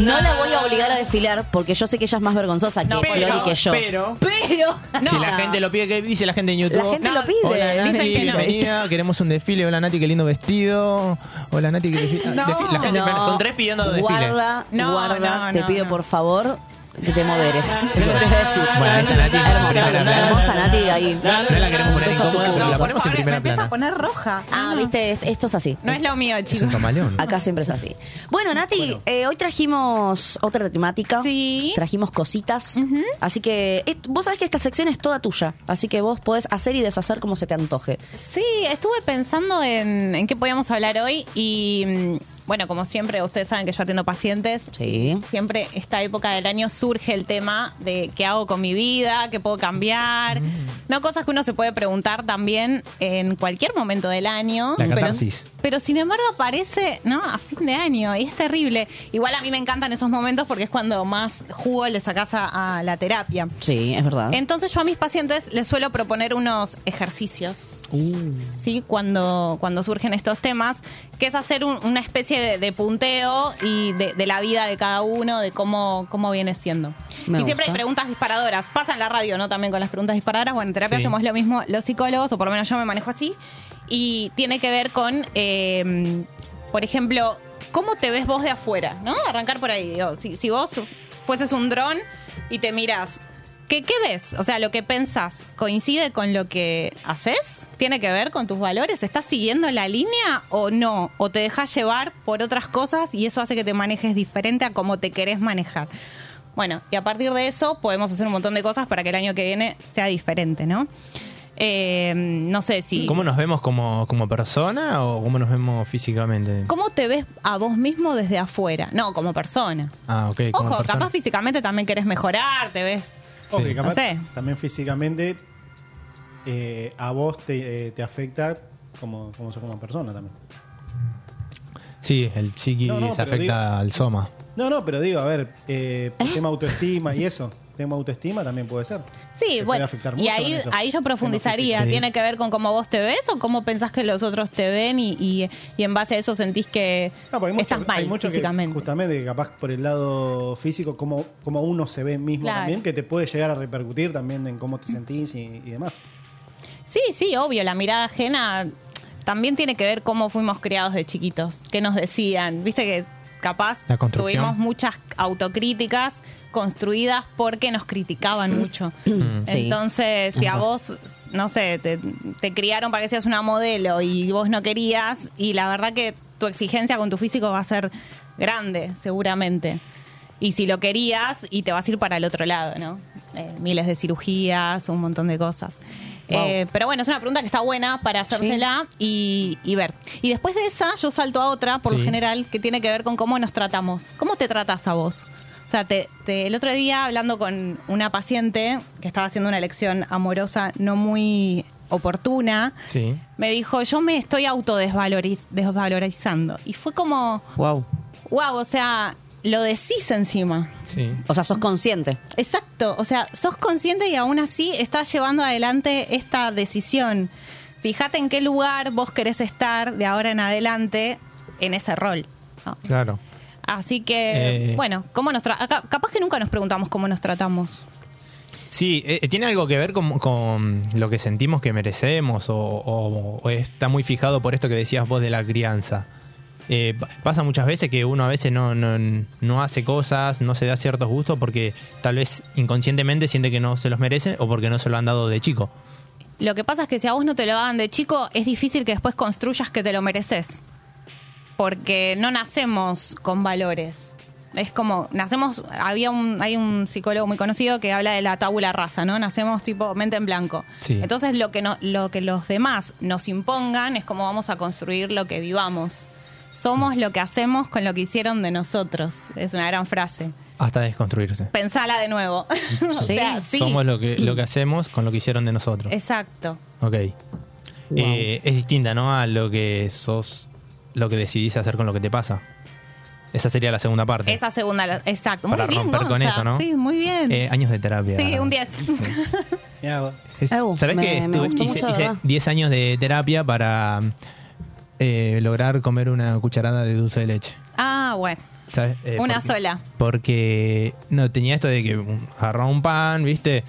No la voy a obligar a desfilar porque yo sé que ella es más vergonzosa que Flori que yo.
pero-
Pero-
Si la gente lo pide, ¿qué dice la gente en YouTube?
La gente lo pide,
Hola Nati,
dicen que no".
bienvenida, queremos un desfile. Hola Nati, qué lindo vestido. Hola Nati, qué desfile. Desfi- la gente-
No.
Son tres pidiendo desfile.
Guarda,
No,
guarda,
no,
te
no,
pido por favor que te moderes. Es lo que te voy a decir.
Bueno, esta Nati es en primera plana.
Hermosa Nati ahí.
No la queremos poner
Beso a su
incómoda, pero la
público.
ponemos en primera plana.
Poner roja.
Ah, viste, es- esto es así.
No es lo mío,
Es un
chicos.
camaleón.
Acá siempre es así. Bueno, Nati, eh, hoy trajimos otra temática. Trajimos cositas. Así que eh, vos sabés que esta sección es toda tuya. Así que vos podés hacer y deshacer como se te antoje.
Sí, estuve pensando en, en qué podíamos hablar hoy y mm, bueno, como siempre, ustedes saben que yo atiendo pacientes.
Sí.
Siempre esta época del año surge el tema de qué hago con mi vida, qué puedo cambiar.
Mm.
No cosas que uno se puede preguntar también en cualquier momento del año.
La
pero-
catarsis.
pero sin embargo aparece, ¿no? A fin de año y es terrible. Igual a mí me encantan esos momentos porque es cuando más jugo le sacas a, a la terapia.
Sí, es
Ah.
verdad.
Entonces yo a mis pacientes les suelo proponer unos ejercicios,
Uh.
¿sí? Cuando, cuando surgen estos temas, que es hacer un- una especie de, de punteo y de, de la vida de cada uno, de cómo, cómo viene siendo.
Me
y siempre
gusta.
hay preguntas disparadoras. Pasa en la radio, ¿no? También con las preguntas disparadoras. Bueno, en terapia Sí. hacemos lo mismo los psicólogos, o por lo menos yo me manejo así. Y tiene que ver con, eh, por ejemplo, cómo te ves vos de afuera, ¿no? Arrancar por ahí. Digo, si, si vos fueses un dron y te miras, ¿qué, ¿qué ves? O sea, lo que pensás, ¿coincide con lo que haces? ¿Tiene que ver con tus valores? ¿Estás siguiendo la línea o no? ¿O te dejas llevar por otras cosas y eso hace que te manejes diferente a como te querés manejar? Bueno, y a partir de eso podemos hacer un montón de cosas para que el año que viene sea diferente, ¿no? Eh, no sé si...
¿Cómo nos vemos como, como persona o cómo nos vemos físicamente?
¿Cómo te ves a vos mismo desde afuera? No, como persona.
Ah, ok. como
Ojo,
persona.
capaz físicamente también querés mejorar, te ves...
Ojo, que
no
capaz
sé.
También físicamente eh, a vos te, eh, te afecta como, como sos como persona también.
Sí, el psiqui
No, no,
se
pero
afecta
digo-
al soma.
No, no, pero digo, a ver, eh, tema autoestima y eso. Tema autoestima también puede ser.
Sí,
Te puede
bueno.
afectar
Y
mucho con
ahí,
eso.
ahí yo profundizaría.
Tema físico.
¿Tiene que ver con cómo vos te ves o cómo pensás que los otros te ven y, y- y en base a eso sentís que
No, porque hay mucho,
estás mal
hay mucho
físicamente?
Que, justamente, que capaz por el lado físico, como, como uno se ve mismo
Claro.
también, que te puede llegar a repercutir también en cómo te sentís y, y demás.
Sí, sí, obvio, la mirada ajena también tiene que ver cómo fuimos criados de chiquitos, qué nos decían, viste que capaz
La construcción.
tuvimos muchas autocríticas construidas porque nos
Mm.
criticaban mucho. Entonces, si a
Ajá.
vos, no sé, te, te criaron para que seas una modelo y vos no querías, y la verdad que tu exigencia con tu físico va a ser grande, seguramente. Y si lo querías, y te vas a ir para el otro lado, ¿no? Eh, miles de cirugías, un montón de cosas.
Wow.
Eh, pero bueno, es una pregunta que está buena para hacérsela y, y ver. Y después de esa, yo salto a otra, por lo
Sí.
general, que tiene que ver con cómo nos tratamos. ¿Cómo te tratas a vos? O sea, te- te- el otro día hablando con una paciente que estaba haciendo una elección amorosa no muy oportuna,
Sí.
me dijo, yo me estoy autodesvaloriz- desvalorizando. Y fue como,
Wow.
wow, o sea, lo decís encima.
Sí.
O sea, sos consciente.
Exacto, o sea, sos consciente y aún así estás llevando adelante esta decisión. Fíjate en qué lugar vos querés estar de ahora en adelante en ese rol. ¿no?
Claro.
Así que,
Eh.
bueno, ¿cómo nos tra- acá- capaz que nunca nos preguntamos cómo nos tratamos.
Sí, eh, ¿tiene algo que ver con, con lo que sentimos que merecemos o, o- o está muy fijado por esto que decías vos de la crianza? Eh, pa- pasa muchas veces que uno a veces no, no, no hace cosas, no se da ciertos gustos porque tal vez inconscientemente siente que no se los merece o porque no se lo han dado de chico.
Lo que pasa es que si a vos no te lo dan de chico, es difícil que después construyas que te lo mereces. Porque no nacemos con valores. Es como, nacemos, había un, hay un psicólogo muy conocido que habla de la tabula rasa, ¿no? Nacemos tipo mente en blanco.
Sí.
Entonces lo que, no, lo que los demás nos impongan es cómo vamos a construir lo que vivamos. Somos lo que hacemos con lo que hicieron de nosotros. Es una gran frase.
Hasta desconstruirse.
Pensala de nuevo. O sea, sí.
Somos lo que, lo que hacemos con lo que hicieron de nosotros.
Exacto.
Ok. Eh, es distinta, ¿no? A lo que sos, lo que decidís hacer con lo que te pasa. Esa sería la segunda parte.
Esa segunda, la- exacto.
Para
muy bien,
romper con
Gonza.
eso, ¿no?
Sí, muy bien.
Eh, años de terapia.
sí, un 10.
Es- ¿Sabés
me-
que
me
estuve-
gustó
hice,
mucho, la
hice
verdad.
10 años de terapia para eh, lograr comer una cucharada de dulce de leche?
Ah, bueno.
¿Sabes? Eh,
una
porque-
sola.
Porque no tenía esto de que um, agarraba un pan, ¿viste?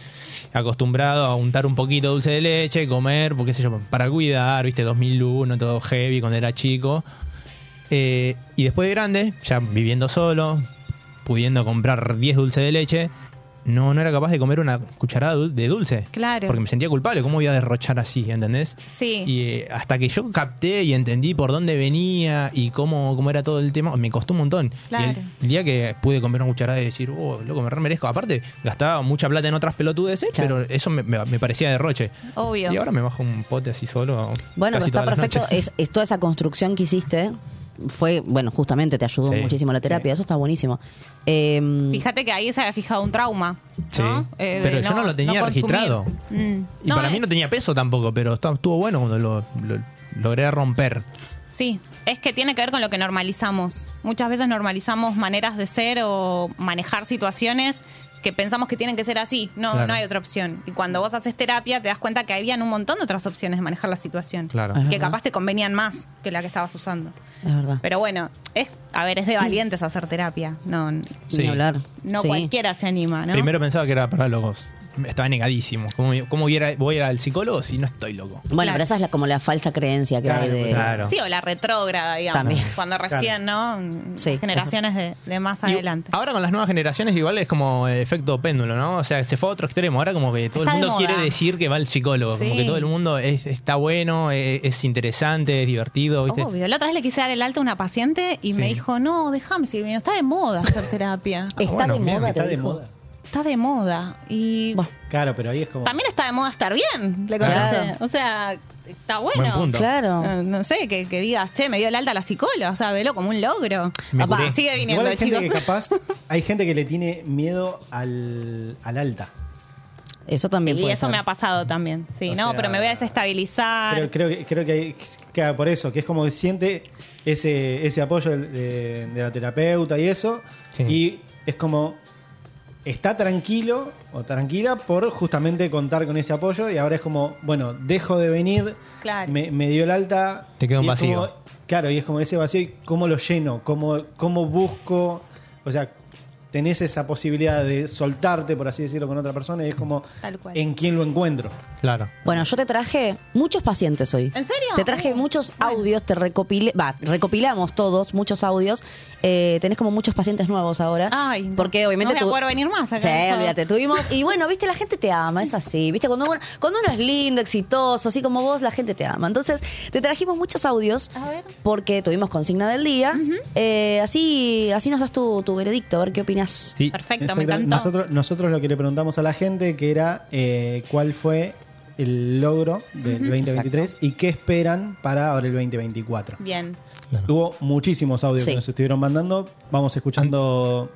Acostumbrado a untar un poquito de dulce de leche, comer, porque sé yo, para cuidar, ¿viste? 2001, todo heavy cuando era chico. Eh, y después de grande, ya viviendo solo, pudiendo comprar 10 dulces de leche, no, no era capaz de comer una cucharada dul- de dulce.
Claro.
Porque me sentía culpable, ¿cómo voy a derrochar así, ¿entendés?
Sí.
Y eh, hasta que yo capté y entendí por dónde venía y cómo, cómo era todo el tema, me costó un montón.
Claro.
Y el, el día que pude comer una cucharada y decir, oh, loco, me re merezco. Aparte, gastaba mucha plata en otras pelotudes, eh, pero eso me, me- me parecía derroche.
Obvio.
Y ahora me bajo un pote así solo.
Bueno, pero
casi
está
todas las
perfecto.
noches.
Es, es toda esa construcción que hiciste fue, bueno, justamente te ayudó
Sí.
muchísimo la terapia. Eso está buenísimo. Em,
Fíjate que ahí se había fijado un trauma.
Sí.
Eh, de
pero yo no lo tenía
consumir.
registrado.
Mm.
Y
No,
para
eh,
mí no tenía peso tampoco, pero está- estuvo bueno cuando lo, lo- logré romper.
Sí, es que tiene que ver con lo que normalizamos. Muchas veces normalizamos maneras de ser o manejar situaciones que pensamos que tienen que ser así. No,
Claro.
no hay otra opción. Y cuando vos haces terapia te das cuenta que habían un montón de otras opciones de manejar la situación.
Claro.
Y
Es
que
verdad.
capaz te convenían más que la que estabas usando.
Es verdad.
Pero bueno, es, a ver, es de valientes hacer terapia. No,
Sí. Ni hablar.
No
Sí.
cualquiera se anima, ¿no?
Primero pensaba que era para locos. Estaba negadísimo. ¿Cómo, cómo voy a ir a- voy a ir al psicólogo si no estoy loco?
bueno, pero esa es la, como la falsa creencia que hay de.
Sí, o la retrógrada, digamos.
También.
Cuando recién, ¿no?
Sí.
Generaciones de, de más adelante.
Ahora con las nuevas generaciones igual es como eh, efecto péndulo, ¿no? O sea, se fue a otro extremo. Ahora como que todo
Está
el
de
mundo
moda.
quiere decir que va al psicólogo. Como
Sí.
que todo el mundo es- está bueno, es, es interesante, es divertido, ¿viste?
Obvio, la otra vez le quise dar el alto a una paciente y me
Sí.
dijo, no, déjame, si no está de moda hacer terapia.
Está Ah, bueno, de bien, moda, está te de dijo. moda.
Está de moda. Y
Claro, pero ahí es como.
también está de moda estar bien, le
Claro.
contaste. O sea, está bueno.
Buen punto. Claro.
Eh, No sé, que, que digas, che, me dio el alta a la psicóloga, o sea, velo como un logro. Papá,
curé.
sigue viniendo,
Igual hay gente
chicos.
que capaz. Hay gente que le tiene miedo al, al alta.
Eso también
Y eso me ha pasado también. Sí,
O
no,
sea,
pero me voy a desestabilizar.
Creo, creo que, creo que, hay- que por eso, que es como que siente ese, ese apoyo del- de, de la terapeuta y eso. Y es como. Está tranquilo o tranquila por justamente contar con ese apoyo. Y ahora es como, bueno, dejo de venir.
Claro.
Me, me dio el alta.
Te queda un
y es
vacío.
como- claro, y es como ese vacío. ¿Y cómo lo lleno? ¿Cómo, cómo busco? O sea, tenés esa posibilidad de soltarte, por así decirlo, con otra persona y es como, ¿en quién lo encuentro?
Claro.
Eh, Bueno, yo te traje muchos pacientes hoy.
¿En serio?
Te
Uh,
traje muchos audios, te recopilé, va, recopilamos todos, muchos audios. Eh, tenés como muchos pacientes nuevos ahora.
Ay,
porque obviamente
no voy a
tú-
poder venir más acá.
Sí, olvídate, tuvimos. Y bueno, viste, la gente te ama, es así. Viste, cuando uno, cuando uno es lindo, exitoso, así como vos, la gente te ama. Entonces, te trajimos muchos audios porque tuvimos consigna del día. Eh, así, así nos das tu, tu veredicto, a ver qué opinás.
Exacto. Nosotros, nosotros lo que le preguntamos a la gente que era eh, cuál fue el logro del
Ujú.
2023 y qué esperan para ahora el 2024.
Bien.
Hubo muchísimos audios
Sí.
que nos estuvieron mandando. Vamos escuchando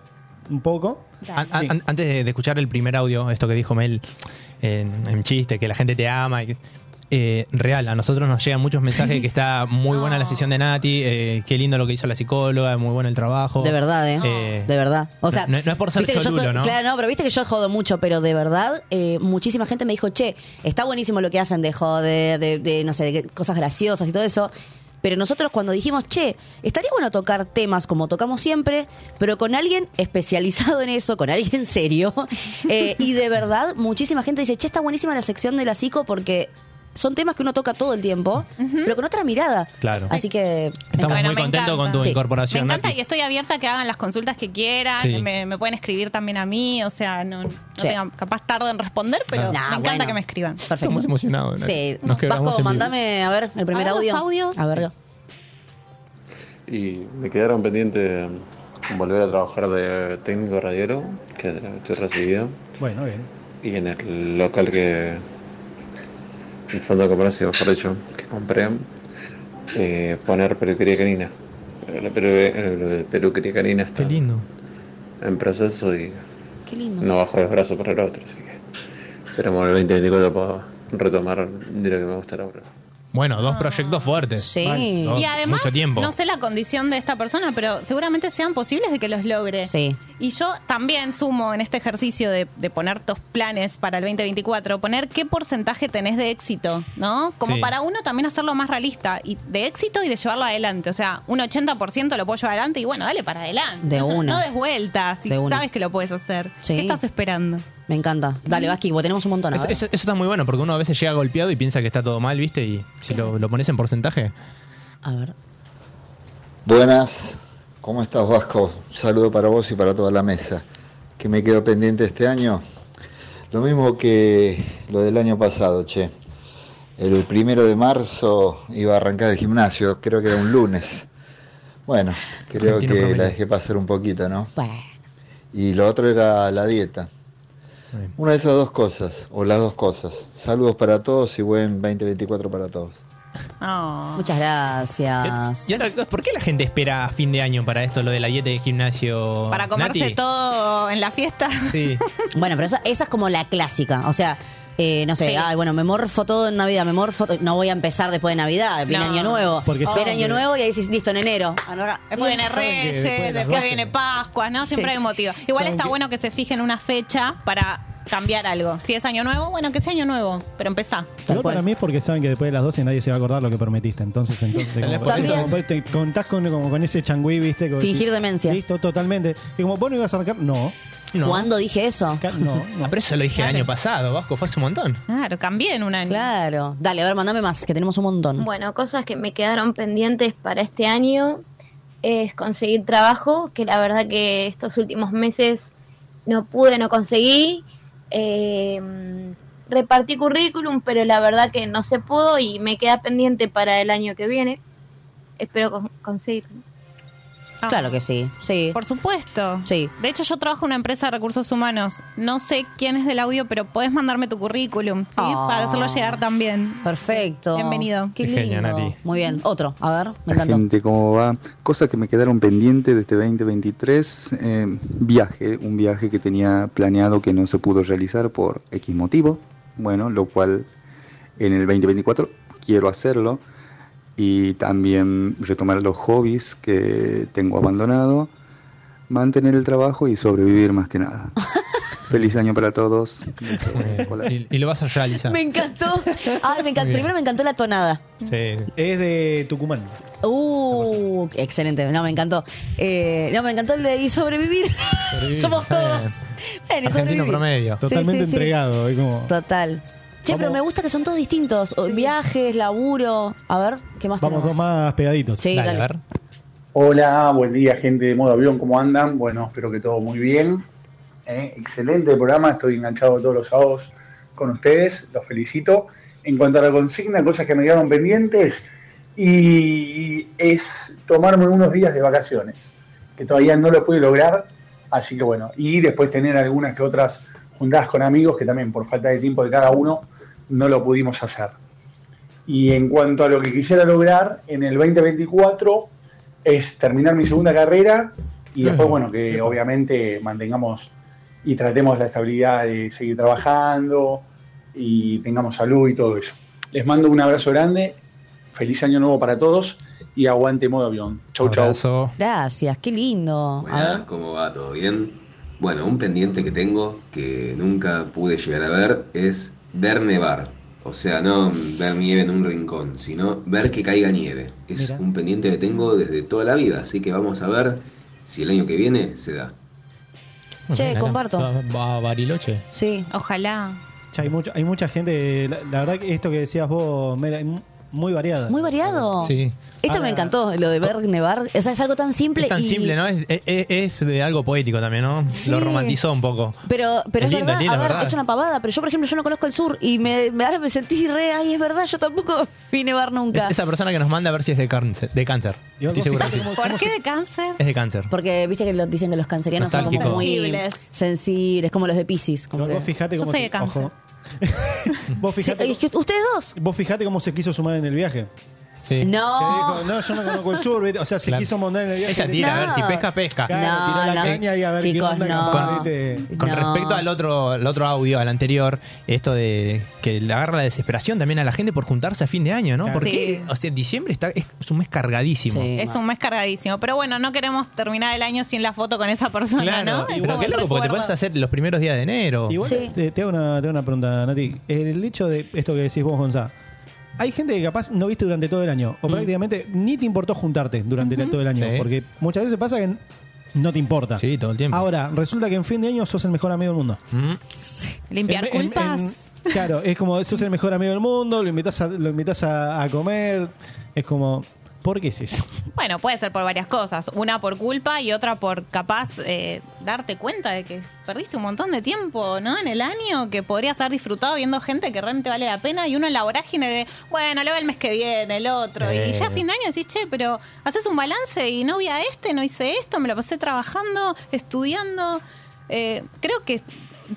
un poco.
An- an- an- antes de, de escuchar el primer audio, esto que dijo Mel en, en chiste, que la gente te ama. y que- eh, real, a nosotros nos llegan muchos mensajes que está muy buena la sesión de Nati, eh, qué lindo lo que hizo la psicóloga, muy bueno el trabajo.
De verdad, ¿eh? De verdad. O sea,
no, no es por ser
viste que yo
cholulo,
soy-
¿no?
Claro, no, pero viste que yo jodo mucho, pero de verdad, eh, muchísima gente me dijo, che, está buenísimo lo que hacen de joder, de, de, no sé, de cosas graciosas y todo eso. Pero nosotros cuando dijimos, che, estaría bueno tocar temas como tocamos siempre, pero con alguien especializado en eso, con alguien serio. Eh, y de verdad, muchísima gente dice, che, está buenísima la sección de la psico porque son temas que uno toca todo el tiempo, pero con otra mirada.
Claro.
Así que...
Estamos
encanta.
muy contentos con tu
Sí.
incorporación,
Me encanta
Nati.
y estoy abierta a que hagan las consultas que quieran.
Sí.
Me, me pueden escribir también a mí. O sea, no, no
Sí.
tengan- capaz tardo en responder, pero
Claro. Nah,
me encanta
bueno.
que me escriban.
Perfecto.
Estamos emocionados. Nati.
Sí,
Nos quebramos
Vasco,
en vivo.
mandame a ver el primer
A ver los
audio.
audios.
A ver.
Y me quedaron pendiente volver a trabajar de técnico radiólogo, que estoy recibido,
Bueno, bien.
y en el local que. el fondo de comercio, mejor dicho, que compré, eh, poner peluquería canina. La peru- eh, peluquería canina está en proceso y
Qué lindo.
no bajo los brazos para el otro, así que. Esperamos el 2024 para retomar de lo que me gusta ahora.
Bueno, dos proyectos fuertes.
Sí.
Vale, dos-
y además,
mucho tiempo.
no sé la condición de esta persona, pero seguramente sean posibles de que los logre.
Sí.
Y yo también sumo en este ejercicio de, de poner tus planes para el 2024, poner qué porcentaje tenés de éxito, ¿no? Como
Sí.
para uno también hacerlo más realista, y de éxito y de llevarlo adelante. O sea, un 80% lo puedo llevar adelante y bueno, dale para adelante.
De
No-
una.
No des vueltas, si
De una.
sabes que lo puedes hacer.
Sí.
¿Qué estás esperando?
Me encanta. Dale, Vasqui, vos tenemos un montón. a
Eso,
ver.
eso- eso está muy bueno porque uno a veces llega golpeado y piensa que está todo mal, ¿viste? Y si lo, lo pones en porcentaje.
A ver.
Buenas, ¿cómo estás Vasco? Un saludo para vos y para toda la mesa. ¿Qué me quedó pendiente este año? Lo mismo que lo del año pasado, che. El primero de marzo iba a arrancar el gimnasio, creo que era un lunes. Bueno, creo
Argentino
que
promedio.
la dejé pasar un poquito, ¿no? Y lo otro era la dieta. Una de esas dos cosas, o las dos cosas. Saludos para todos y buen 2024 para todos.
Muchas gracias.
Eh, Y otra cosa, ¿por qué la gente espera a fin de año para esto, lo de la dieta de gimnasio?
Para comerse
Nati?
todo en la fiesta.
Sí.
Bueno, pero esa, esa es como la clásica. O sea, eh, no sé,
Sí.
ay, bueno, me morfo todo en Navidad, me morfo. todo- No voy a empezar después de Navidad, viene
No.
Año Nuevo.
Porque
viene
saben
Año
que-
Nuevo y ahí dices, listo, en enero. Ahora,
Después viene
Saben que
Reyes,
después de
después,
las doce-
viene Pascuas, ¿no? Siempre
Sí.
hay un motivo. Igual
Saben
está
que-
bueno que se fijen una fecha para cambiar algo. Si es año nuevo, bueno, que sea año nuevo, pero empezá.
Igual para mí es porque saben que después de las 12 nadie se va a acordar lo que prometiste. Entonces, entonces
Tal
como,
vez
por
por
eso,
eso.
como te contás con, como con ese changüí, ¿viste? Como
Fingir demencia.
Listo, totalmente. Que como vos no ibas a arrancar, no.
¿Cuándo dije eso?
No.
Ah, pero eso lo dije el año pasado, Vasco, fue hace un montón.
Claro, cambié en un año.
Claro. Dale, a ver, mandame más, que tenemos un montón.
Bueno, cosas que me quedaron pendientes para este año es conseguir trabajo, que la verdad que estos últimos meses no pude, no conseguí. Eh, repartí currículum, pero la verdad que no se pudo y me queda pendiente para el año que viene. Espero con- conseguir.
Claro que sí, sí.
Por supuesto.
Sí.
De hecho, yo trabajo en una empresa de recursos humanos. No sé quién es del audio, pero podés mandarme tu currículum, ¿sí?
Ah.
Para hacerlo llegar también.
Perfecto.
Bienvenido.
Qué lindo. Muy bien. Otro, a ver, me encantó.
Gente, ¿cómo va? Cosas que me quedaron pendientes de este 2023. eh, viaje, un viaje que tenía planeado que no se pudo realizar por X motivo. Bueno, lo cual en el 2024 quiero hacerlo. Y también retomar los hobbies que tengo abandonado. Mantener el trabajo y sobrevivir más que nada. Feliz año para todos.
Y, y lo vas a realizar.
Me encantó. Ay, me encantó.
Ah. bien.
Primero me encantó la tonada.
Sí.
Es de Tucumán.
Uh, Uh, excelente. No, me encantó. Eh, no, me encantó el de y sobrevivir. Somos todos. Bueno, y
Argentino
sobrevivir.
promedio.
Sí, sí, sí.
hoy como...
Total. Che, pero me gusta que son todos distintos. O- Viajes, laburo. A ver, ¿qué más
Vamos dos
tenemos?
más pegaditos.
Sí, Dale, dale. a ver.
Hola, buen día gente de modo avión, ¿cómo andan? Bueno, espero que todo muy bien. Eh, excelente programa, estoy enganchado todos los sábados con ustedes, los felicito. En cuanto a la consigna, cosas que me quedaron pendientes, y es tomarme unos días de vacaciones, que todavía no lo pude lograr, así que bueno, y después tener algunas que otras juntadas con amigos, que también por falta de tiempo de cada uno no lo pudimos hacer. Y en cuanto a lo que quisiera lograr, en el 2024 es terminar mi segunda carrera y después, bueno, que obviamente mantengamos y tratemos la estabilidad de seguir trabajando y tengamos salud y todo eso. Les mando un abrazo grande, feliz año nuevo para todos y aguante modo avión. Chau, chau.
Gracias, qué lindo. A ver.
¿Cómo va? ¿Todo bien? Bueno, un pendiente que tengo que nunca pude llegar a ver es ver nevar. O sea, no ver nieve en un rincón, sino ver que caiga nieve. Es
Mira.
un pendiente que tengo desde toda la vida, así que vamos a ver si el año que viene se da.
Che, comparto.
¿Va a Bariloche?
Sí.
Ojalá.
Ya hay, mucha, hay mucha gente, la, la verdad que esto que decías vos, Mela, es mu- muy variada.
Muy variado.
Sí.
Esto me encantó, lo de ver nevar. O sea, es algo tan simple.
Es tan
y-
simple, ¿no? Es, es- es de algo poético también, ¿no? Lo romantizó un poco.
Pero, pero
Es
es,
lindo,
verdad,
es lindo,
a
es
ver,
verdad.
es una pavada. Pero yo, por ejemplo, yo no conozco el sur y me, me- ahora me sentí re, ay, es verdad, yo tampoco vi nevar
Es
nunca.
esa persona que nos manda a ver si es de cáncer. De cáncer. Estoy seguro que sí.
¿Por qué de cáncer?
Es de cáncer.
Porque viste que lo- dicen que los cancerianos son como
Nostálgico.
muy sensibles,
Sensibles.
como los de Pisces. como que-
Vos fijate cómo se- ojo. vos fijate,
¿Ustedes dos?
Vos fijate cómo se quiso sumar en el viaje.
Sí.
No.
Se dijo, no, yo no conozco el sur. ¿viste? O sea, se
Claro.
quiso mandar en el viaje.
Ella tira, a ver si pesca, pesca.
Claro, tiró la caña y a ver qué
Chicos,
onda,
no.
capaz, ¿viste?
Con
No.
respecto al otro, al otro audio, al anterior, esto de que le agarra la desesperación también a la gente por juntarse a fin de año, ¿no?
Claro.
Porque,
Sí.
o sea, diciembre está, es, es un mes cargadísimo.
Es un mes cargadísimo. Pero bueno, no queremos terminar el año sin la foto con esa persona,
Claro,
¿no?
y-
Es
pero
como
qué
el
loco, porque te
recuerdo.
puedes hacer los primeros días de enero.
Igual te, te hago una, te hago una pregunta, Nati. El hecho de esto que decís vos, Gonzá. Hay gente que capaz no viste durante todo el año, o prácticamente ni te importó juntarte durante todo el año,
Sí.
porque muchas veces pasa que no te importa.
Sí, todo el tiempo. Mm.
Ahora, resulta que en fin de año sos el mejor amigo del mundo.
Limpiar
En- en-
culpas.
en- claro, es como sos el mejor amigo del mundo, lo invitas a, lo invitas a, a comer, es como, ¿por qué es eso?
Bueno, puede ser por varias cosas. Una por culpa y otra por capaz eh, darte cuenta de que perdiste un montón de tiempo, ¿no? En el año que podrías haber disfrutado viendo gente que realmente vale la pena y uno en la vorágine de, bueno, lo veo el mes que viene, el otro. Y
Eh.
ya a fin de año decís, che, pero haces un balance y no vi a este, no hice esto, me lo pasé trabajando, estudiando. Eh, creo que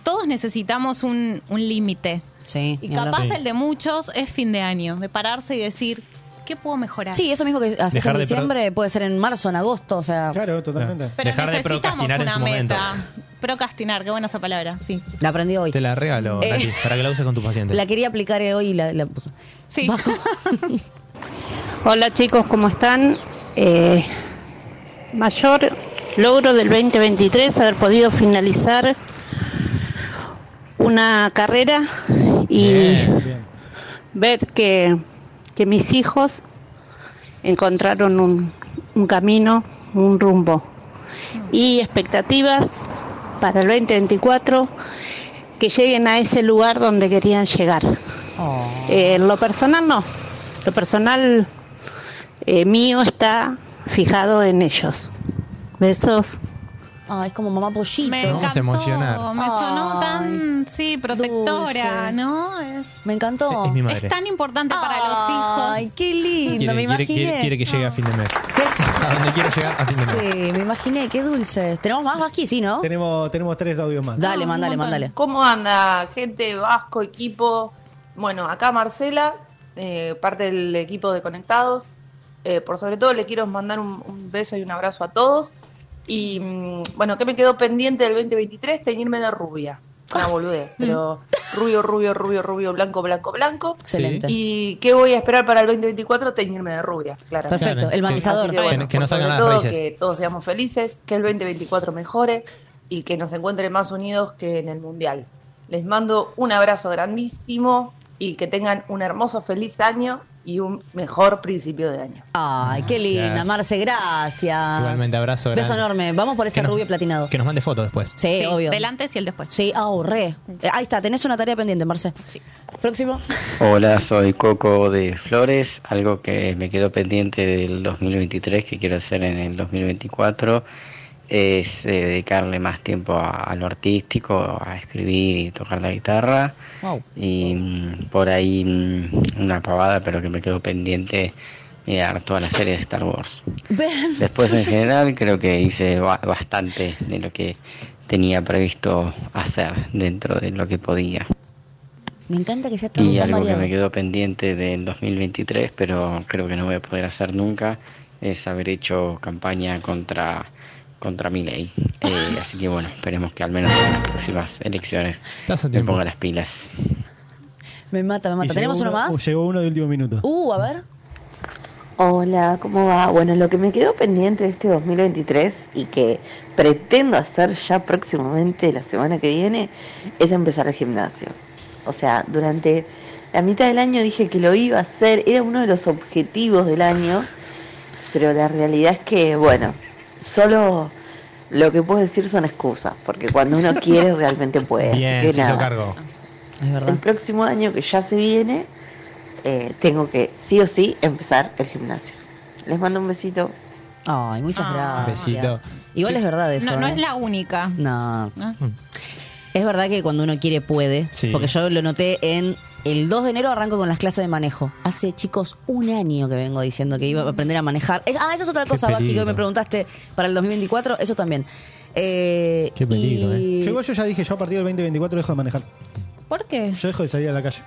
todos necesitamos un, un límite.
Sí.
Y
ni hablar.
capaz el de muchos es fin de año, de pararse y decir, ¿qué puedo mejorar?
Sí, eso mismo que haces
Dejar
en
de
diciembre puede ser en marzo, en agosto, o sea.
Claro, totalmente.
Pero
Dejar de
necesitamos
procrastinar en
una
su momento.
meta. Procrastinar, qué buena esa palabra, sí.
La aprendí hoy.
Te la regalo,
Eh.
Nati, para que la uses con tu paciente.
La quería aplicar eh, hoy y la, la puso.
Sí.
Hola chicos, ¿cómo están? Eh, mayor logro del 2023, haber podido finalizar una carrera y ver que, que mis hijos encontraron un, un camino, un rumbo. Y expectativas para el 2024, que lleguen a ese lugar donde querían llegar.
Oh.
Eh, lo personal no, lo personal eh, mío está fijado en ellos. Besos.
Ah, es como mamá pollito.
Me
Nos vamos a emocionar.
encantó, me sonó tan, sí, protectora,
Dulce.
¿no? Es,
Me encantó.
Es mi madre.
es tan importante para los hijos.
Ay, qué
Quiere-
lindo, me
quiere-
imaginé.
quiere- quiere que llegue a fin de mes. A donde quiero llegar a fin de mes.
Sí, me imaginé, qué dulce. Tenemos más aquí, ¿sí, ¿no?
Tenemos, tenemos tres audios más.
Dale, mandale, mandale.
¿Cómo anda, gente, Vasco, equipo? Bueno, acá Marcela, eh, parte del equipo de Conectados. Eh, por sobre todo le quiero mandar un, un beso y un abrazo a todos. Y mm, bueno, ¿qué me quedó pendiente del 2023? Teñirme de rubia. Una boludez, pero rubio, rubio, rubio, rubio, blanco, blanco, blanco.
Excelente.
¿Y qué voy a esperar para el 2024? Teñirme de rubia, claro.
Perfecto, Claro, el matizador.
Así que, bueno,
Que- que no
por
salgan
sobre
las
todo,
raíces.
que todos seamos felices, que el 2024 mejore y que nos encuentren más unidos que en el Mundial. Les mando un abrazo grandísimo y que tengan un hermoso, feliz año
y un mejor principio de año.
Ay, qué linda,
Gracias.
Marce, gracias.
Igualmente, abrazo grande.
Beso enorme. Vamos por ese
Que nos-
rubio platinado.
Que nos mande fotos después.
Sí, obvio.
Del antes y el después.
Sí, ahorré. Eh, ahí está, tenés una tarea pendiente, Marce. Próximo.
Hola, soy Coco de Flores, algo que me quedó pendiente del 2023 que quiero hacer en el 2024 es eh, dedicarle más tiempo a, a lo artístico, a escribir y tocar la guitarra
Wow.
y mm, por ahí mm, una pavada pero que me quedó pendiente mirar toda la serie de Star Wars. Después en general creo que hice ba- bastante de lo que tenía previsto hacer dentro de lo que podía.
Me encanta que seas tan,
Y
tan
algo que
variado.
me quedó pendiente del 2023, pero creo que no voy a poder hacer nunca, es haber hecho campaña contra contra Milei. Eh, así que bueno, esperemos que al menos en las próximas elecciones me ponga las pilas.
Me mata, me mata.
Y
¿Tenemos
llegó
uno
uno-
más?
uh, Llegó uno de último minuto.
Uh, a ver.
Hola, ¿cómo va? Bueno, lo que me quedó pendiente de este 2023 y que pretendo hacer ya próximamente la semana que viene es empezar el gimnasio. O sea, durante la mitad del año dije que lo iba a hacer, era uno de los objetivos del año, pero la realidad es que, bueno, solo lo que puedo decir son excusas, porque cuando uno quiere realmente puede.
Bien,
Pues, así que
se hizo
nada.
cargo.
Es
El próximo año que ya se viene, eh, tengo que sí o sí empezar el gimnasio. Les mando un besito. Ah.
Ay, muchas
Ah,
gracias.
Besito.
Igual
Sí.
es verdad eso.
No, no
¿eh?
es la única.
No.
Mm.
Ah.
Es verdad que cuando uno quiere puede, porque yo lo noté en el 2 de enero arranco con las clases de manejo. Hace chicos un año que vengo diciendo que iba a aprender a manejar. Es- ah, eso es otra
Qué
cosa, Baki, que hoy
peligro.
me preguntaste para el 2024, eso también. Eh,
Qué peligro,
y-
Yo, igual yo ya dije, yo a partir del 2024 dejo de manejar.
¿Por qué?
Yo dejo de salir a la calle.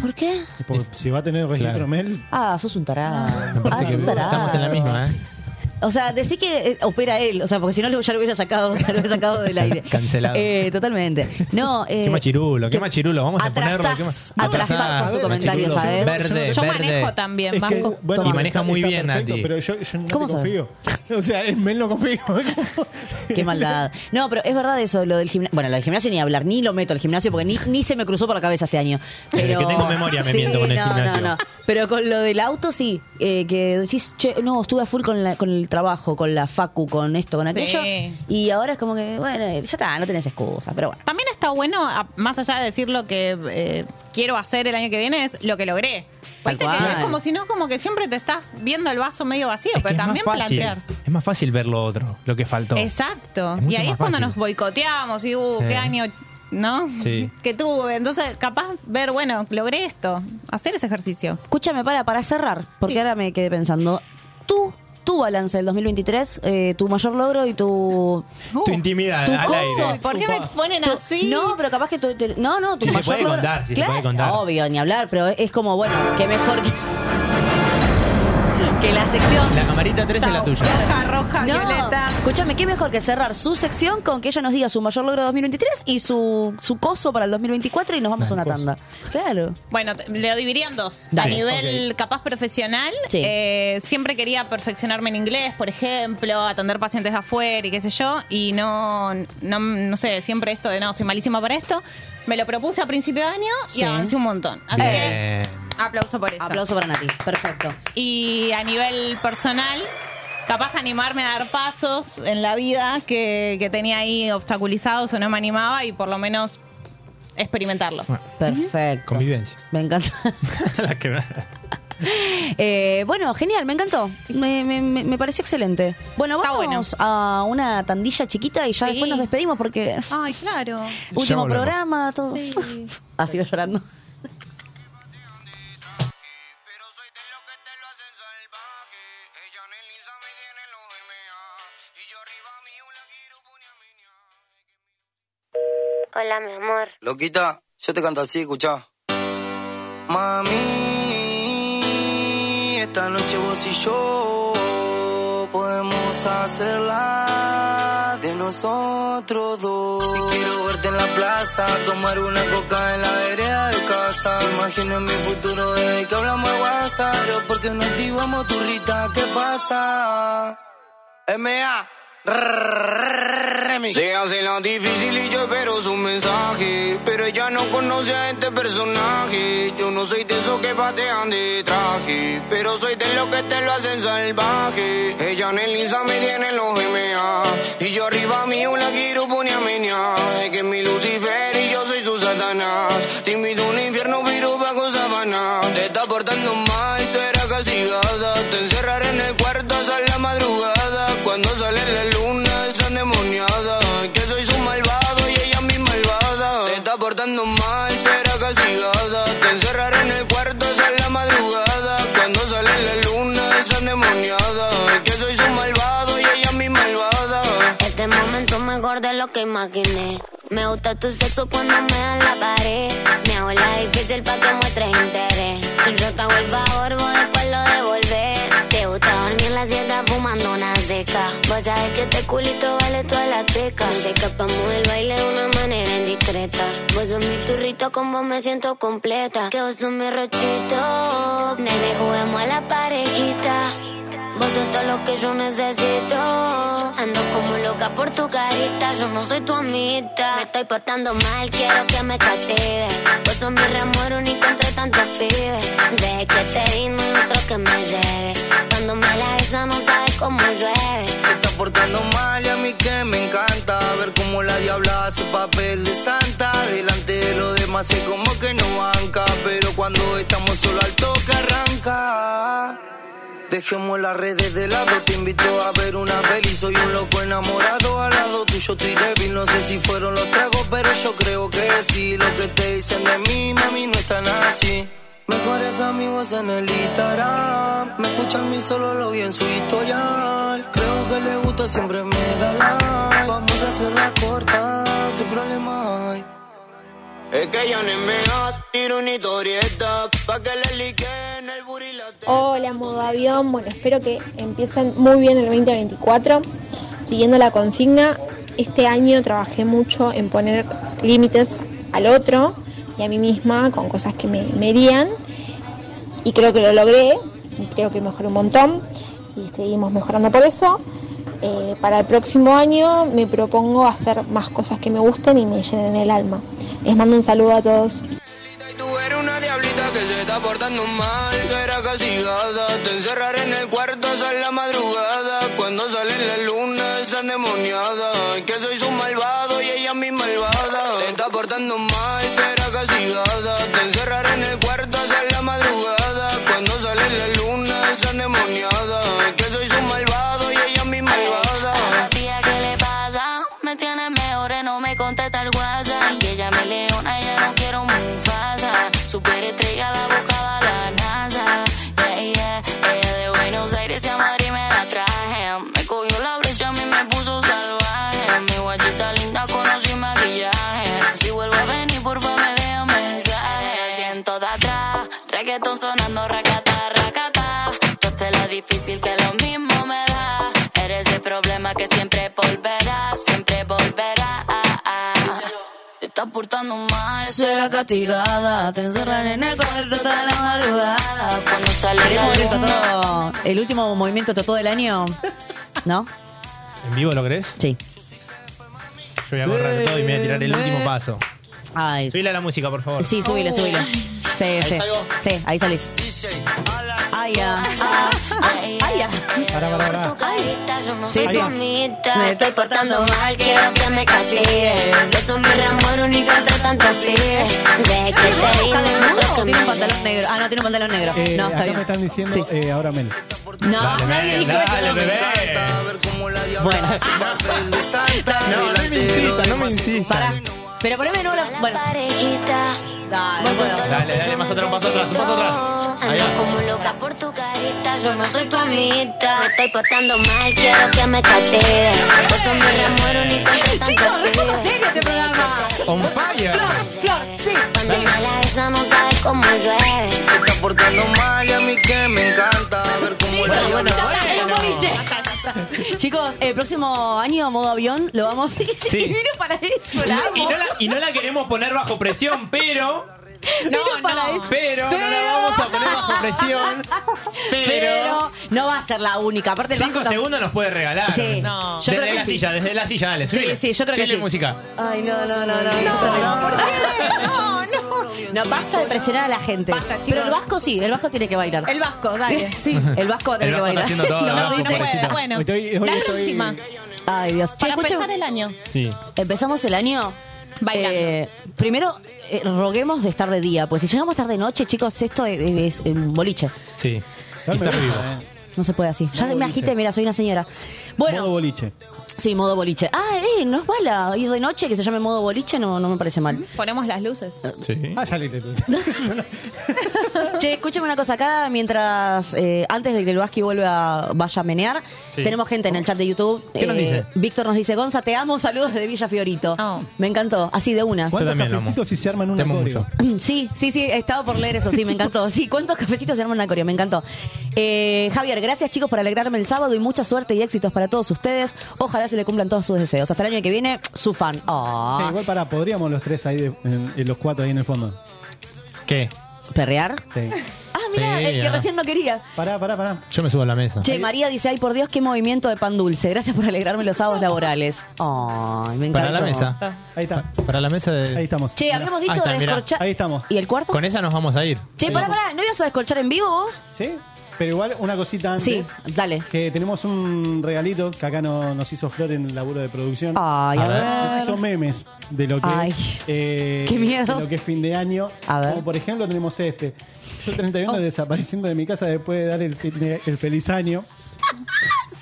¿Por qué?
Porque si va a tener registro
Claro.
Mel.
Ah, sos un tarado. Ah, sos un tarado.
Estamos en la misma, ¿eh?
O sea, decí que eh, opera él, o sea, porque si no lo- ya lo hubiera sacado, ya lo hubiera sacado del aire.
Cancelado.
Eh, totalmente. No, eh,
qué machirulo, qué machirulo. Vamos a
atrasás,
ponerlo. qué ma-
atrasás con tu comentario,
machirulo.
¿sabes?
Verde,
Yo
verde.
manejo también,
Es que-
Vasco.
y
Toma.
maneja muy
Está
bien,
perfecto,
Nati.
Pero yo, yo no
¿Cómo
te
sabes?
confío. O sea, en Mel no confío.
Qué maldad. No, pero es verdad eso, lo del gimnasio. Bueno, lo del gimnasio ni hablar, ni lo meto al gimnasio porque ni, ni se me cruzó por la cabeza este año. Pero...
Desde que tengo memoria me
Sí,
miento con el
no,
gimnasio.
No, no, Pero con lo del auto sí, eh, que decís, che, no, estuve a full con, la- con el trabajo, con la facu, con esto, con aquello.
Sí.
Y ahora es como que, bueno, ya está, no tenés excusa, pero bueno.
También está bueno, a- más allá de decir lo que eh, quiero hacer el año que viene, es lo que logré.
Tal
Viste que
cual.
es como si no, como que siempre te estás viendo el vaso medio vacío,
Es que
pero
es más
también
fácil.
plantearse.
Es más fácil ver lo otro, lo que faltó.
Exacto.
Es mucho
Y ahí
más
es cuando
fácil.
nos boicoteamos y, uh,
Sí.
qué año, ¿no?
Sí.
Que tuve. Entonces, capaz ver, bueno, logré esto, hacer ese ejercicio.
Escúchame, para, para cerrar, porque ahora me quedé pensando, tú, tu balance del 2023, eh, tu mayor logro y tu...
Tu intimidad,
tu
al
coso.
aire.
Uh. ¿Por qué me ponen así?
No, pero capaz que tu... te- no, no, tu
Si se
mayor
puede
logro-
contar, si se
Claro,
puede contar.
Obvio, ni hablar, pero es como, bueno, qué mejor que... que la sección...
La camarita 3 es la tuya.
roja,
violeta. Escúchame, qué mejor que cerrar su sección con que ella nos diga su mayor logro de 2023 y su, su coso para el 2024 y nos vamos a una tanda. Claro.
Bueno, te- lo dividiría en dos.
Dale.
A nivel capaz profesional, eh, siempre quería perfeccionarme en inglés, por ejemplo, atender pacientes de afuera y qué sé yo, y no, no, no sé, siempre esto de no, soy malísima para esto. Me lo propuse a principio de año y
Sí.
avancé un montón. Así que
Bien.
aplauso por eso.
Aplauso para Nati, perfecto.
Y a nivel personal, capaz de animarme a dar pasos en la vida que, que tenía ahí obstaculizados o no me animaba y por lo menos experimentarlo.
Perfecto.
Convivencia.
Me encanta.
La que-
Eh, bueno, genial, me encantó. Me, me- me- me pareció excelente. Bueno, vamos a una tandilla chiquita y ya después nos despedimos porque
Ay, claro.
último
volvemos.
programa, todo. Ah, sigo llorando.
Hola, mi amor.
Loquita, yo te canto así, escuchá. Mami, esta noche vos y yo podemos hacerla de nosotros dos. Y quiero verte en la plaza, tomar una coca en la vereda de casa. Imagino mi futuro desde que hablamos de WhatsApp. Pero porque no activamos tu rita, ¿qué pasa? M.A.
mí. Se hace la difícil y yo espero su mensaje. Pero ella no conoce a este personaje. Yo no soy de esos que patean de traje. Pero soy de los que te lo hacen salvaje. Ella en el Insta me tiene en los MA. Y yo arriba mío la quiero poner a menear. Es que es mi Lucifer y yo soy su Satanás. Te invito a un infierno, pero bajo sabana. Te está portando mal, será castigada. Te encerraré en el cuarto hasta la madrugada. Cuando sale la luna, es endemoniada. Que soy su malvado y ella mi malvada. Te está portando mal, será castigada. Te encerraré en el cuarto hasta la madrugada. Cuando sale la luna, es endemoniada. Que soy su malvado y ella mi malvada.
Este momento mejor de lo que imaginé. Me gusta tu sexo cuando me dan la pared. Me hago la difícil pa' que muestres interés. Yo te hago el favor, vos después lo devolver. Te gusta dormir en la siesta fumando una seca. Vos sabés que este culito vale toda la teca. Nos escapamos del baile de una manera indiscreta. Vos sos mi turrito, con vos me siento completa. Que vos sos mi rochito. Nene, juguemos a la parejita. Vos sos todo lo que yo necesito. Ando como loca por tu carita, yo no soy tu amita. Me estoy portando mal, quiero que me castigue. Vos sos mi amor único entre tantos pibes. Desde que te vi, no hay otro que me llegue. Cuando me la besa, no sabes cómo llueve.
está portando mal y a mí que me encanta ver cómo la diabla hace papel de santa delante de los demás es como que no banca pero cuando estamos solo al toque arranca Dejemos las redes de lado, te invito a ver una peli Soy un loco enamorado, al lado tuyo estoy débil No sé si fueron los tragos, pero yo creo que sí Lo que te dicen de mí, mami, no es tan así Mejores amigos en el Instagram. Me escuchan mi solo lo vi en su historial. Creo que le gusta, siempre me da like. Vamos a hacer la corta, Ah, ¿qué problema hay?
Es que yo
ni me da, tiro una historieta. Pa' que le liquen el
Hola, modo avión. Bueno, espero que empiecen muy bien el 2024. Siguiendo la consigna, este año trabajé mucho en poner límites al otro y a mí misma con cosas que me, me herían. Y creo que lo logré. Y creo que mejoré un montón. Y seguimos mejorando por eso. Eh, para el próximo año me propongo hacer más cosas que me gusten y me llenen el alma. Les mando un saludo a todos.
diablita que se está portando mal, será castigada. Te encerraré en el cuarto hasta la madrugada. Cuando sale la luna, está endemoniada. Que soy su malvado y ella mi malvada. Te está portando mal, será castigada. Te encerraré en el cuarto hasta la madrugada. Cuando sale la luna, está endemoniada. Que soy su malvado y ella mi malvada.
La tía que le pasa, me tiene mejores, no me contesta el WhatsApp. Y ella me leona, ya no quiero Mufasa. Superestrella, la buscaba la NASA. Yeah, yeah. Ella de Buenos Aires a Madrid me la traje. Me cogió la brecha, a mí me puso salvaje. Mi guachita linda conocí maquillaje. Si vuelvo a venir, porfa, me deja un mensaje. Siento de atrás, reggaetón sonando, racata, racata. Tú la difícil que lo mismo me da. Eres el problema que siempre volverá, siempre volverá. Te estás portando mal, será castigada. Te encerraré en el cuarto hasta la madrugada. Cuando sale
¿Querés
la
mover
luna.
Totó? el último movimiento Totó del año? ¿No?
¿En vivo lo crees?
Sí.
Yo voy a correr todo y me voy a tirar el último paso.
Ay.
Subile a la música, por favor.
Sí, subile, subile. Sí, sí. Sí, ahí salís. Ay, ah, ah, ay, ah.
tu carita, yo no
Sí,
soy
sí.
tu amita. Me estoy portando mal, quiero que me castigue. Yo soy mi amor único entre tantos pibes.
¿Tiene
De que te
boca de
dimos
nuevo o tiene un pantalón negro? Ah, no, tiene un pantalón negro.
Eh,
no, está
acá me
bien.
están diciendo eh, ahora menos.
No, nadie dijo eso. Bueno.
No, no me insista, no me
insista.
Pero poneme de nuevo la... Bueno. Dale, puedo.
Dale, dale, más atrás, un paso atrás, un paso atrás. Ahí
Ando
va.
como loca por tu carita, yo no soy tu amita. Me estoy portando mal, quiero que me castigue. Vos sos mi amor único entre tantos pibes.
On fire.
Cuando me la besas, no sabes cómo llueve.
Se está portando mal y a mí que me encanta ver cómo la
bueno,
diabla
bueno,
hace
bueno. Chicos, el próximo año modo avión lo vamos.
Sí.
Vino para eso,
Y
la
no,
amo.
y no la, y no la queremos poner bajo presión, pero
No, no,
pero, no la vamos a poner bajo presión. Pero,
Pero no va a ser la única. Aparte, el
cinco
banco tam-
segundos nos puede regalar.
Sí.
No.
Yo
Desde
creo que
la
sí.
silla, desde la silla, dale,
Sí,
subile.
sí, yo creo que
Subile
sí.
música.
Ay, no, no, no, no. No, no, no. basta de presionar a la gente. Pero el vasco sí, el vasco tiene que bailar. El vasco, dale. Sí. El vasco va a tener
El vasco está
que bailar.
haciendo todo, el vasco, pobrecito. Hoy- hoy estoy-
Ay, Dios. Che,
Para
escuchen-
empezar el año.
Sí.
Empezamos el año bailando. primero, eh, roguemos de estar de día, pues si llegamos tarde de noche, chicos, esto es, es- es un boliche.
Sí.
Estamos vivos.
No se puede así. Ya
Modo
me
boliche.
agité, mira, soy una señora. Bueno,
Modo boliche.
sí, modo boliche. Ah, eh, no es mala. Ir de noche, que se llame modo boliche, no, no me parece mal.
Ponemos las luces.
Sí. Ah, ya le- le- le-
Che, escúchame una cosa acá, mientras, eh, antes de que el Vasqui vuelva, vaya a menear,
Sí.
tenemos gente en el chat de YouTube. Eh,
¿Qué nos dice?
Víctor nos dice, Gonza, te amo, saludos de Villa Fiorito.
Oh.
Me encantó, así de una.
¿Cuántos cafecitos si se arman una coreo?
Sí, sí, sí, he estado por leer eso, sí, me encantó. Sí, ¿cuántos cafecitos se arman una coreo? Me encantó. Eh, Javier, gracias chicos por alegrarme el sábado y mucha suerte y éxitos para todos ustedes. Ojalá se le cumplan todos sus deseos. Hasta el año que viene, su fan. Ah.
Eh, igual para, podríamos los tres ahí, de- en- en los cuatro ahí en el fondo.
¿Qué?
¿Perrear?
Sí.
Ah, mirá,
Sí,
el que
ah.
recién no quería.
Pará, pará, pará.
Yo me subo a la mesa.
Che, María dice, ay, por Dios, qué movimiento de pan dulce. Gracias por alegrarme los sábados laborales. Ay, me encanta.
Para la mesa.
Ahí está.
Para la mesa de... Ahí
estamos.
Che, habíamos dicho de descorchar...
Ahí estamos.
¿Y el cuarto?
Con esa nos vamos a ir.
Che, pará, pará, ¿no ibas a descorchar en vivo vos?
Sí. Pero igual, una cosita antes.
Sí, dale.
Que tenemos un regalito que acá no- nos hizo Flor en el laburo de producción.
Ay, a A ver. ver.
Nos hizo memes de lo que
Ay.
es. eh,
Qué miedo.
de lo que es fin de año.
A ver. Oh.
Como por ejemplo, tenemos este. Yo 31 desapareciendo de mi casa después de dar el, fin de- el feliz año.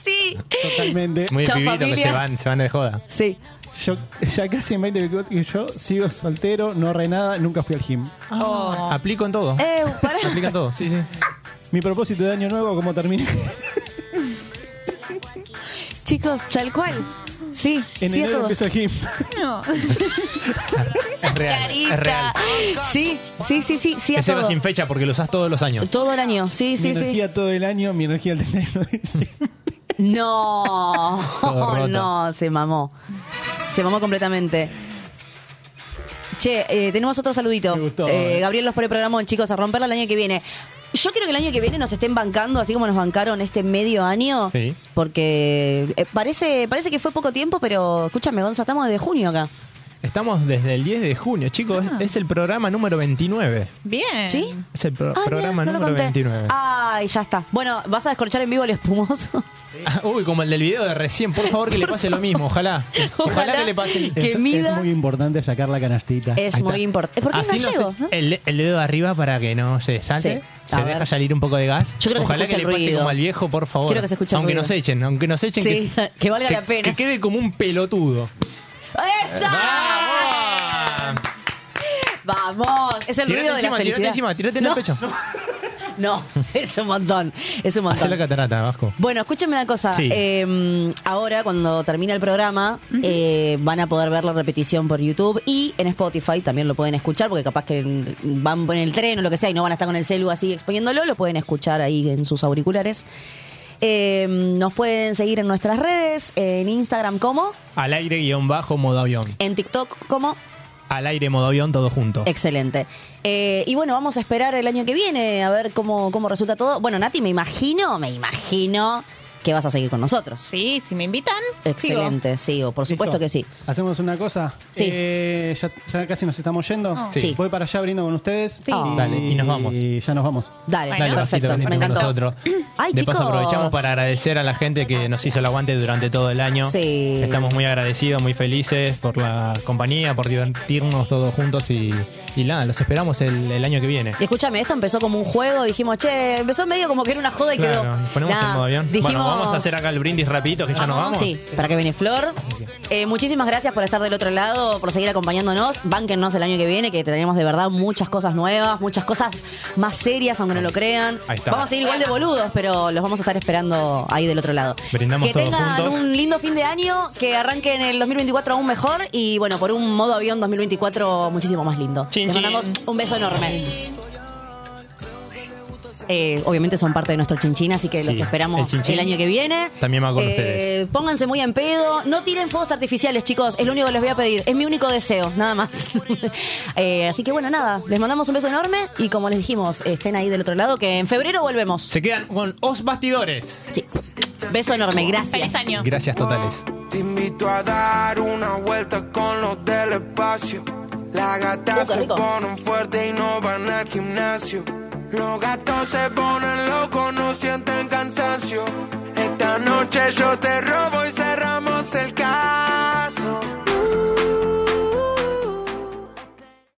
sí.
Totalmente.
Muy de pibito que se van, se van de joda.
Sí.
Yo ya casi en 20 24 que yo sigo soltero, no haré nada, nunca fui al gym.
Aplico en todo.
Oh. Eh, pará.
Aplico en todo, sí, sí.
Mi propósito de año nuevo, como terminé.
Chicos, tal cual. Sí,
En
sí,
enero
a todos.
empiezo el gym.
No.
Es real, es real.
Sí, sí, sí, sí, sí, a
Ese va
todo.
sin fecha porque lo usás todos los años.
Todo el año, sí, sí,
mi
sí.
energía todo el año, mi energía el teléfono.
No,
Todo roto.
no, se mamó. Se mamó completamente. Che, eh, tenemos otro saludito. Eh, Gabriel los pone programón, chicos, a romperla el año que viene. Yo quiero que el año que viene nos estén bancando, así como nos bancaron este medio año.
Sí.
Porque eh, parece, parece que fue poco tiempo, pero escúchame, Gonza, estamos desde junio acá.
Estamos desde el 10 de junio, chicos.
Ah.
Es el programa número 29.
Bien. ¿Sí?
Es el pro-
Ah,
programa
mira, no lo
número
conté. Ah.
29.
Ay, ya está. Bueno, ¿vas a descorchar en vivo el espumoso?
Ah, Uy, como el del video de recién. Por favor, que le pase lo mismo. Ojalá. Ojalá, que le pase.
Es- Es muy importante sacar la canastita.
Es muy importante. ¿Por qué es
Así no
gallego?
se- el, el dedo de arriba para que no se salte.
Sí. A
Se
ver.
deja salir un poco de gas.
Yo creo que se
Ojalá
escucha
que
el
le pase
ruido.
como al viejo, por favor.
Quiero que se escuche el
Aunque
ruido.
nos echen, aunque nos echen.
Sí, que valga la pena.
Que quede como un pelotudo.
¡Vamos! Es el
Tirate
ruido de la
encima, tirate
felicidad.
encima, tirate en el
no,
pecho.
No, es un montón. Es
Hace
un montón.
la catarata, Vasco.
Bueno, escúchenme una cosa.
Sí.
Eh, ahora, cuando termine el programa, eh, van a poder ver la repetición por YouTube y en Spotify también lo pueden escuchar, porque capaz que mm, van en el tren o lo que sea y no van a estar con el celu así exponiéndolo, lo pueden escuchar ahí en sus auriculares. Eh, nos pueden seguir en nuestras redes, en Instagram como,
Al aire guión bajo modo avión.
en TikTok como.
Al aire modo avión todo junto.
Excelente. Eh, y bueno, vamos a esperar el año que viene a ver cómo, cómo resulta todo. Bueno, Nati, me imagino, me imagino que vas a seguir con nosotros.
Sí, si me invitan.
Excelente, sigo, por supuesto que sí.
Hacemos una cosa.
Sí. Ah.
Eh, ya, ya casi nos estamos yendo.
Sí. Sí.
Voy para allá brindo con ustedes.
Dale, y nos vamos.
Y ya nos vamos.
Dale,
Dale, Vasquito,
perfecto,
venite
me
con
encantó.
nosotros.
Ay,
de paso
chicos.
aprovechamos para agradecer a la gente que nos hizo el aguante durante todo el año.
Sí.
Estamos muy agradecidos, muy felices por la compañía, por divertirnos todos juntos y, y nada, los esperamos el, el año que viene.
Y escúchame, esto empezó como un juego, dijimos, che, empezó medio como que era una joda y
Claro,
quedó.
ponemos
Nada,
el modo avión.
dijimos-
Bueno, vamos a hacer acá el brindis rapidito que ya Ah, nos vamos.
Sí, para que viene Flor. Eh, muchísimas gracias por estar del otro lado, por seguir acompañándonos. Bánquennos el año que viene, que tenemos de verdad muchas cosas nuevas, muchas cosas más serias, aunque no lo crean.
Ahí está.
Vamos a seguir igual de boludos, pero los vamos a estar esperando ahí del otro lado.
Brindamos
que
todos
tengan
juntos.
un lindo fin de año, que arranquen el 2024 aún mejor y bueno, por un modo avión 2024 muchísimo más lindo. Les mandamos un beso enorme. Eh, obviamente son parte de nuestro chinchín, así que los
Sí, el
esperamos
chinchín.
el año que viene.
También va con
Eh,
ustedes.
Pónganse muy en pedo. No tiren fuegos artificiales, chicos. Es lo único que les voy a pedir. Es mi único deseo, nada más. Eh, así que bueno, nada. Les mandamos un beso enorme y como les dijimos, estén ahí del otro lado que en febrero volvemos.
Se quedan con Os Bastidores.
Sí. Beso enorme. Gracias.
Gracias totales.
Te invito a dar una vuelta con los del espacio. Las gatas
Uh, qué
se
rico.
ponen fuerte y no van al gimnasio. Los gatos se ponen locos, no sienten cansancio. Esta noche yo te robo y cerramos el caso.